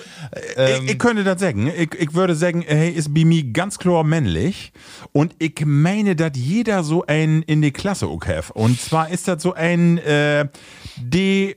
Speaker 2: ich, ich könnte das sagen. Ich, ich würde sagen, hey, ist bei mir ganz klar männlich. Und ich meine, dass jeder so einen in die Klasse auch hat. Und zwar ist das so ein, äh, die,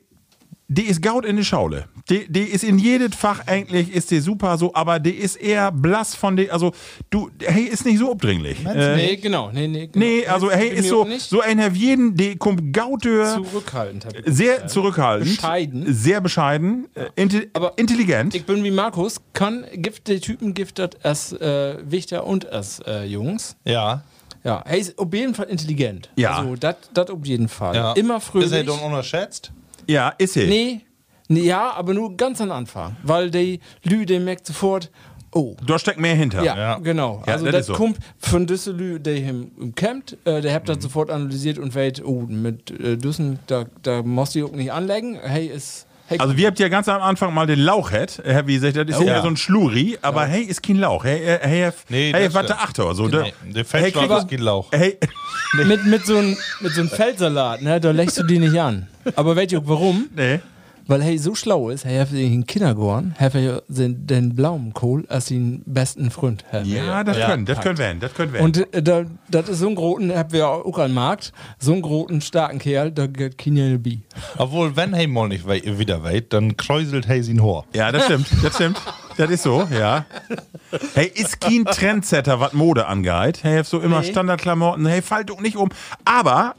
Speaker 2: die ist gaut in die Schaule. Die, die ist in jedes Fach eigentlich, ist die super so, aber die ist eher blass von der, also, du, hey, ist nicht so obdringlich. Äh,
Speaker 4: nee, genau. Nee, nee, genau.
Speaker 2: nee, also, hey,
Speaker 4: Bin
Speaker 2: ist
Speaker 4: mir
Speaker 2: so,
Speaker 4: auch nicht
Speaker 2: so ein Herr Jeden, die kommt gaut durch,
Speaker 4: zurückhaltend. hab ich
Speaker 2: sehr
Speaker 4: gesagt.
Speaker 2: zurückhaltend.
Speaker 4: Äh, Bescheiden.
Speaker 2: Sehr bescheiden. äh, inte-
Speaker 4: Aber
Speaker 2: intelligent.
Speaker 4: Ich bin wie Markus, kann Gift die Typen giftet als äh, Wichter und als äh, Jungs.
Speaker 3: ja,
Speaker 4: Ja, er ist auf jeden Fall intelligent.
Speaker 2: Ja.
Speaker 4: Also, das auf jeden Fall.
Speaker 3: ja.
Speaker 4: Immer fröhlich.
Speaker 3: Ist er dann unterschätzt?
Speaker 2: ja, ist er.
Speaker 4: Nee, nee, ja, aber nur ganz am Anfang. Weil die Lü, der merkt sofort, oh.
Speaker 2: Da steckt mehr hinter.
Speaker 4: Ja,
Speaker 3: Ja.
Speaker 4: genau.
Speaker 2: Ja,
Speaker 4: also
Speaker 2: das
Speaker 4: das,
Speaker 2: ist so.
Speaker 4: kommt von Düsseldorf, der im Campt, äh, der hat das
Speaker 2: Mhm.
Speaker 4: sofort analysiert und weit, oh, mit äh, Düssen, da, da musst du auch nicht anlegen. Hey, ist. Hey,
Speaker 2: Also wir habt ja ganz am Anfang mal den Lauchhead, Herr wie gesagt, das
Speaker 4: Oh
Speaker 2: ist ja, eher so ein Schluri, aber hey, ist kein Lauch. Hey, äh, hey, hey,
Speaker 3: Nee,
Speaker 2: hey
Speaker 3: das
Speaker 2: warte,
Speaker 3: stimmt.
Speaker 2: Achter, so.
Speaker 3: Genau.
Speaker 2: Der,
Speaker 3: Der Feldschlag
Speaker 2: kriegst-
Speaker 3: ist kein Lauch.
Speaker 2: Hey,
Speaker 4: mit, mit so einem mit so einem Feldsalat, ne, da lächst du die nicht an. Aber weißt du, warum?
Speaker 2: nee.
Speaker 4: Weil hey so schlau ist, hey, hat den Kindergorn, hat er den, den blauen Kohl als den besten Freund. hat.
Speaker 2: Ja, das können, das können wir, das können wir.
Speaker 4: Und äh, da, das ist so ein großen, haben wir auch am Markt, so einen großen, starken Kerl, da geht keine Bi.
Speaker 3: Obwohl, wenn er mal nicht wei wieder weht, dann kräuselt er sein Haar.
Speaker 2: ja, das stimmt, das stimmt. Das ist so, ja. Hey, ist kein Trendsetter, was Mode angeht. Hey, so immer Standardklamotten. Hey, fall doch nicht um. Aber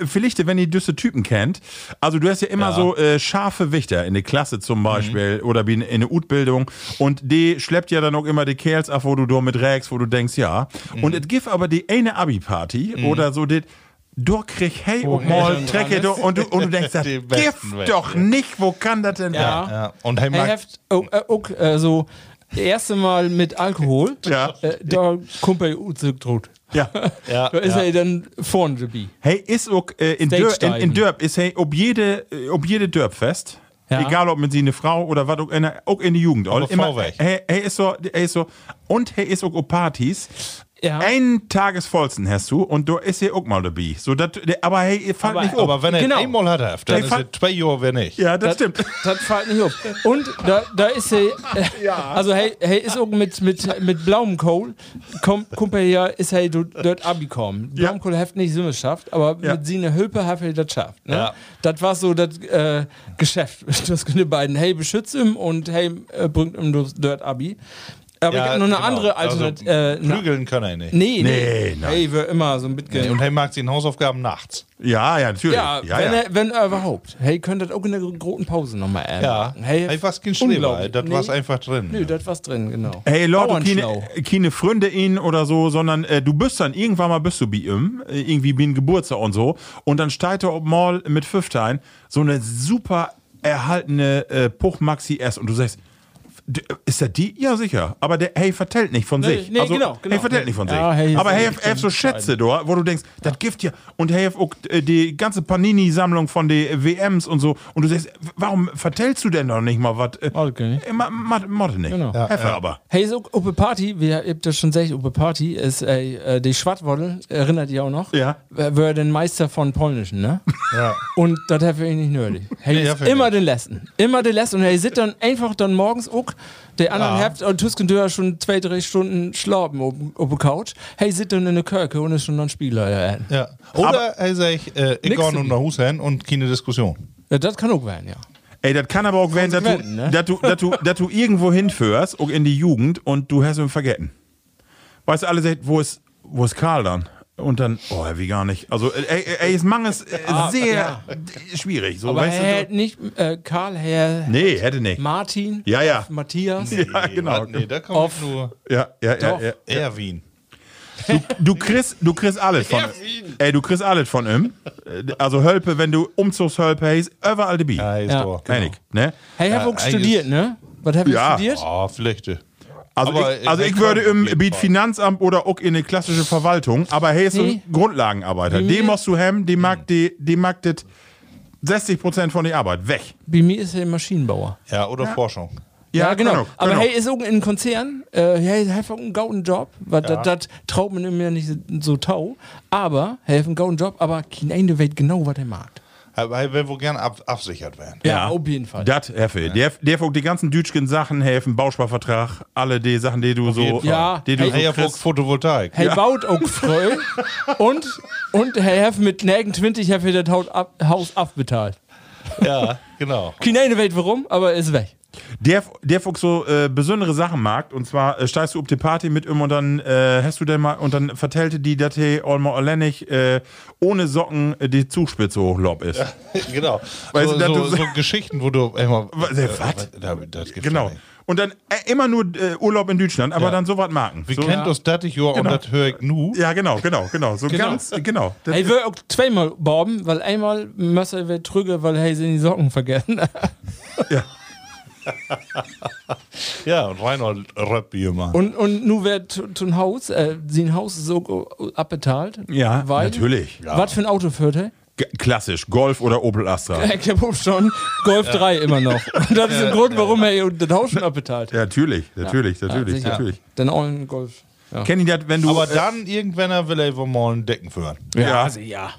Speaker 2: äh, vielleicht, wenn ihr düsse Typen kennt, also du hast ja immer so äh, scharfe Wichter in der Klasse zum Beispiel oder wie in, in der Utbildung und die schleppt ja dann auch immer die Kerls ab, wo du da mit rägst, wo du denkst, ja. Und es gibt aber die eine Abi-Party oder so, die du kriegst, hey, oh, und mal, trecke du und du, und du denkst, das
Speaker 3: Die
Speaker 2: gibt
Speaker 3: besten Welt,
Speaker 2: doch
Speaker 3: ja.
Speaker 2: nicht, wo kann das denn
Speaker 4: Ja.
Speaker 2: werden?
Speaker 3: Ja. Und er
Speaker 4: Hey,
Speaker 3: mag
Speaker 4: heft, oh, äh, oh, äh, so erste Mal mit Alkohol,
Speaker 2: Ja.
Speaker 4: äh, da kommt bei Uzugdruck.
Speaker 2: Ja.
Speaker 3: Ja,
Speaker 4: da ist
Speaker 3: ja.
Speaker 4: er dann vorne dabei.
Speaker 2: Hey, ist auch, äh, in,
Speaker 4: Steak
Speaker 2: Dörp, in, in
Speaker 4: steigen.
Speaker 2: Dörp ist hey, ob jede, äh, ob jede Dörp fest.
Speaker 4: Ja.
Speaker 2: Egal, ob mit sie eine Frau oder was, auch in der, auch in die Jugend.
Speaker 3: Aber
Speaker 2: all, immer,
Speaker 3: vorweg.
Speaker 2: hey, hey, ist so, hey, ist so, und hey, ist auch auf Partys.
Speaker 4: Ja.
Speaker 2: Einen Tagesvollsten hast du und du ist hier auch mal dabei. So, dat, der- aber hey, ihr fallt
Speaker 4: Aber-
Speaker 2: nicht um.
Speaker 3: Oh, Aber wenn er
Speaker 4: Genau.
Speaker 3: einmal hat, er, dann
Speaker 2: Ich
Speaker 3: ist
Speaker 2: fand-
Speaker 3: er zwei Jahre, wenn nicht.
Speaker 2: Ja, das, stimmt.
Speaker 4: Das fällt nicht auf. Und da, da ist er. Also, hey, hey ist auch mit, mit, mit blauem Kohl. Komm, Kumpel hier ist hey, du dort Abi kommen.
Speaker 2: Ja.
Speaker 4: Blauem Kohl hat nicht so geschafft, aber
Speaker 2: Ja.
Speaker 4: mit seiner Hilfe hat er das geschafft. Ne?
Speaker 3: Ja.
Speaker 4: Das war so das äh, Geschäft. Das können die beiden. Hey, beschützt ihn und hey, äh, bringt ihm das dort Abi. Aber ich habe noch eine
Speaker 3: genau.
Speaker 4: andere
Speaker 3: Also,
Speaker 4: Alternative. äh, na-
Speaker 3: Prügeln kann er nicht.
Speaker 4: nee, nee.
Speaker 2: Nee, nein.
Speaker 4: hey, wir immer so ein bisschen.
Speaker 3: Und er mag seine Hausaufgaben nachts.
Speaker 2: Ja, ja, natürlich.
Speaker 4: Ja, wenn, Er, wenn er überhaupt. Hey, könnt das auch in der großen Pause nochmal ändern.
Speaker 3: Ja.
Speaker 4: Hey,
Speaker 3: Hey, was kein Schleber,
Speaker 4: unglaublich.
Speaker 3: das war's einfach drin.
Speaker 4: Nö, das war's drin, genau.
Speaker 2: Hey ne- Leute, keine,
Speaker 4: Bauernschlau.
Speaker 2: keine Freunde ihn oder so, sondern äh, du bist dann irgendwann mal bist du bei ihm, äh, irgendwie wie ein Geburtstag und so, und dann steigt er mal mit Fünftein so eine super erhaltene äh, Puch Maxi S und du sagst, "D- ist das die? Ja, sicher. Aber der, hey, vertellt nicht von
Speaker 4: Nee,
Speaker 2: sich. Also,
Speaker 4: nee, genau, genau.
Speaker 2: Hey, vertellt nicht von
Speaker 4: Ja,
Speaker 2: sich.
Speaker 4: hey,
Speaker 2: Aber
Speaker 4: ist
Speaker 2: hey,
Speaker 4: echt
Speaker 2: er hat so
Speaker 4: zum
Speaker 2: Schätze, do, wo du denkst, das Gift hier. Und hey, auch äh, die ganze Panini-Sammlung von den WMs und so. Und du sagst, warum vertellst du denn noch nicht mal was? Äh,
Speaker 4: Mag ich nicht.
Speaker 2: äh, ma- ma- Motte nicht.
Speaker 4: Genau.
Speaker 2: Heffe aber.
Speaker 4: Hey, so Uppe Party, wir habt das schon gesagt, Uppe Party ist ey, äh, die Schwadwolle, erinnert ihr auch noch?
Speaker 2: Ja.
Speaker 4: Wer wer den Meister von Polnischen, ne?
Speaker 3: Ja.
Speaker 4: Und das hat ich nicht nötig. Hey,
Speaker 3: Nee,
Speaker 4: ist
Speaker 3: hat er
Speaker 4: immer
Speaker 3: nicht.
Speaker 4: den letzten. Immer den letzten. Und er sitzt dann einfach dann morgens auch, der anderen habt und Tüsken Dörr schon zwei, drei Stunden schlafen auf der Couch. Hey, sitzt dann in der Kirche und ist schon ein Spieler. Ja.
Speaker 3: Ja. Oder er sagt, äh, ich
Speaker 4: Nix
Speaker 3: gehe
Speaker 4: zu
Speaker 3: nur nach Hause hin und keine Diskussion.
Speaker 4: Ja, das kann auch werden, ja.
Speaker 2: Ey, das kann aber auch werden, dass du,
Speaker 4: Konsequent, ne?
Speaker 2: dass du, dass du, dass du irgendwo hinführst, auch in die Jugend, und du hast ihn vergessen. Weißt du, alle sagen, wo ist, wo ist Karl dann? Und dann, oh, wie gar nicht. Also, äh, ey, ey, es mangels äh, sehr
Speaker 4: Ah, ja.
Speaker 2: d- schwierig. So,
Speaker 4: Aber
Speaker 2: weißt
Speaker 4: Herr,
Speaker 2: du,
Speaker 4: nicht äh, Karl, Herr
Speaker 2: nee, hätte nicht.
Speaker 4: Martin,
Speaker 2: Ja, ja.
Speaker 4: Matthias.
Speaker 2: Ja, genau.
Speaker 3: Nee, da kommt
Speaker 4: Auf-
Speaker 3: nur
Speaker 2: Ja, ja, ja,
Speaker 4: Doch.
Speaker 2: ja.
Speaker 3: Erwin.
Speaker 2: Du kriegst, du kriegst alles von, ey, du kriegst alles von ihm. Äh, Also, Hölpe, wenn du Umzugshölpe heißt, überall die Bi.
Speaker 3: Ja, ist
Speaker 4: Ja. genau.
Speaker 3: doch.
Speaker 2: Keine, ne?
Speaker 4: Hey, ich hab
Speaker 3: Ja,
Speaker 4: auch studiert,
Speaker 3: eigentlich-
Speaker 4: ne? Was hab ich
Speaker 2: Ja.
Speaker 4: studiert?
Speaker 3: Ah, Flechte.
Speaker 2: Also,
Speaker 3: Aber
Speaker 2: ich, also
Speaker 3: ich
Speaker 2: ich würde
Speaker 3: kann
Speaker 2: im
Speaker 3: auf jeden
Speaker 2: Beat
Speaker 3: Fall.
Speaker 2: Finanzamt oder auch in eine klassische Verwaltung, aber hey, ist so ein
Speaker 4: Nee.
Speaker 2: Grundlagenarbeiter.
Speaker 4: Nee.
Speaker 2: Den musst du hemmen, die mag, die, die mag das 60% von der Arbeit weg.
Speaker 4: Bei mir ist er Maschinenbauer.
Speaker 3: Ja, oder Forschung.
Speaker 2: kann auch,
Speaker 4: genau. Aber
Speaker 2: kann
Speaker 4: hey,
Speaker 2: auch.
Speaker 4: ist irgendein Konzern, äh, hey, hat auch einen gauten Job, weil das traut man ihm ja nicht so tau, aber, hey, hat einen gauten Job, aber kein Ende weiß genau, was er mag.
Speaker 3: Aber er will wohl gerne ab, absichert werden.
Speaker 4: Ja, auf jeden Fall.
Speaker 2: Das, Heffe. Der, der fuckt die ganzen dütschgen Sachen helfen, Bausparvertrag, alle die Sachen, die du so,
Speaker 3: jeden Fall.
Speaker 4: Ja.
Speaker 2: die du
Speaker 4: Hey,
Speaker 2: so
Speaker 3: Er ja
Speaker 2: kriegst.
Speaker 3: wohl Photovoltaik.
Speaker 4: Hey, baut auch fröh und, und, hey, hat mit Nägen 20 hat er das Haus ab- Haus abbezahlt.
Speaker 3: Ja, genau.
Speaker 4: Kein Ende weiß warum, aber ist weg.
Speaker 2: Der, der Fuchs so äh, besondere Sachen mag, und zwar äh, steigst du auf die Party mit ihm und dann äh, hast du denn mal, und dann vertellte die, dass hey, Olmo Olenig äh, ohne Socken äh, die Zugspitze hochlob ist.
Speaker 3: genau.
Speaker 2: Weißt
Speaker 3: so,
Speaker 2: du, dass du
Speaker 3: so,
Speaker 2: so-
Speaker 3: so Geschichten, wo du immer.
Speaker 2: Was?
Speaker 3: Äh,
Speaker 2: Was?
Speaker 3: da- Das gibt's
Speaker 2: Genau.
Speaker 3: doch nicht.
Speaker 2: Und dann äh, immer nur äh, Urlaub in Deutschland, aber dann so was marken.
Speaker 3: Wie
Speaker 2: so,
Speaker 3: kennt das das ich ja und
Speaker 2: Genau.
Speaker 3: das höre ich nu?
Speaker 2: ja, genau, genau, genau. So ganz, genau. Das-
Speaker 4: Hey, wir auch zweimal borben, weil einmal müssen wir trüge, weil hey, sind die Socken vergessen.
Speaker 3: Ja, und Reinhold Röppi immer.
Speaker 4: Und, und nun wird zum Haus, äh, sein Haus ist so go- abbezahlt.
Speaker 2: Ja,
Speaker 4: weil,
Speaker 2: natürlich.
Speaker 4: Was für ein Auto fährt er?
Speaker 2: G- Klassisch, Golf oder Opel Astra.
Speaker 4: Ich hab auch schon Golf 3 immer noch. Und das ist ein Grund, warum er das Haus schon abbezahlt.
Speaker 2: Ja, natürlich, natürlich,
Speaker 4: Ja,
Speaker 2: natürlich,
Speaker 4: sicher.
Speaker 2: natürlich.
Speaker 4: Dann auch ein Golf. Ja.
Speaker 2: Kennt ihr das, wenn du.
Speaker 3: Aber
Speaker 2: äh,
Speaker 3: dann irgendwann er will er wohl mal einen Decken führen.
Speaker 2: ja.
Speaker 4: ja.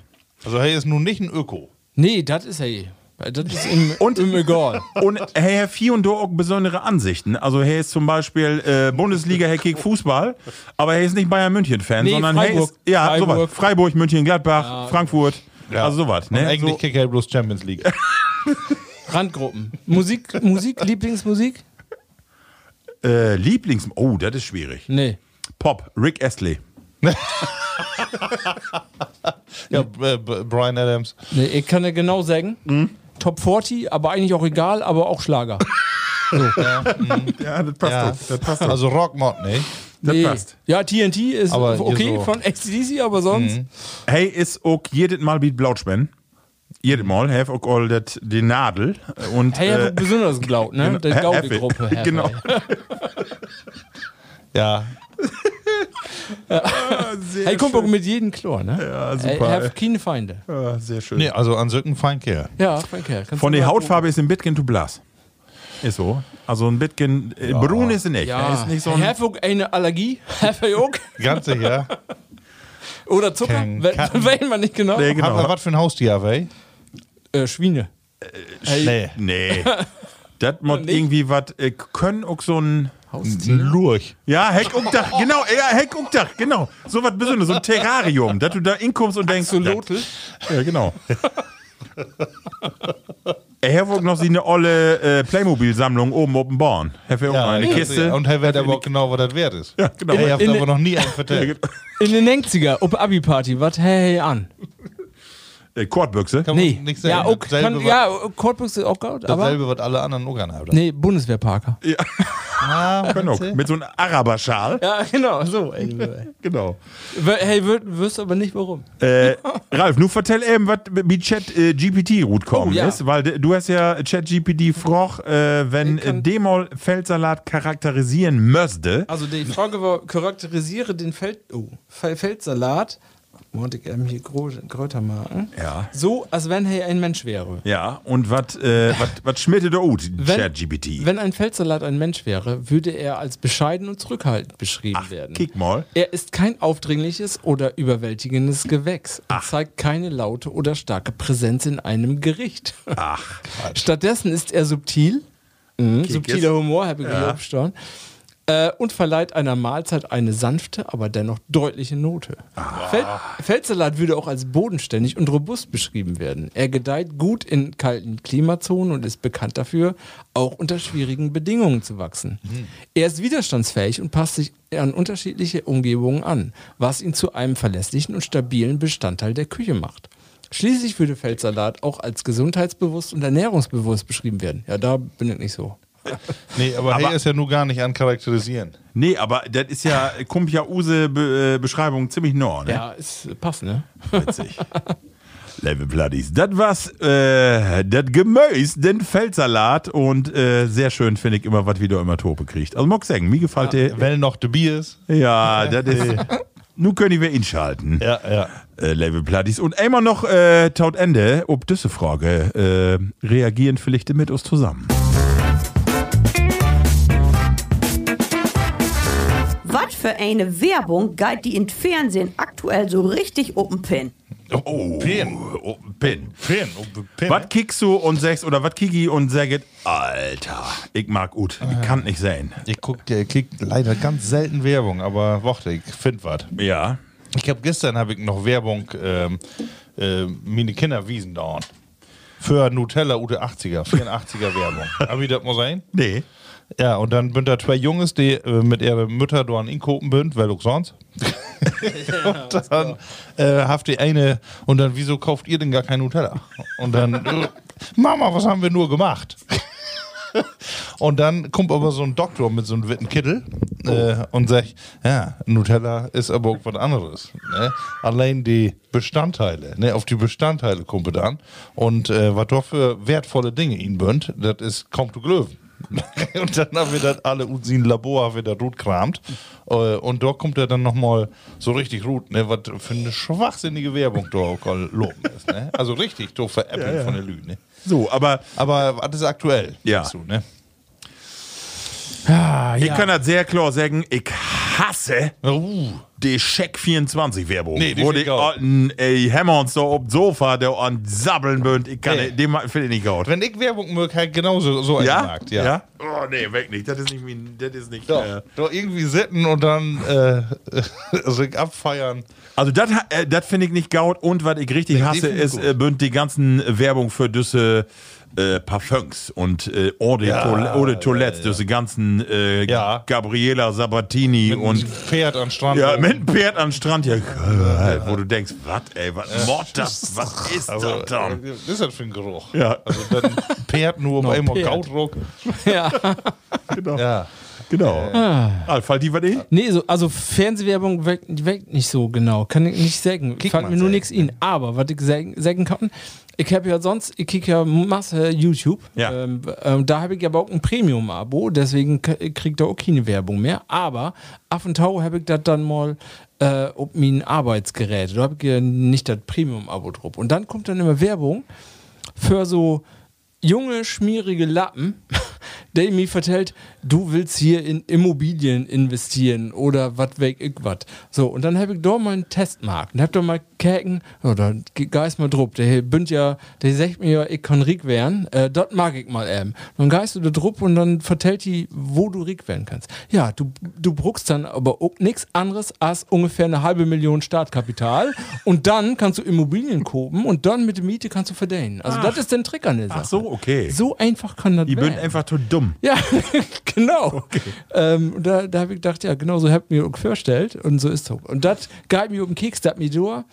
Speaker 3: Also hey, ist nun nicht ein Öko.
Speaker 4: Nee, das ist er eh. Das ist ihm,
Speaker 2: Und-
Speaker 4: ihm egal.
Speaker 2: Und hey, Herr Vieh und du auch besondere Ansichten. Also, hey, ist zum Beispiel äh, Bundesliga, Herr Kick Fußball, aber hey, ist nicht Bayern München-Fan,
Speaker 4: Nee,
Speaker 2: sondern hey,
Speaker 4: Freiburg.
Speaker 2: ist. Ja,
Speaker 4: Freiburg.
Speaker 2: sowas. Freiburg, München, Gladbach, Frankfurt. Also, sowas.
Speaker 3: Und
Speaker 2: Ne?
Speaker 3: eigentlich
Speaker 2: so,
Speaker 3: kickt er bloß Champions League.
Speaker 4: Randgruppen. Musik, Musik, Lieblingsmusik?
Speaker 2: äh, Lieblings. Oh, das ist schwierig.
Speaker 4: Nee.
Speaker 2: Pop, Rick Astley.
Speaker 3: ja, B- B- Brian Adams.
Speaker 4: Nee, ich kann ja genau sagen.
Speaker 2: Hm?
Speaker 4: Top 40, aber eigentlich auch egal, aber auch Schlager.
Speaker 2: Ja, das passt
Speaker 3: Ja.
Speaker 2: doch. Das passt doch.
Speaker 3: Also Rockmod, ne?
Speaker 2: Das
Speaker 4: Nee.
Speaker 2: passt.
Speaker 4: Ja, TNT ist
Speaker 3: Aber hier
Speaker 4: okay
Speaker 3: so.
Speaker 4: von ACDC, aber sonst.
Speaker 2: Hm. Hey, ist auch jedes Mal wie Blautschwen. Jedes Mal, have auch all dat, die Nadel. Und,
Speaker 4: Hey,
Speaker 2: äh, genau.
Speaker 4: äh, besonders glaubt, ne? Der
Speaker 2: Hä-
Speaker 4: Gaudi
Speaker 2: Hä-
Speaker 4: Gruppe.
Speaker 2: Genau.
Speaker 3: Ja.
Speaker 4: Hey, Kumpel, mit jedem Chlor, ne? Ja,
Speaker 2: super,
Speaker 4: Hey, have keine Feinde.
Speaker 2: Ja, sehr schön.
Speaker 3: Nee, also an Söcken fein Kerl.
Speaker 4: Ja, danke. Kannst
Speaker 2: Von
Speaker 4: du
Speaker 2: der
Speaker 4: mal-
Speaker 2: Hautfarbe ist ein bisschen zu blass. Ist so. Also ein bisschen äh, brun ist er nicht.
Speaker 4: Ja,
Speaker 2: Er ist nicht so ein
Speaker 4: have auch eine Allergie, have ich auch.
Speaker 3: Ganz sicher.
Speaker 4: Oder Zucker,
Speaker 3: Kein-
Speaker 4: we-
Speaker 3: kein-
Speaker 4: weiß man nicht genau.
Speaker 2: Nee,
Speaker 3: Haben wir
Speaker 2: genau.
Speaker 3: was für ein Haustier, habt ihr?
Speaker 4: Äh, Schweine.
Speaker 3: Nee.
Speaker 2: Nee. Das muss
Speaker 4: Nicht?
Speaker 2: irgendwie was äh, können auch so ein
Speaker 3: Ein Lurch.
Speaker 2: ja, Heck Uckdach, genau, ja, Heck Uckdach, genau. So was Besonderes, so ein Terrarium, dass du da inkommst und denkst.
Speaker 4: Axolotl?
Speaker 2: das- Ja, genau. Er wog noch sie eine olle äh, Playmobil-Sammlung oben auf dem Born. Herr auch noch eine
Speaker 3: ganz
Speaker 2: Kiste.
Speaker 3: sicher. Und Herr Werder auch genau, was das wert ist. Ja,
Speaker 2: genau.
Speaker 3: Ihr habt
Speaker 4: In-
Speaker 3: aber noch nie einen vertellt.
Speaker 4: In den 90er, ob Abi-Party, was hey an?
Speaker 2: Äh, Kordbüchse.
Speaker 3: Kann man
Speaker 4: Nee,
Speaker 3: nicht sagen.
Speaker 4: ja, auch,
Speaker 3: Dasselbe,
Speaker 4: kann,
Speaker 3: was-
Speaker 4: ja, Courtbooks ist auch gut, aber.
Speaker 3: dasselbe, was alle anderen auch haben.
Speaker 4: Nee, Bundeswehrparker.
Speaker 3: Ah,
Speaker 2: Können auch. Mit so einem Araberschal.
Speaker 4: Ja, genau, so. irgendwie.
Speaker 2: Genau.
Speaker 4: W- hey, wür- wirst aber nicht warum.
Speaker 2: Äh, Ralf, nun vertell eben, was mit Chat äh, GPT gut kommen
Speaker 4: Oh, ja.
Speaker 2: ist, weil de- du hast ja Chat GPT froch, äh, wenn äh, Demol Feldsalat charakterisieren müsste.
Speaker 4: Also die Frage war, charakterisiere den Feld, oh, Fe- Feldsalat, Moment, ich ähm, hier Gro- Kräuter machen,
Speaker 2: Ja.
Speaker 4: so, als wenn er ein Mensch wäre.
Speaker 2: Ja, und was äh, wat- wat schmierte der Ut,
Speaker 4: Wenn-
Speaker 2: Chat GPT?
Speaker 4: Wenn ein Feldsalat ein Mensch wäre, würde er als bescheiden und zurückhaltend beschrieben werden.
Speaker 2: Kick mal.
Speaker 4: Er ist kein aufdringliches oder überwältigendes Gewächs und zeigt keine laute oder starke Präsenz in einem Gericht.
Speaker 2: Ach,
Speaker 4: Stattdessen ist er subtil, mhm, subtiler
Speaker 2: ist-
Speaker 4: Humor, habe ich ja. äh, und verleiht einer Mahlzeit eine sanfte, aber dennoch deutliche Note. Fel Feldsalat würde auch als bodenständig und robust beschrieben werden. Er gedeiht gut in kalten Klimazonen und ist bekannt dafür, auch unter schwierigen Bedingungen zu wachsen. Er ist widerstandsfähig und passt sich an unterschiedliche Umgebungen an, was ihn zu einem verlässlichen und stabilen Bestandteil der Küche macht. Schließlich würde Feldsalat auch als gesundheitsbewusst und ernährungsbewusst beschrieben werden. Ja, da bin ich nicht so.
Speaker 3: Nee, aber,
Speaker 2: Aber-
Speaker 3: hey ist ja nur gar nicht an Charakterisieren.
Speaker 2: nee, aber das ist ja, kommt ja Use Be äh, Beschreibung ziemlich nah, ne?
Speaker 4: Ja, ist passt, ne?
Speaker 2: Witzig. Level Bloodies. Das war's, äh, das Gemüse, den Feldsalat und äh, sehr schön finde ich immer, was wieder immer Tope kriegt. Also, Mock sagen, mir gefällt der.
Speaker 3: Wenn noch de Bier ist.
Speaker 2: Ja, das ist. Nun können wir inschalten.
Speaker 3: Ja, ja.
Speaker 2: Äh, Level Platties. Und einmal noch äh, taut Ende, ob diese Frage äh, reagieren vielleicht mit uns zusammen.
Speaker 10: Was für eine Werbung galt die im Fernsehen aktuell so richtig open pin?
Speaker 2: Oh,
Speaker 3: Pin.
Speaker 2: Oh, ne? Pin.
Speaker 3: Pin. oh, Pin.
Speaker 2: Was kickst du und sagst, oder was kicki und sagt, Alter, ich mag gut, ich kann nicht sein.
Speaker 3: Ich guck, der kriegt leider ganz selten Werbung, aber warte, ich find was.
Speaker 2: Ja.
Speaker 3: Ich habe gestern habe ich noch Werbung ähm, äh, meine Kinder wiesen dauern. Für Nutella Ute 80er, 84er Werbung. Hab ich das mal sein?
Speaker 2: Nee.
Speaker 3: Ja, und dann sind da zwei Junges, die äh, mit ihren Mütter dort inkopen sind, weil auch sonst. und dann äh, habt ihr eine und dann, wieso kauft ihr denn gar kein Nutella? Und dann, äh, Mama, was haben wir nur gemacht? und dann kommt aber so ein Doktor mit so einem witten Kittel äh, und sagt, ja, Nutella ist aber auch was anderes. Ne? Allein die Bestandteile, ne? auf die Bestandteile kommt es an. Und äh, was doch für wertvolle Dinge ihnen bünd, das ist, kommt zu Glöwen. und dann haben wir das alle und sie im Labor haben wir da rot kramt. Äh, Und dort kommt er dann nochmal so richtig rot, ne? Was für eine schwachsinnige Werbung da auch loben ist, ne? Also richtig doof veräppeln von der Lüge, ne?
Speaker 2: So, aber
Speaker 3: Aber alles aktuell.
Speaker 2: Ja.
Speaker 3: dazu, ne?
Speaker 2: ich kann das sehr klar sagen, ich hasse
Speaker 3: Uh,
Speaker 2: die Scheck 24 Werbung.
Speaker 3: Nee, die
Speaker 2: wo
Speaker 3: find
Speaker 2: die
Speaker 3: ich auch.
Speaker 2: alten, ey, Hammer uns so auf dem Sofa, der an Sabbeln bünd, ich kann
Speaker 3: Nee.
Speaker 2: nicht, den finde ich nicht gut.
Speaker 3: wenn ich Werbung möge, halt genauso so einen
Speaker 2: Ja?
Speaker 3: Markt, ja.
Speaker 2: Oh, nee, weg nicht. Das ist nicht mein, das ist nicht.
Speaker 3: Doch,
Speaker 2: Äh,
Speaker 3: doch irgendwie sitten und dann äh, sich abfeiern.
Speaker 2: also, das ha- äh, das finde ich nicht gaut. Und was ich richtig hasse,
Speaker 3: find ich
Speaker 2: ist
Speaker 3: gut.
Speaker 2: äh, bünd die ganzen Werbung für diese äh, Parfums und äh, Eau de Toil- Eau de Toilette, diese ganzen äh,
Speaker 3: Ja.
Speaker 2: Gabriela Sabatini und.
Speaker 3: ein Pferd am Strand.
Speaker 2: Ja,
Speaker 3: oben.
Speaker 2: mit einem Pferd am Strand, ja, äh, wo du denkst, was, ey, was mord das, was ist
Speaker 3: Also,
Speaker 2: das dann?
Speaker 3: äh, was ist das für ein Geruch?
Speaker 2: Ja.
Speaker 3: Also dann Pferd nur bei einmal
Speaker 4: Pferd.
Speaker 3: Gaudruck.
Speaker 4: Ja.
Speaker 3: Ja.
Speaker 2: äh, Genau. Ah, fall die was in?
Speaker 4: Nee, so, also Fernsehwerbung weckt, weckt nicht so genau. Kann ich nicht sagen.
Speaker 3: Kriegt
Speaker 4: Fällt
Speaker 3: man
Speaker 4: mir nur
Speaker 3: selten, ne?
Speaker 4: nichts in. Aber was ich sagen, sagen kann, Ich habe ja sonst, ich kicke ja Masse YouTube.
Speaker 2: Ja.
Speaker 4: Ähm, ähm, da habe ich aber auch ein Premium-Abo, deswegen k- kriegt da auch keine Werbung mehr. Aber auf und Tau habe ich das dann mal äh, ob mein Arbeitsgerät. Da habe ich ja nicht das Premium-Abo drauf. Und dann kommt dann immer Werbung für so junge, schmierige Lappen, der mir vertellt, du willst hier in Immobilien investieren oder wat weg ich wat. So, und dann habe ich da mal einen Testmarkt und hab da mal käken, so, da geist mal drupp, der bünd ja, der sagt mir ja, ich kann rik werden, äh, dort mag ich mal eben. Dann geist du da drupp und dann vertellt die, wo du rik werden kannst. Ja, du, du bruckst dann aber auch nichts anderes als ungefähr eine halbe Million Startkapital und dann kannst du Immobilien kopen und dann mit der Miete kannst du verdienen. Also das ist der Trick an der Sache.
Speaker 2: Ach so, okay.
Speaker 4: So einfach kann das
Speaker 2: Die
Speaker 4: werden.
Speaker 2: sind einfach zu dumm.
Speaker 4: ja, genau. Ähm, und da da habe ich gedacht, ja, genau so habt ihr mir auch vorgestellt und so ist es. Und das gab mir um den Keks, das mir durch.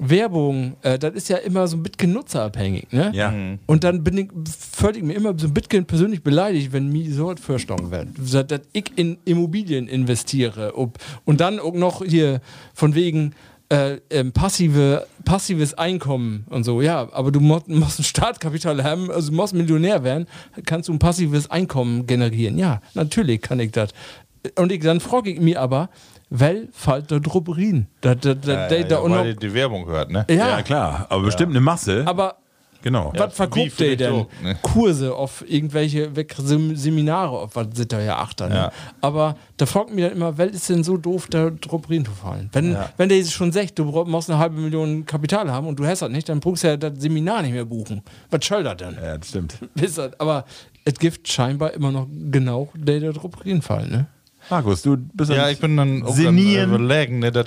Speaker 4: Werbung, äh, das ist ja immer so ein bisschen nutzerabhängig, ne?
Speaker 2: Ja.
Speaker 4: Und dann bin ich völlig mir immer so ein bisschen persönlich beleidigt, wenn mir so was vorgestellt wird. Dass dass ich in Immobilien investiere. Ob, und dann auch noch hier von wegen äh, ähm, passive, passives Einkommen und so. Ja, aber du mo- musst ein Startkapital haben, also du musst Millionär werden, kannst du ein passives Einkommen generieren. Ja, natürlich kann ich das. Und ich, dann frage ich mich aber, weil fällt da Droperien? Da, da, da, da,
Speaker 3: Äh,
Speaker 4: da
Speaker 3: ja,
Speaker 4: und noch,
Speaker 3: weil die, die Werbung hört, ne?
Speaker 4: ja,
Speaker 2: Ja, klar, aber bestimmt eine Masse.
Speaker 4: aber
Speaker 2: genau.
Speaker 4: was
Speaker 3: wie
Speaker 4: verkauft der
Speaker 3: vielleicht
Speaker 4: denn?
Speaker 3: auch, ne?
Speaker 4: Kurse auf irgendwelche Weg- Sem Seminare, auf was sind da ja Achter. Ne? Aber da fragt mich dann immer, wer ist denn so doof, da drauf rein zu fallen? Wenn, wenn der schon sagt, du brauch- musst eine halbe Million Kapital haben und du hast das nicht, dann brauchst du ja das Seminar nicht mehr buchen. Was soll das denn?
Speaker 2: Ja, das stimmt.
Speaker 4: Wisst ihr, Aber es gibt scheinbar immer noch genau der, der drauf reinfallen. Ne?
Speaker 2: Markus, du bist
Speaker 3: Ja,
Speaker 2: ein-
Speaker 3: ich bin dann auch
Speaker 2: Senieren.
Speaker 3: am äh, überlegen, ne, das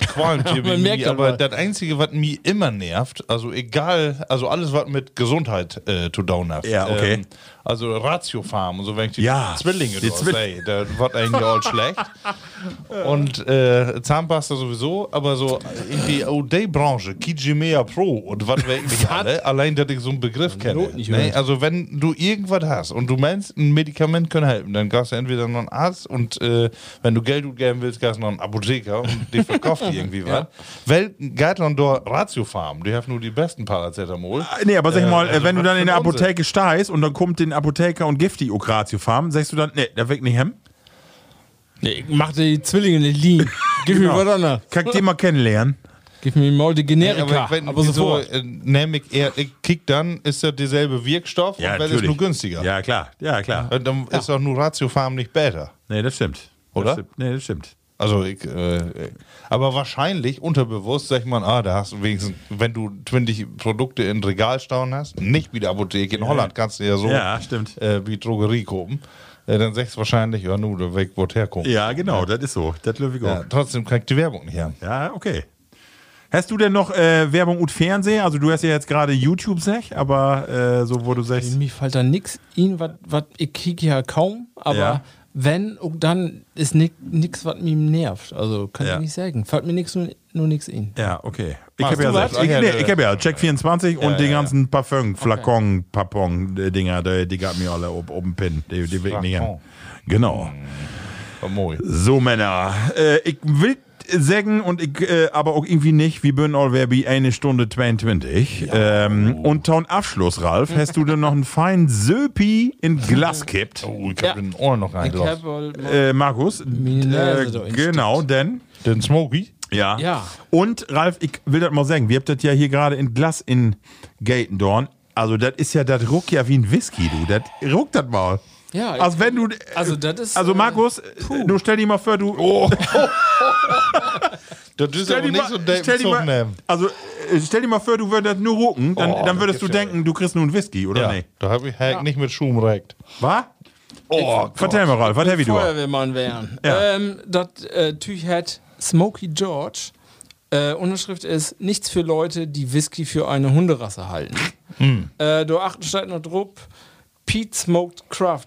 Speaker 3: qualmt hier bei
Speaker 4: Man merkt
Speaker 3: mir, aber
Speaker 4: aber.
Speaker 3: das Einzige, was mir immer nervt, also egal, also alles, was mit Gesundheit äh, to down hat.
Speaker 2: Ja, okay.
Speaker 3: also Ratiofarm und so, wenn ich die
Speaker 2: Ja,
Speaker 3: Zwillinge
Speaker 2: die
Speaker 3: draus,
Speaker 2: Zwill-
Speaker 3: ey, da wird eigentlich all schlecht. Und äh, Zahnpasta sowieso, aber so irgendwie OD-Branche, Kijimea Pro und was weiß ich alle, allein, dass ich so einen Begriff kenne.
Speaker 4: Not nicht
Speaker 3: Ne?
Speaker 4: gehört.
Speaker 3: Also wenn du irgendwas hast und du meinst, ein Medikament kann helfen, dann gehst du entweder noch einen Arzt und äh, wenn du Geld gut geben willst, gehst du noch einen Apotheker und die verkauft dir irgendwie was. Weil geht dann dort Ratiofarm, die haben nur die besten Paracetamol.
Speaker 2: Ah, Nee, aber sag
Speaker 3: Äh,
Speaker 2: mal,
Speaker 3: also
Speaker 2: wenn du
Speaker 3: was
Speaker 2: dann
Speaker 3: für
Speaker 2: in der
Speaker 3: ein Unsinn.
Speaker 2: Apotheke steigst und dann kommt den Apotheker und Gifti Okratio Farm, sagst du dann, nee, der weg nicht hem.
Speaker 4: Nee, ich mach die Zwillinge nicht liegen. Gib
Speaker 3: Genau.
Speaker 4: mir was anderes.
Speaker 2: Kann ich den mal kennenlernen?
Speaker 4: Gib mir mal die
Speaker 3: Ja,
Speaker 4: Generika.
Speaker 3: aber
Speaker 4: aber,
Speaker 3: wenn, aber wieso,
Speaker 4: sofort.
Speaker 3: äh, nehme ich eher, ich kick dann, ist das derselbe Wirkstoff und wenn ist nur günstiger.
Speaker 2: Ja, klar, ja, klar.
Speaker 3: Äh, Dann ist auch nur Ratiofarm nicht besser.
Speaker 2: Nee, das stimmt.
Speaker 3: Oder?
Speaker 2: Das stimmt. Nee, das stimmt.
Speaker 3: Also ich, äh, aber wahrscheinlich unterbewusst sagt man, ah, da hast du wenigstens, wenn du 20 Produkte in Regal stauen hast, nicht wie die Apotheke in Holland, kannst du ja so
Speaker 2: Ja, stimmt.
Speaker 3: äh, wie Drogerie kommen, äh, dann sagst du wahrscheinlich, ja, nu, der Weg wird herkommen.
Speaker 2: Ja, genau, das ist so. Das löwe ich
Speaker 3: Ja,
Speaker 2: auch.
Speaker 3: trotzdem kann ich die Werbung nicht haben.
Speaker 2: Ja, okay. Hast du denn noch äh, Werbung und Fernsehen? Also du hast ja jetzt gerade YouTube sech, aber äh, so wo du sagst,
Speaker 4: Mir fällt da nichts in, was ich kriege ja kaum, aber
Speaker 2: Ja.
Speaker 4: wenn, auch dann ist nichts, was mich nervt. Also kann
Speaker 2: Ja.
Speaker 4: ich nicht sagen. Fällt mir nichts nur, nur nichts in.
Speaker 2: ja, okay. Ich
Speaker 3: Machst
Speaker 2: habe ja,
Speaker 3: du was?
Speaker 2: selbst- ich, nee, ich hab ja Check 24 und
Speaker 3: ja,
Speaker 2: den
Speaker 3: ja.
Speaker 2: ganzen Parfum, Flakon, Papon, äh, Dinger, die, die gab mir alle ob, oben Pin, die, die will ich nicht haben.
Speaker 3: Flakon.
Speaker 2: Genau.
Speaker 3: Aber moi.
Speaker 2: So Männer, äh, ich will sagen und ich, äh, aber auch irgendwie nicht, wir bin all werbi eine Stunde 22. Ähm, und taun Abschluss, Ralf, hast du denn noch einen feinen Söpi in Glas kippt?
Speaker 3: Oh, ich
Speaker 4: Ja.
Speaker 3: hab den Ohr noch
Speaker 4: Ich
Speaker 3: reingelassen.
Speaker 4: hab wohl-
Speaker 2: Äh, Markus,
Speaker 4: Nase
Speaker 2: äh,
Speaker 4: da in
Speaker 2: genau, denn
Speaker 3: Den Smokey?
Speaker 2: ja.
Speaker 4: Ja.
Speaker 2: Und Ralf, ich will das mal sagen, wir habt das ja hier gerade in Glas in Gatendorn. Also das ist ja, das ruckt ja wie ein Whisky, du. Das ruckt das mal.
Speaker 4: Ja,
Speaker 2: Also
Speaker 4: ich-
Speaker 2: wenn du,
Speaker 4: also das ist,
Speaker 2: also
Speaker 4: äh,
Speaker 2: Markus, du stell dir mal vor, du,
Speaker 3: Das ist aber
Speaker 2: dir
Speaker 3: Oh, nicht
Speaker 2: mal-
Speaker 3: so David
Speaker 2: stell dir
Speaker 3: Zock
Speaker 2: mal,
Speaker 3: nehmen.
Speaker 2: also äh, stell dir mal vor, du würdest das nur rucken, dann,
Speaker 3: Oh,
Speaker 2: dann
Speaker 3: das
Speaker 2: würdest du
Speaker 3: gibt's ja
Speaker 2: denken, du kriegst nur einen Whisky, oder
Speaker 3: Ja,
Speaker 2: nicht?
Speaker 3: da hab ich Hack nicht mit Schuhen reicht.
Speaker 2: Wa?
Speaker 3: Oh,
Speaker 2: Vertell mal, Ralf, was hab ich du?
Speaker 4: Feuerwehrmann wären.
Speaker 2: Ja.
Speaker 4: Ähm, das äh, Tüch hat Smokey George. Äh, Unterschrift ist nichts für Leute, die Whisky für eine Hunderasse halten.
Speaker 2: Hm.
Speaker 4: Äh, du Achtenstein und Drupp, Pete Smoked Craft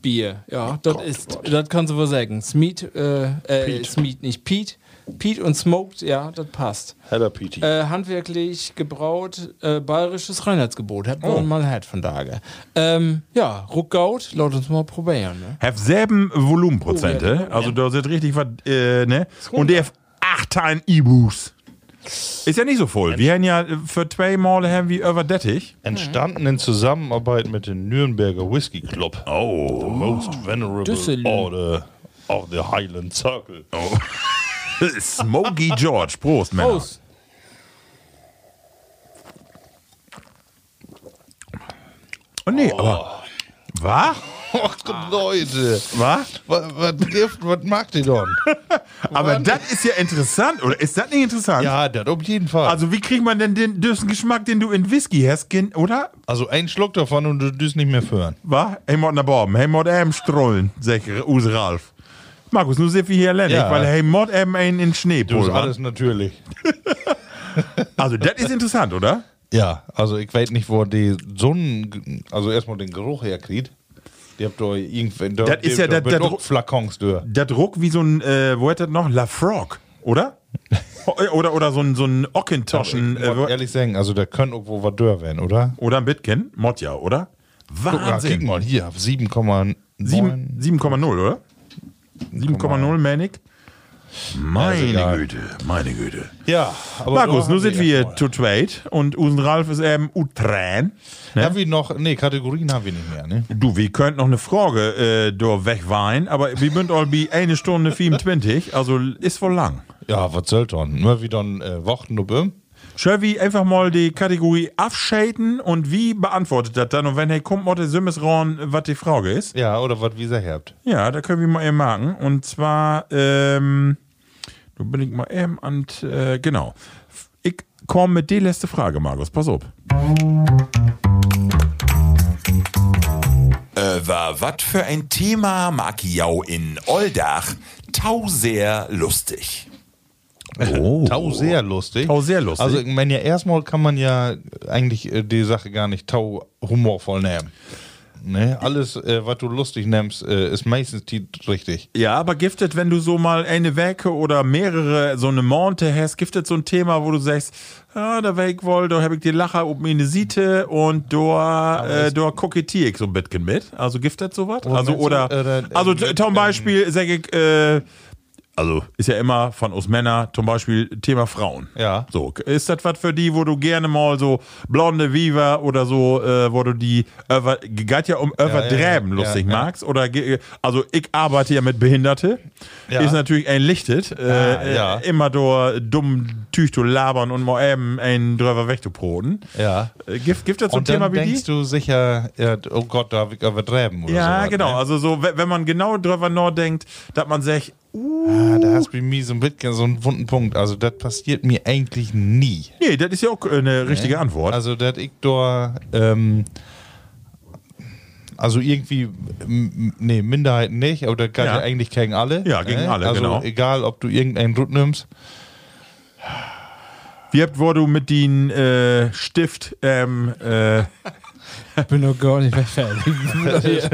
Speaker 4: Bier. Ja, das ist, das kannst du wohl sagen. Smeet, äh, äh, Smeet, nicht Pete. Pete und Smoked, ja, das passt.
Speaker 3: Heller Piti.
Speaker 4: Äh, handwerklich gebraut, äh, bayerisches Reinheitsgebot. Hat
Speaker 2: Oh.
Speaker 4: man mal hat von daher. Ähm, ja, Ruckgaut, laut uns mal probieren. Ne?
Speaker 2: Have selben Volumenprozente,
Speaker 4: Oh, ja.
Speaker 2: also da sind richtig was, äh, ne? Und der hat 8 Teil E-Boost. Ist ja nicht so voll. Wir haben ja äh, für zwei Male haben wir über Dettich.
Speaker 3: Entstanden in Zusammenarbeit mit dem Nürnberger Whisky Club. Oh. The most venerable
Speaker 4: Düsseldorf.
Speaker 3: order of the Highland Circle.
Speaker 2: Oh. Smokey George. Prost, Männer.
Speaker 4: Prost.
Speaker 2: Oh nee, aber. Was?
Speaker 3: Ach, Leute.
Speaker 2: Was?
Speaker 3: Was, was Gift, was mag die denn?
Speaker 2: Aber das ist ja interessant, oder? Ist das nicht interessant?
Speaker 3: Ja, das auf jeden Fall. Also,
Speaker 2: Also, wie kriegt man denn den düssen Geschmack, den du in Whisky hast, gen- oder?
Speaker 3: also ein Schluck davon und du düst nicht mehr föhren.
Speaker 2: Was? Hey, Mord na Borben. Hey, Mord eben strollen, sagt Us Ralf. Markus, nur sehr viel hier lernen,
Speaker 3: Ja.
Speaker 2: weil hey, Mord eben einen in Schnee
Speaker 3: Du ist
Speaker 2: pulvern.
Speaker 3: alles natürlich.
Speaker 2: Also, das ist interessant, oder?
Speaker 3: Ja, also ich weiß nicht, wo die so einen, also erstmal den Geruch herkriegt. Die habt doch irgendwann
Speaker 2: Das ist ja der- der Druck-
Speaker 3: Flakons durch.
Speaker 2: Der Druck wie so ein, äh, wo hätte das noch? La Frog, oder? oder, oder so ein, so ein Ockentoschen.
Speaker 3: Ich muss
Speaker 2: Äh,
Speaker 3: ehrlich sagen, also da können irgendwo was durch werden, oder?
Speaker 2: oder ein Bitken? Mord ja, oder?
Speaker 3: Guck mal, guck
Speaker 2: Wahnsinn.
Speaker 3: mal hier, 7,9.
Speaker 2: Sieben- 7,0, oder? 7,0 Manic. Meine
Speaker 3: egal.
Speaker 2: Güte, meine Güte.
Speaker 3: Ja, aber
Speaker 2: Markus,
Speaker 3: so
Speaker 2: nun
Speaker 3: haben
Speaker 2: sind wir
Speaker 3: erstmal.
Speaker 2: to trade und Usen Ralf ist eben Utran.
Speaker 3: ne? Haben wir noch, nee, Kategorien haben wir nicht mehr, ne?
Speaker 2: Du, wir könnten noch eine Frage äh, durch wegweinen, aber wir sind all bei eine Stunde 24, also ist voll lang.
Speaker 3: Ja, was soll denn? Nur wieder ein äh, Wochennuppe.
Speaker 2: Shelby, einfach mal die Kategorie abschäden und wie beantwortet das dann? Und wenn hey, kommt mal der Simmes ran, was die Frage ist?
Speaker 3: Ja, oder was wie sie habt.
Speaker 2: Ja, da können wir mal eben machen. Und zwar, ähm, du bin ich mal eben an, äh, genau. Ich komme mit die letzte Frage, Markus, pass auf.
Speaker 7: Über Äh, wat für ein Thema mag Jau in Oldach tau sehr lustig.
Speaker 2: Oh.
Speaker 3: Tau sehr lustig.
Speaker 2: Tau sehr lustig.
Speaker 3: Also, ich meine, ja, erstmal kann man ja eigentlich äh, die Sache gar nicht tau humorvoll nehmen. Ne? Alles, äh, was du lustig nimmst, äh, ist meistens die richtig.
Speaker 2: Ja, aber giftet, wenn du so mal eine Werke oder mehrere, so eine Monte hast, giftet so ein Thema, wo du sagst, ah, da wär ich wohl, da hab ich die Lacher oben in die Siete und da, äh, da kokettier ich so ein bisschen mit. Also giftet sowas?
Speaker 3: Oder
Speaker 2: Also,
Speaker 3: meinst du,
Speaker 2: oder,
Speaker 3: äh, da-
Speaker 2: also
Speaker 3: äh,
Speaker 2: t-
Speaker 3: mit,
Speaker 2: zum
Speaker 3: ähm,
Speaker 2: Beispiel sag ich, äh, also ist ja immer von uns Männer zum Beispiel Thema Frauen.
Speaker 3: Ja.
Speaker 2: So, ist das was für die, wo du gerne mal so blonde Viva oder so, äh, wo du die, över, geht ja um Överdräben
Speaker 3: ja,
Speaker 2: lustig
Speaker 3: ja, ja.
Speaker 2: magst? Oder, ge- also ich arbeite ja mit Behinderte,
Speaker 3: Ja. Ah,
Speaker 2: ist natürlich ein Lichtet, äh, äh,
Speaker 3: ja.
Speaker 2: immer durch dumm Tüch zu labern und mal eben einen drüber wegzuproten.
Speaker 3: Ja.
Speaker 2: Äh, Gift, Gift dazu
Speaker 3: Und
Speaker 2: Thema
Speaker 3: dann
Speaker 2: wie die?
Speaker 3: denkst du sicher, ja, oh Gott, da habe ich übertreiben oder
Speaker 2: ja,
Speaker 3: sowas,
Speaker 2: genau.
Speaker 3: Ne?
Speaker 2: Also so, we- wenn man genau drüber nachdenkt, dass man sagt,
Speaker 3: Ah, da hast du bei mir so ein bisschen so einen wunden Punkt. Also, das passiert mir eigentlich nie.
Speaker 2: nee, das ist ja auch äh, eine richtige Antwort.
Speaker 3: Also, dass ich da, ähm, also irgendwie, m- nee, Minderheiten nicht, aber das kann
Speaker 2: Ja.
Speaker 3: ja. eigentlich gegen alle.
Speaker 2: Ja, gegen alle,
Speaker 3: also
Speaker 2: genau.
Speaker 3: egal, ob du irgendeinen Rut nimmst.
Speaker 2: Wie habt wo du mit den äh, Stift ähm, äh,
Speaker 4: Ich bin noch gar nicht mehr fertig.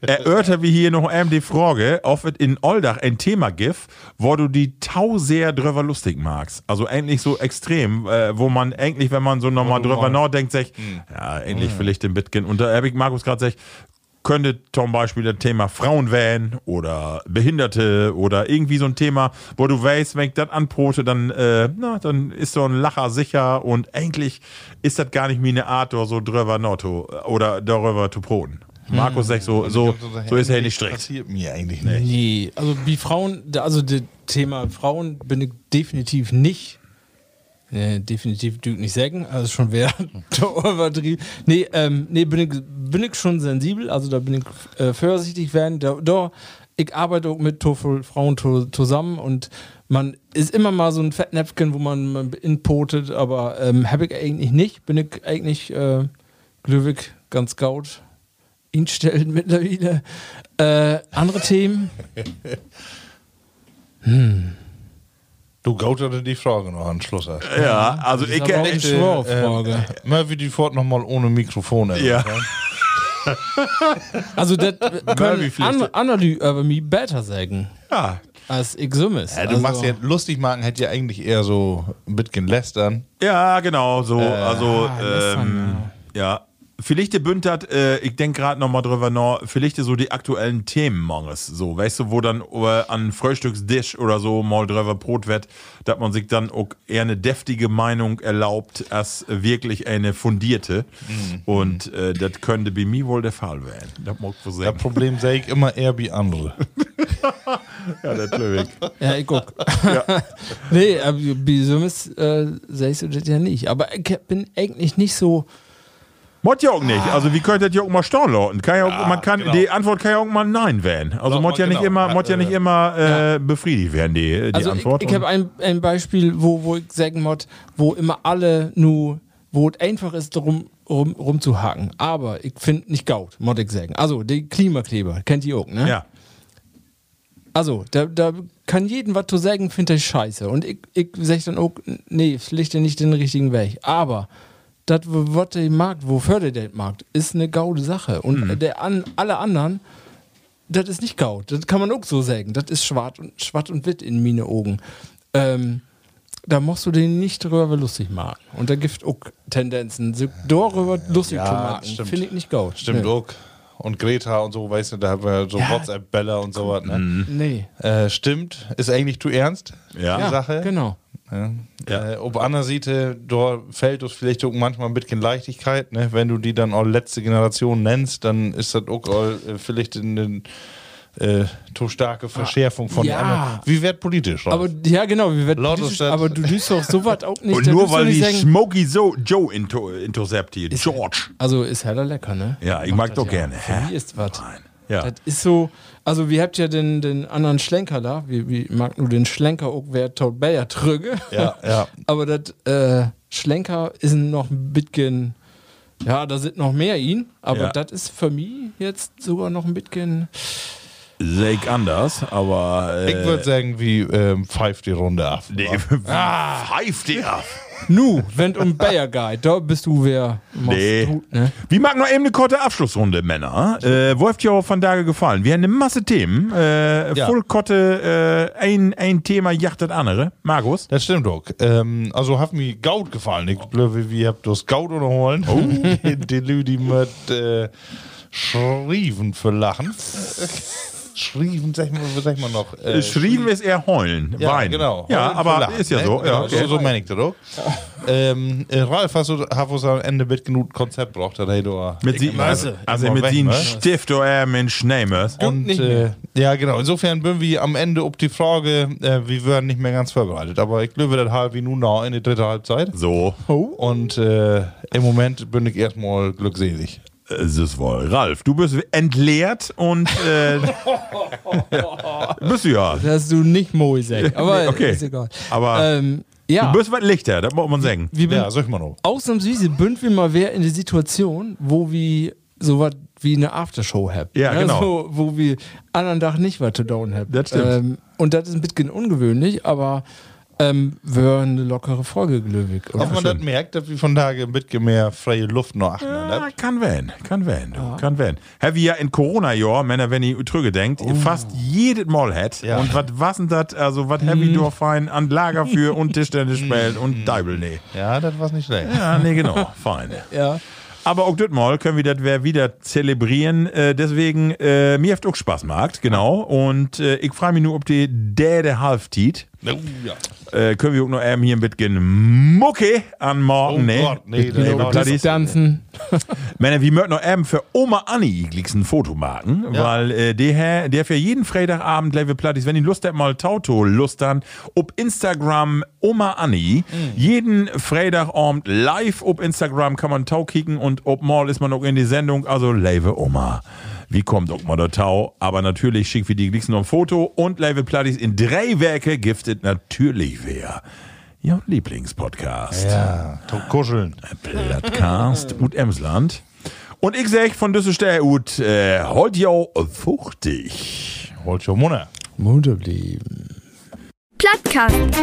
Speaker 2: erörtern wir hier noch eben die Frage, ob es in Oldach ein Thema gibt, wo du die Tau sehr drüber lustig magst. Also eigentlich so extrem, äh, wo man eigentlich, wenn man so nochmal drüber nachdenkt, sagt, ja, eigentlich will ich den Bitgen. Und da habe ich Markus gerade gesagt, könnte zum Beispiel das Thema Frauen wählen oder Behinderte oder irgendwie so ein Thema, wo du weißt, wenn ich das anprote, dann, äh, na, dann ist so ein Lacher sicher und eigentlich ist das gar nicht meine Art, da so drüber notto oder darüber zu proten. Markus sagt so, so, so ist er nicht strikt.
Speaker 3: passiert mir eigentlich nicht.
Speaker 4: Nee, also wie Frauen, da- also das Thema Frauen bin ich definitiv nicht. Nee, definitiv Duke nicht sagen, also schon wer übertrieben. Nee, ähm, nee bin, ich, bin ich schon sensibel, also da bin ich äh, vorsichtig werden. Da, da, ich arbeite auch mit Tuffel, Frauen to, zusammen und man ist immer mal so ein Fettnäpfchen, wo man, man inpotet, aber ähm, habe ich eigentlich nicht. Bin ich eigentlich äh, glücklich, ganz gaut, instellend mittlerweile. Äh, andere Themen.
Speaker 3: Du gauterte die Frage noch an Schluss. ab.
Speaker 2: Ja, also ich,
Speaker 4: aber auch eine
Speaker 2: ich,
Speaker 4: Schwörfrage.
Speaker 3: Murphy, die fort nochmal ohne Mikrofon. Alter.
Speaker 2: Ja.
Speaker 4: Also, das können
Speaker 2: Murphy-Pflicht.
Speaker 4: An Analy über mich besser sagen,
Speaker 2: ja,
Speaker 4: als ich summes.
Speaker 3: Ja, du
Speaker 4: also,
Speaker 3: machst ja lustig machen, hätte ja eigentlich eher so ein bisschen lästern.
Speaker 2: Äh, ja, genau, so, also,
Speaker 4: lästern,
Speaker 2: ähm, ja, Vielleicht bündert, äh, ich denke gerade nochmal drüber nach, vielleicht so die aktuellen Themen morgens. So, weißt du, wo dann äh, an Frühstückstisch oder so mal drüber Brot wird, dass man sich dann auch eher eine deftige Meinung erlaubt, als wirklich eine fundierte. Und äh, das könnte bei mir wohl der Fall werden. Das mag ich wohl
Speaker 3: Das
Speaker 2: sagen.
Speaker 3: Problem sehe ich immer eher wie andere.
Speaker 2: Ja, das glaub ich.
Speaker 4: Ja, ich guck. nee, aber wieso ist, äh, sagst du das ja nicht. Aber ich bin eigentlich nicht so.
Speaker 2: Mott ja auch nicht. Also wie könnte das ja auch mal staunen lauten? Kann ja auch, man kann,
Speaker 3: Ah. genau.
Speaker 2: Die Antwort kann ja auch mal Nein werden. Also
Speaker 3: Doch,
Speaker 2: Mott ja
Speaker 3: genau.
Speaker 2: nicht immer, Mott ja
Speaker 3: Äh,
Speaker 2: nicht immer äh, befriedigt werden, die, die
Speaker 4: Also, ich,
Speaker 2: Antwort.
Speaker 4: ich habe ein, ein Beispiel, wo, wo ich sagen muss, wo immer alle nur, wo es einfach ist, drum rum, rumzuhaken. Aber ich finde nicht gaut, muss ich sagen. Also, die Klimakleber, kennt ihr auch, ne?
Speaker 2: ja.
Speaker 4: Also, da, da kann jeden was zu sagen, finde ich scheiße. Und ich, ich sage dann auch, nee, schlicht nicht den richtigen Weg. Aber das, was der Markt, wofür der den Markt, ist eine gaude Sache. Und
Speaker 3: Mhm.
Speaker 4: der an, alle anderen, das ist nicht gaud. Das kann man auch so sagen. Das ist schwarz und, schwarz und witt in meine Augen. Ähm, da musst du den nicht drüber lustig machen. Und da gibt auch Tendenzen. So Darüber lustig zu machen,
Speaker 3: stimmt.
Speaker 4: finde ich nicht gaud.
Speaker 3: Stimmt, Druck. Und Greta und so, weißt du, da haben wir halt so
Speaker 4: Ja.
Speaker 3: WhatsApp-Bälle und sowas. Ne?
Speaker 4: Nee.
Speaker 3: Äh, stimmt, ist eigentlich zu ernst,
Speaker 2: Mhm. Ja.
Speaker 3: die
Speaker 2: Ja,
Speaker 3: Sache.
Speaker 4: Genau.
Speaker 3: Ja. Äh, ob anderer Seite, da fällt es vielleicht auch manchmal ein bisschen Leichtigkeit. Ne? Wenn du die dann auch letzte Generation nennst, dann ist das auch all, äh, vielleicht eine äh, zu starke Verschärfung von
Speaker 4: Ja.
Speaker 3: anderen. Wie wird politisch? Ralf?
Speaker 4: Aber ja, genau, wir werden
Speaker 3: Laut
Speaker 4: politisch,
Speaker 3: ist das-
Speaker 4: aber du düst doch sowas auch nicht.
Speaker 2: Und
Speaker 4: da
Speaker 2: nur
Speaker 4: dürfst du
Speaker 2: weil
Speaker 4: nicht
Speaker 2: die
Speaker 4: sagen,
Speaker 2: Smokey so Joe into, intercept hier, George.
Speaker 4: Also ist heller lecker, ne?
Speaker 2: Ja, ich mag doch gerne.
Speaker 4: Für mich ist was.
Speaker 2: Ja.
Speaker 4: Das ist so, also wir habt ja den, den anderen Schlenker da, wie, wie mag nur den Schlenker auch wer tot Bayer trüge.
Speaker 3: Ja, ja.
Speaker 4: Aber das äh, Schlenker ist noch ein bisschen, ja, da sind noch mehr ihn, aber
Speaker 2: Ja.
Speaker 4: das ist für mich jetzt sogar noch ein bisschen,
Speaker 2: Sehe ich anders, aber.
Speaker 3: ich
Speaker 2: Äh,
Speaker 3: würde sagen, wie ähm, pfeift die Runde ab.
Speaker 2: nee,
Speaker 3: Ah.
Speaker 2: pfeift ihr ab.
Speaker 4: nu, wenn um Bayer geht, da bist du wer, machst
Speaker 2: Nee.
Speaker 4: du, ne?
Speaker 2: Wie mag noch eben eine kurze Abschlussrunde, Männer? Äh, wo habt ihr von da gefallen? Wir haben eine Masse Themen. Äh,
Speaker 3: Ja.
Speaker 2: Full Kotte, äh, ein, ein Thema jagt das andere. Markus?
Speaker 3: Das stimmt doch. Ähm, also hat mir Gaut gefallen. Ich glaube, wir habt das Gaut unterholen. Oh. die Leute die mit äh, Schrieven für Lachen. Schrieven, sag ich mal, was sag ich mal noch? Äh,
Speaker 2: Schrieben ist eher heulen,
Speaker 3: ja,
Speaker 2: weinen.
Speaker 3: genau.
Speaker 2: Ja,
Speaker 3: Heulen für
Speaker 2: aber
Speaker 3: Lachen,
Speaker 2: ist ja
Speaker 3: ne?
Speaker 2: so. Ja,
Speaker 3: Genau,
Speaker 2: okay.
Speaker 3: So, so meine ich das auch. ähm, äh, Ralf, hast du, hast du am Ende mit genug Konzept braucht, dass hey, du
Speaker 2: Mit sie,
Speaker 3: Ich weiß
Speaker 2: also,
Speaker 3: es.
Speaker 2: also
Speaker 3: Ich
Speaker 2: mit
Speaker 3: mach
Speaker 2: sie
Speaker 3: weg, ne?
Speaker 2: Stift oh, oder Mensch Name.
Speaker 3: Und
Speaker 4: nicht
Speaker 3: äh, ja, genau. Insofern bin wir am Ende ob die Frage, äh, wir wären nicht mehr ganz vorbereitet. Aber ich glaube, das halb wie nun noch in die dritte Halbzeit.
Speaker 2: So,
Speaker 3: Und äh, im Moment bin ich erstmal glückselig.
Speaker 2: es ist wohl. Ralf, du bist entleert und äh, bist du ja.
Speaker 4: Das hast du nicht Moe gesagt, aber
Speaker 2: okay.
Speaker 4: ist egal.
Speaker 2: Aber
Speaker 4: ähm, ja.
Speaker 2: Du bist was lichter, das muss man sagen.
Speaker 4: Wir bin,
Speaker 3: Ja, sag ich mal noch.
Speaker 4: ausnahmsweise bünd wir mal wer in die Situation, wo wir sowas wie eine Aftershow haben.
Speaker 2: Ja, genau.
Speaker 4: So, wo wir anderen Tag nicht was zu down haben.
Speaker 2: Das stimmt.
Speaker 4: Ähm, und das ist ein bisschen ungewöhnlich, aber ähm, wäre eine lockere Folge, glücklich.
Speaker 3: Ob man das merkt, dass wir von Tage mit mehr freie Luft noch achten.
Speaker 2: Ja, Ah, kann werden, kann werden, du, kann werden. Hab ich ja in Corona-Jahr, Männer, wenn ihr drüber denkt, fast jedes Mal hat.
Speaker 3: Oh. Ja. Hm.
Speaker 2: Und was was denn das, also was Heavy Door fein an Lager für und Tischtennis spielt und Deibel, nee.
Speaker 3: Ja, das war nicht schlecht.
Speaker 2: Ja, nee, genau, fein.
Speaker 4: Ja.
Speaker 2: Aber auch das mal können wir das wer wieder zelebrieren. Äh, deswegen, äh, mir hat auch Spaß gemacht, genau. Und äh, ich frage mich nur, ob die der der half tiet.
Speaker 3: Oh, ja.
Speaker 2: Äh, können wir auch noch eben hier ein bisschen Mucke an morgen,
Speaker 3: Oh
Speaker 2: nee.
Speaker 3: Gott, nee,
Speaker 2: Mit-
Speaker 3: das-
Speaker 2: mit
Speaker 3: das-
Speaker 2: Plattis.
Speaker 4: Tanzen.
Speaker 2: Männer, wir möchten noch eben für Oma Anni gleich ein Foto machen, weil äh, der, Herr- der für jeden Freitagabend Level Plattis, wenn die Lust hat, mal Tauto lustern, ob Instagram Oma Anni, jeden Freitagabend live ob Instagram kann man Tau kicken und ob mal ist man auch in die Sendung, also Level Oma. Wie kommt auch mal der Tau? Aber natürlich schickt wir die gleich noch ein Foto und Level Plattis in drei Werke giftet natürlich wer. Ihr Lieblingspodcast.
Speaker 3: Ja, zum kuscheln.
Speaker 2: Plattcast ut Emsland. Und ich sag von dieser Stelle ut äh, holt jo fuchtig.
Speaker 3: Holt schon Monat.
Speaker 4: Munter blieben.
Speaker 1: Plattcast.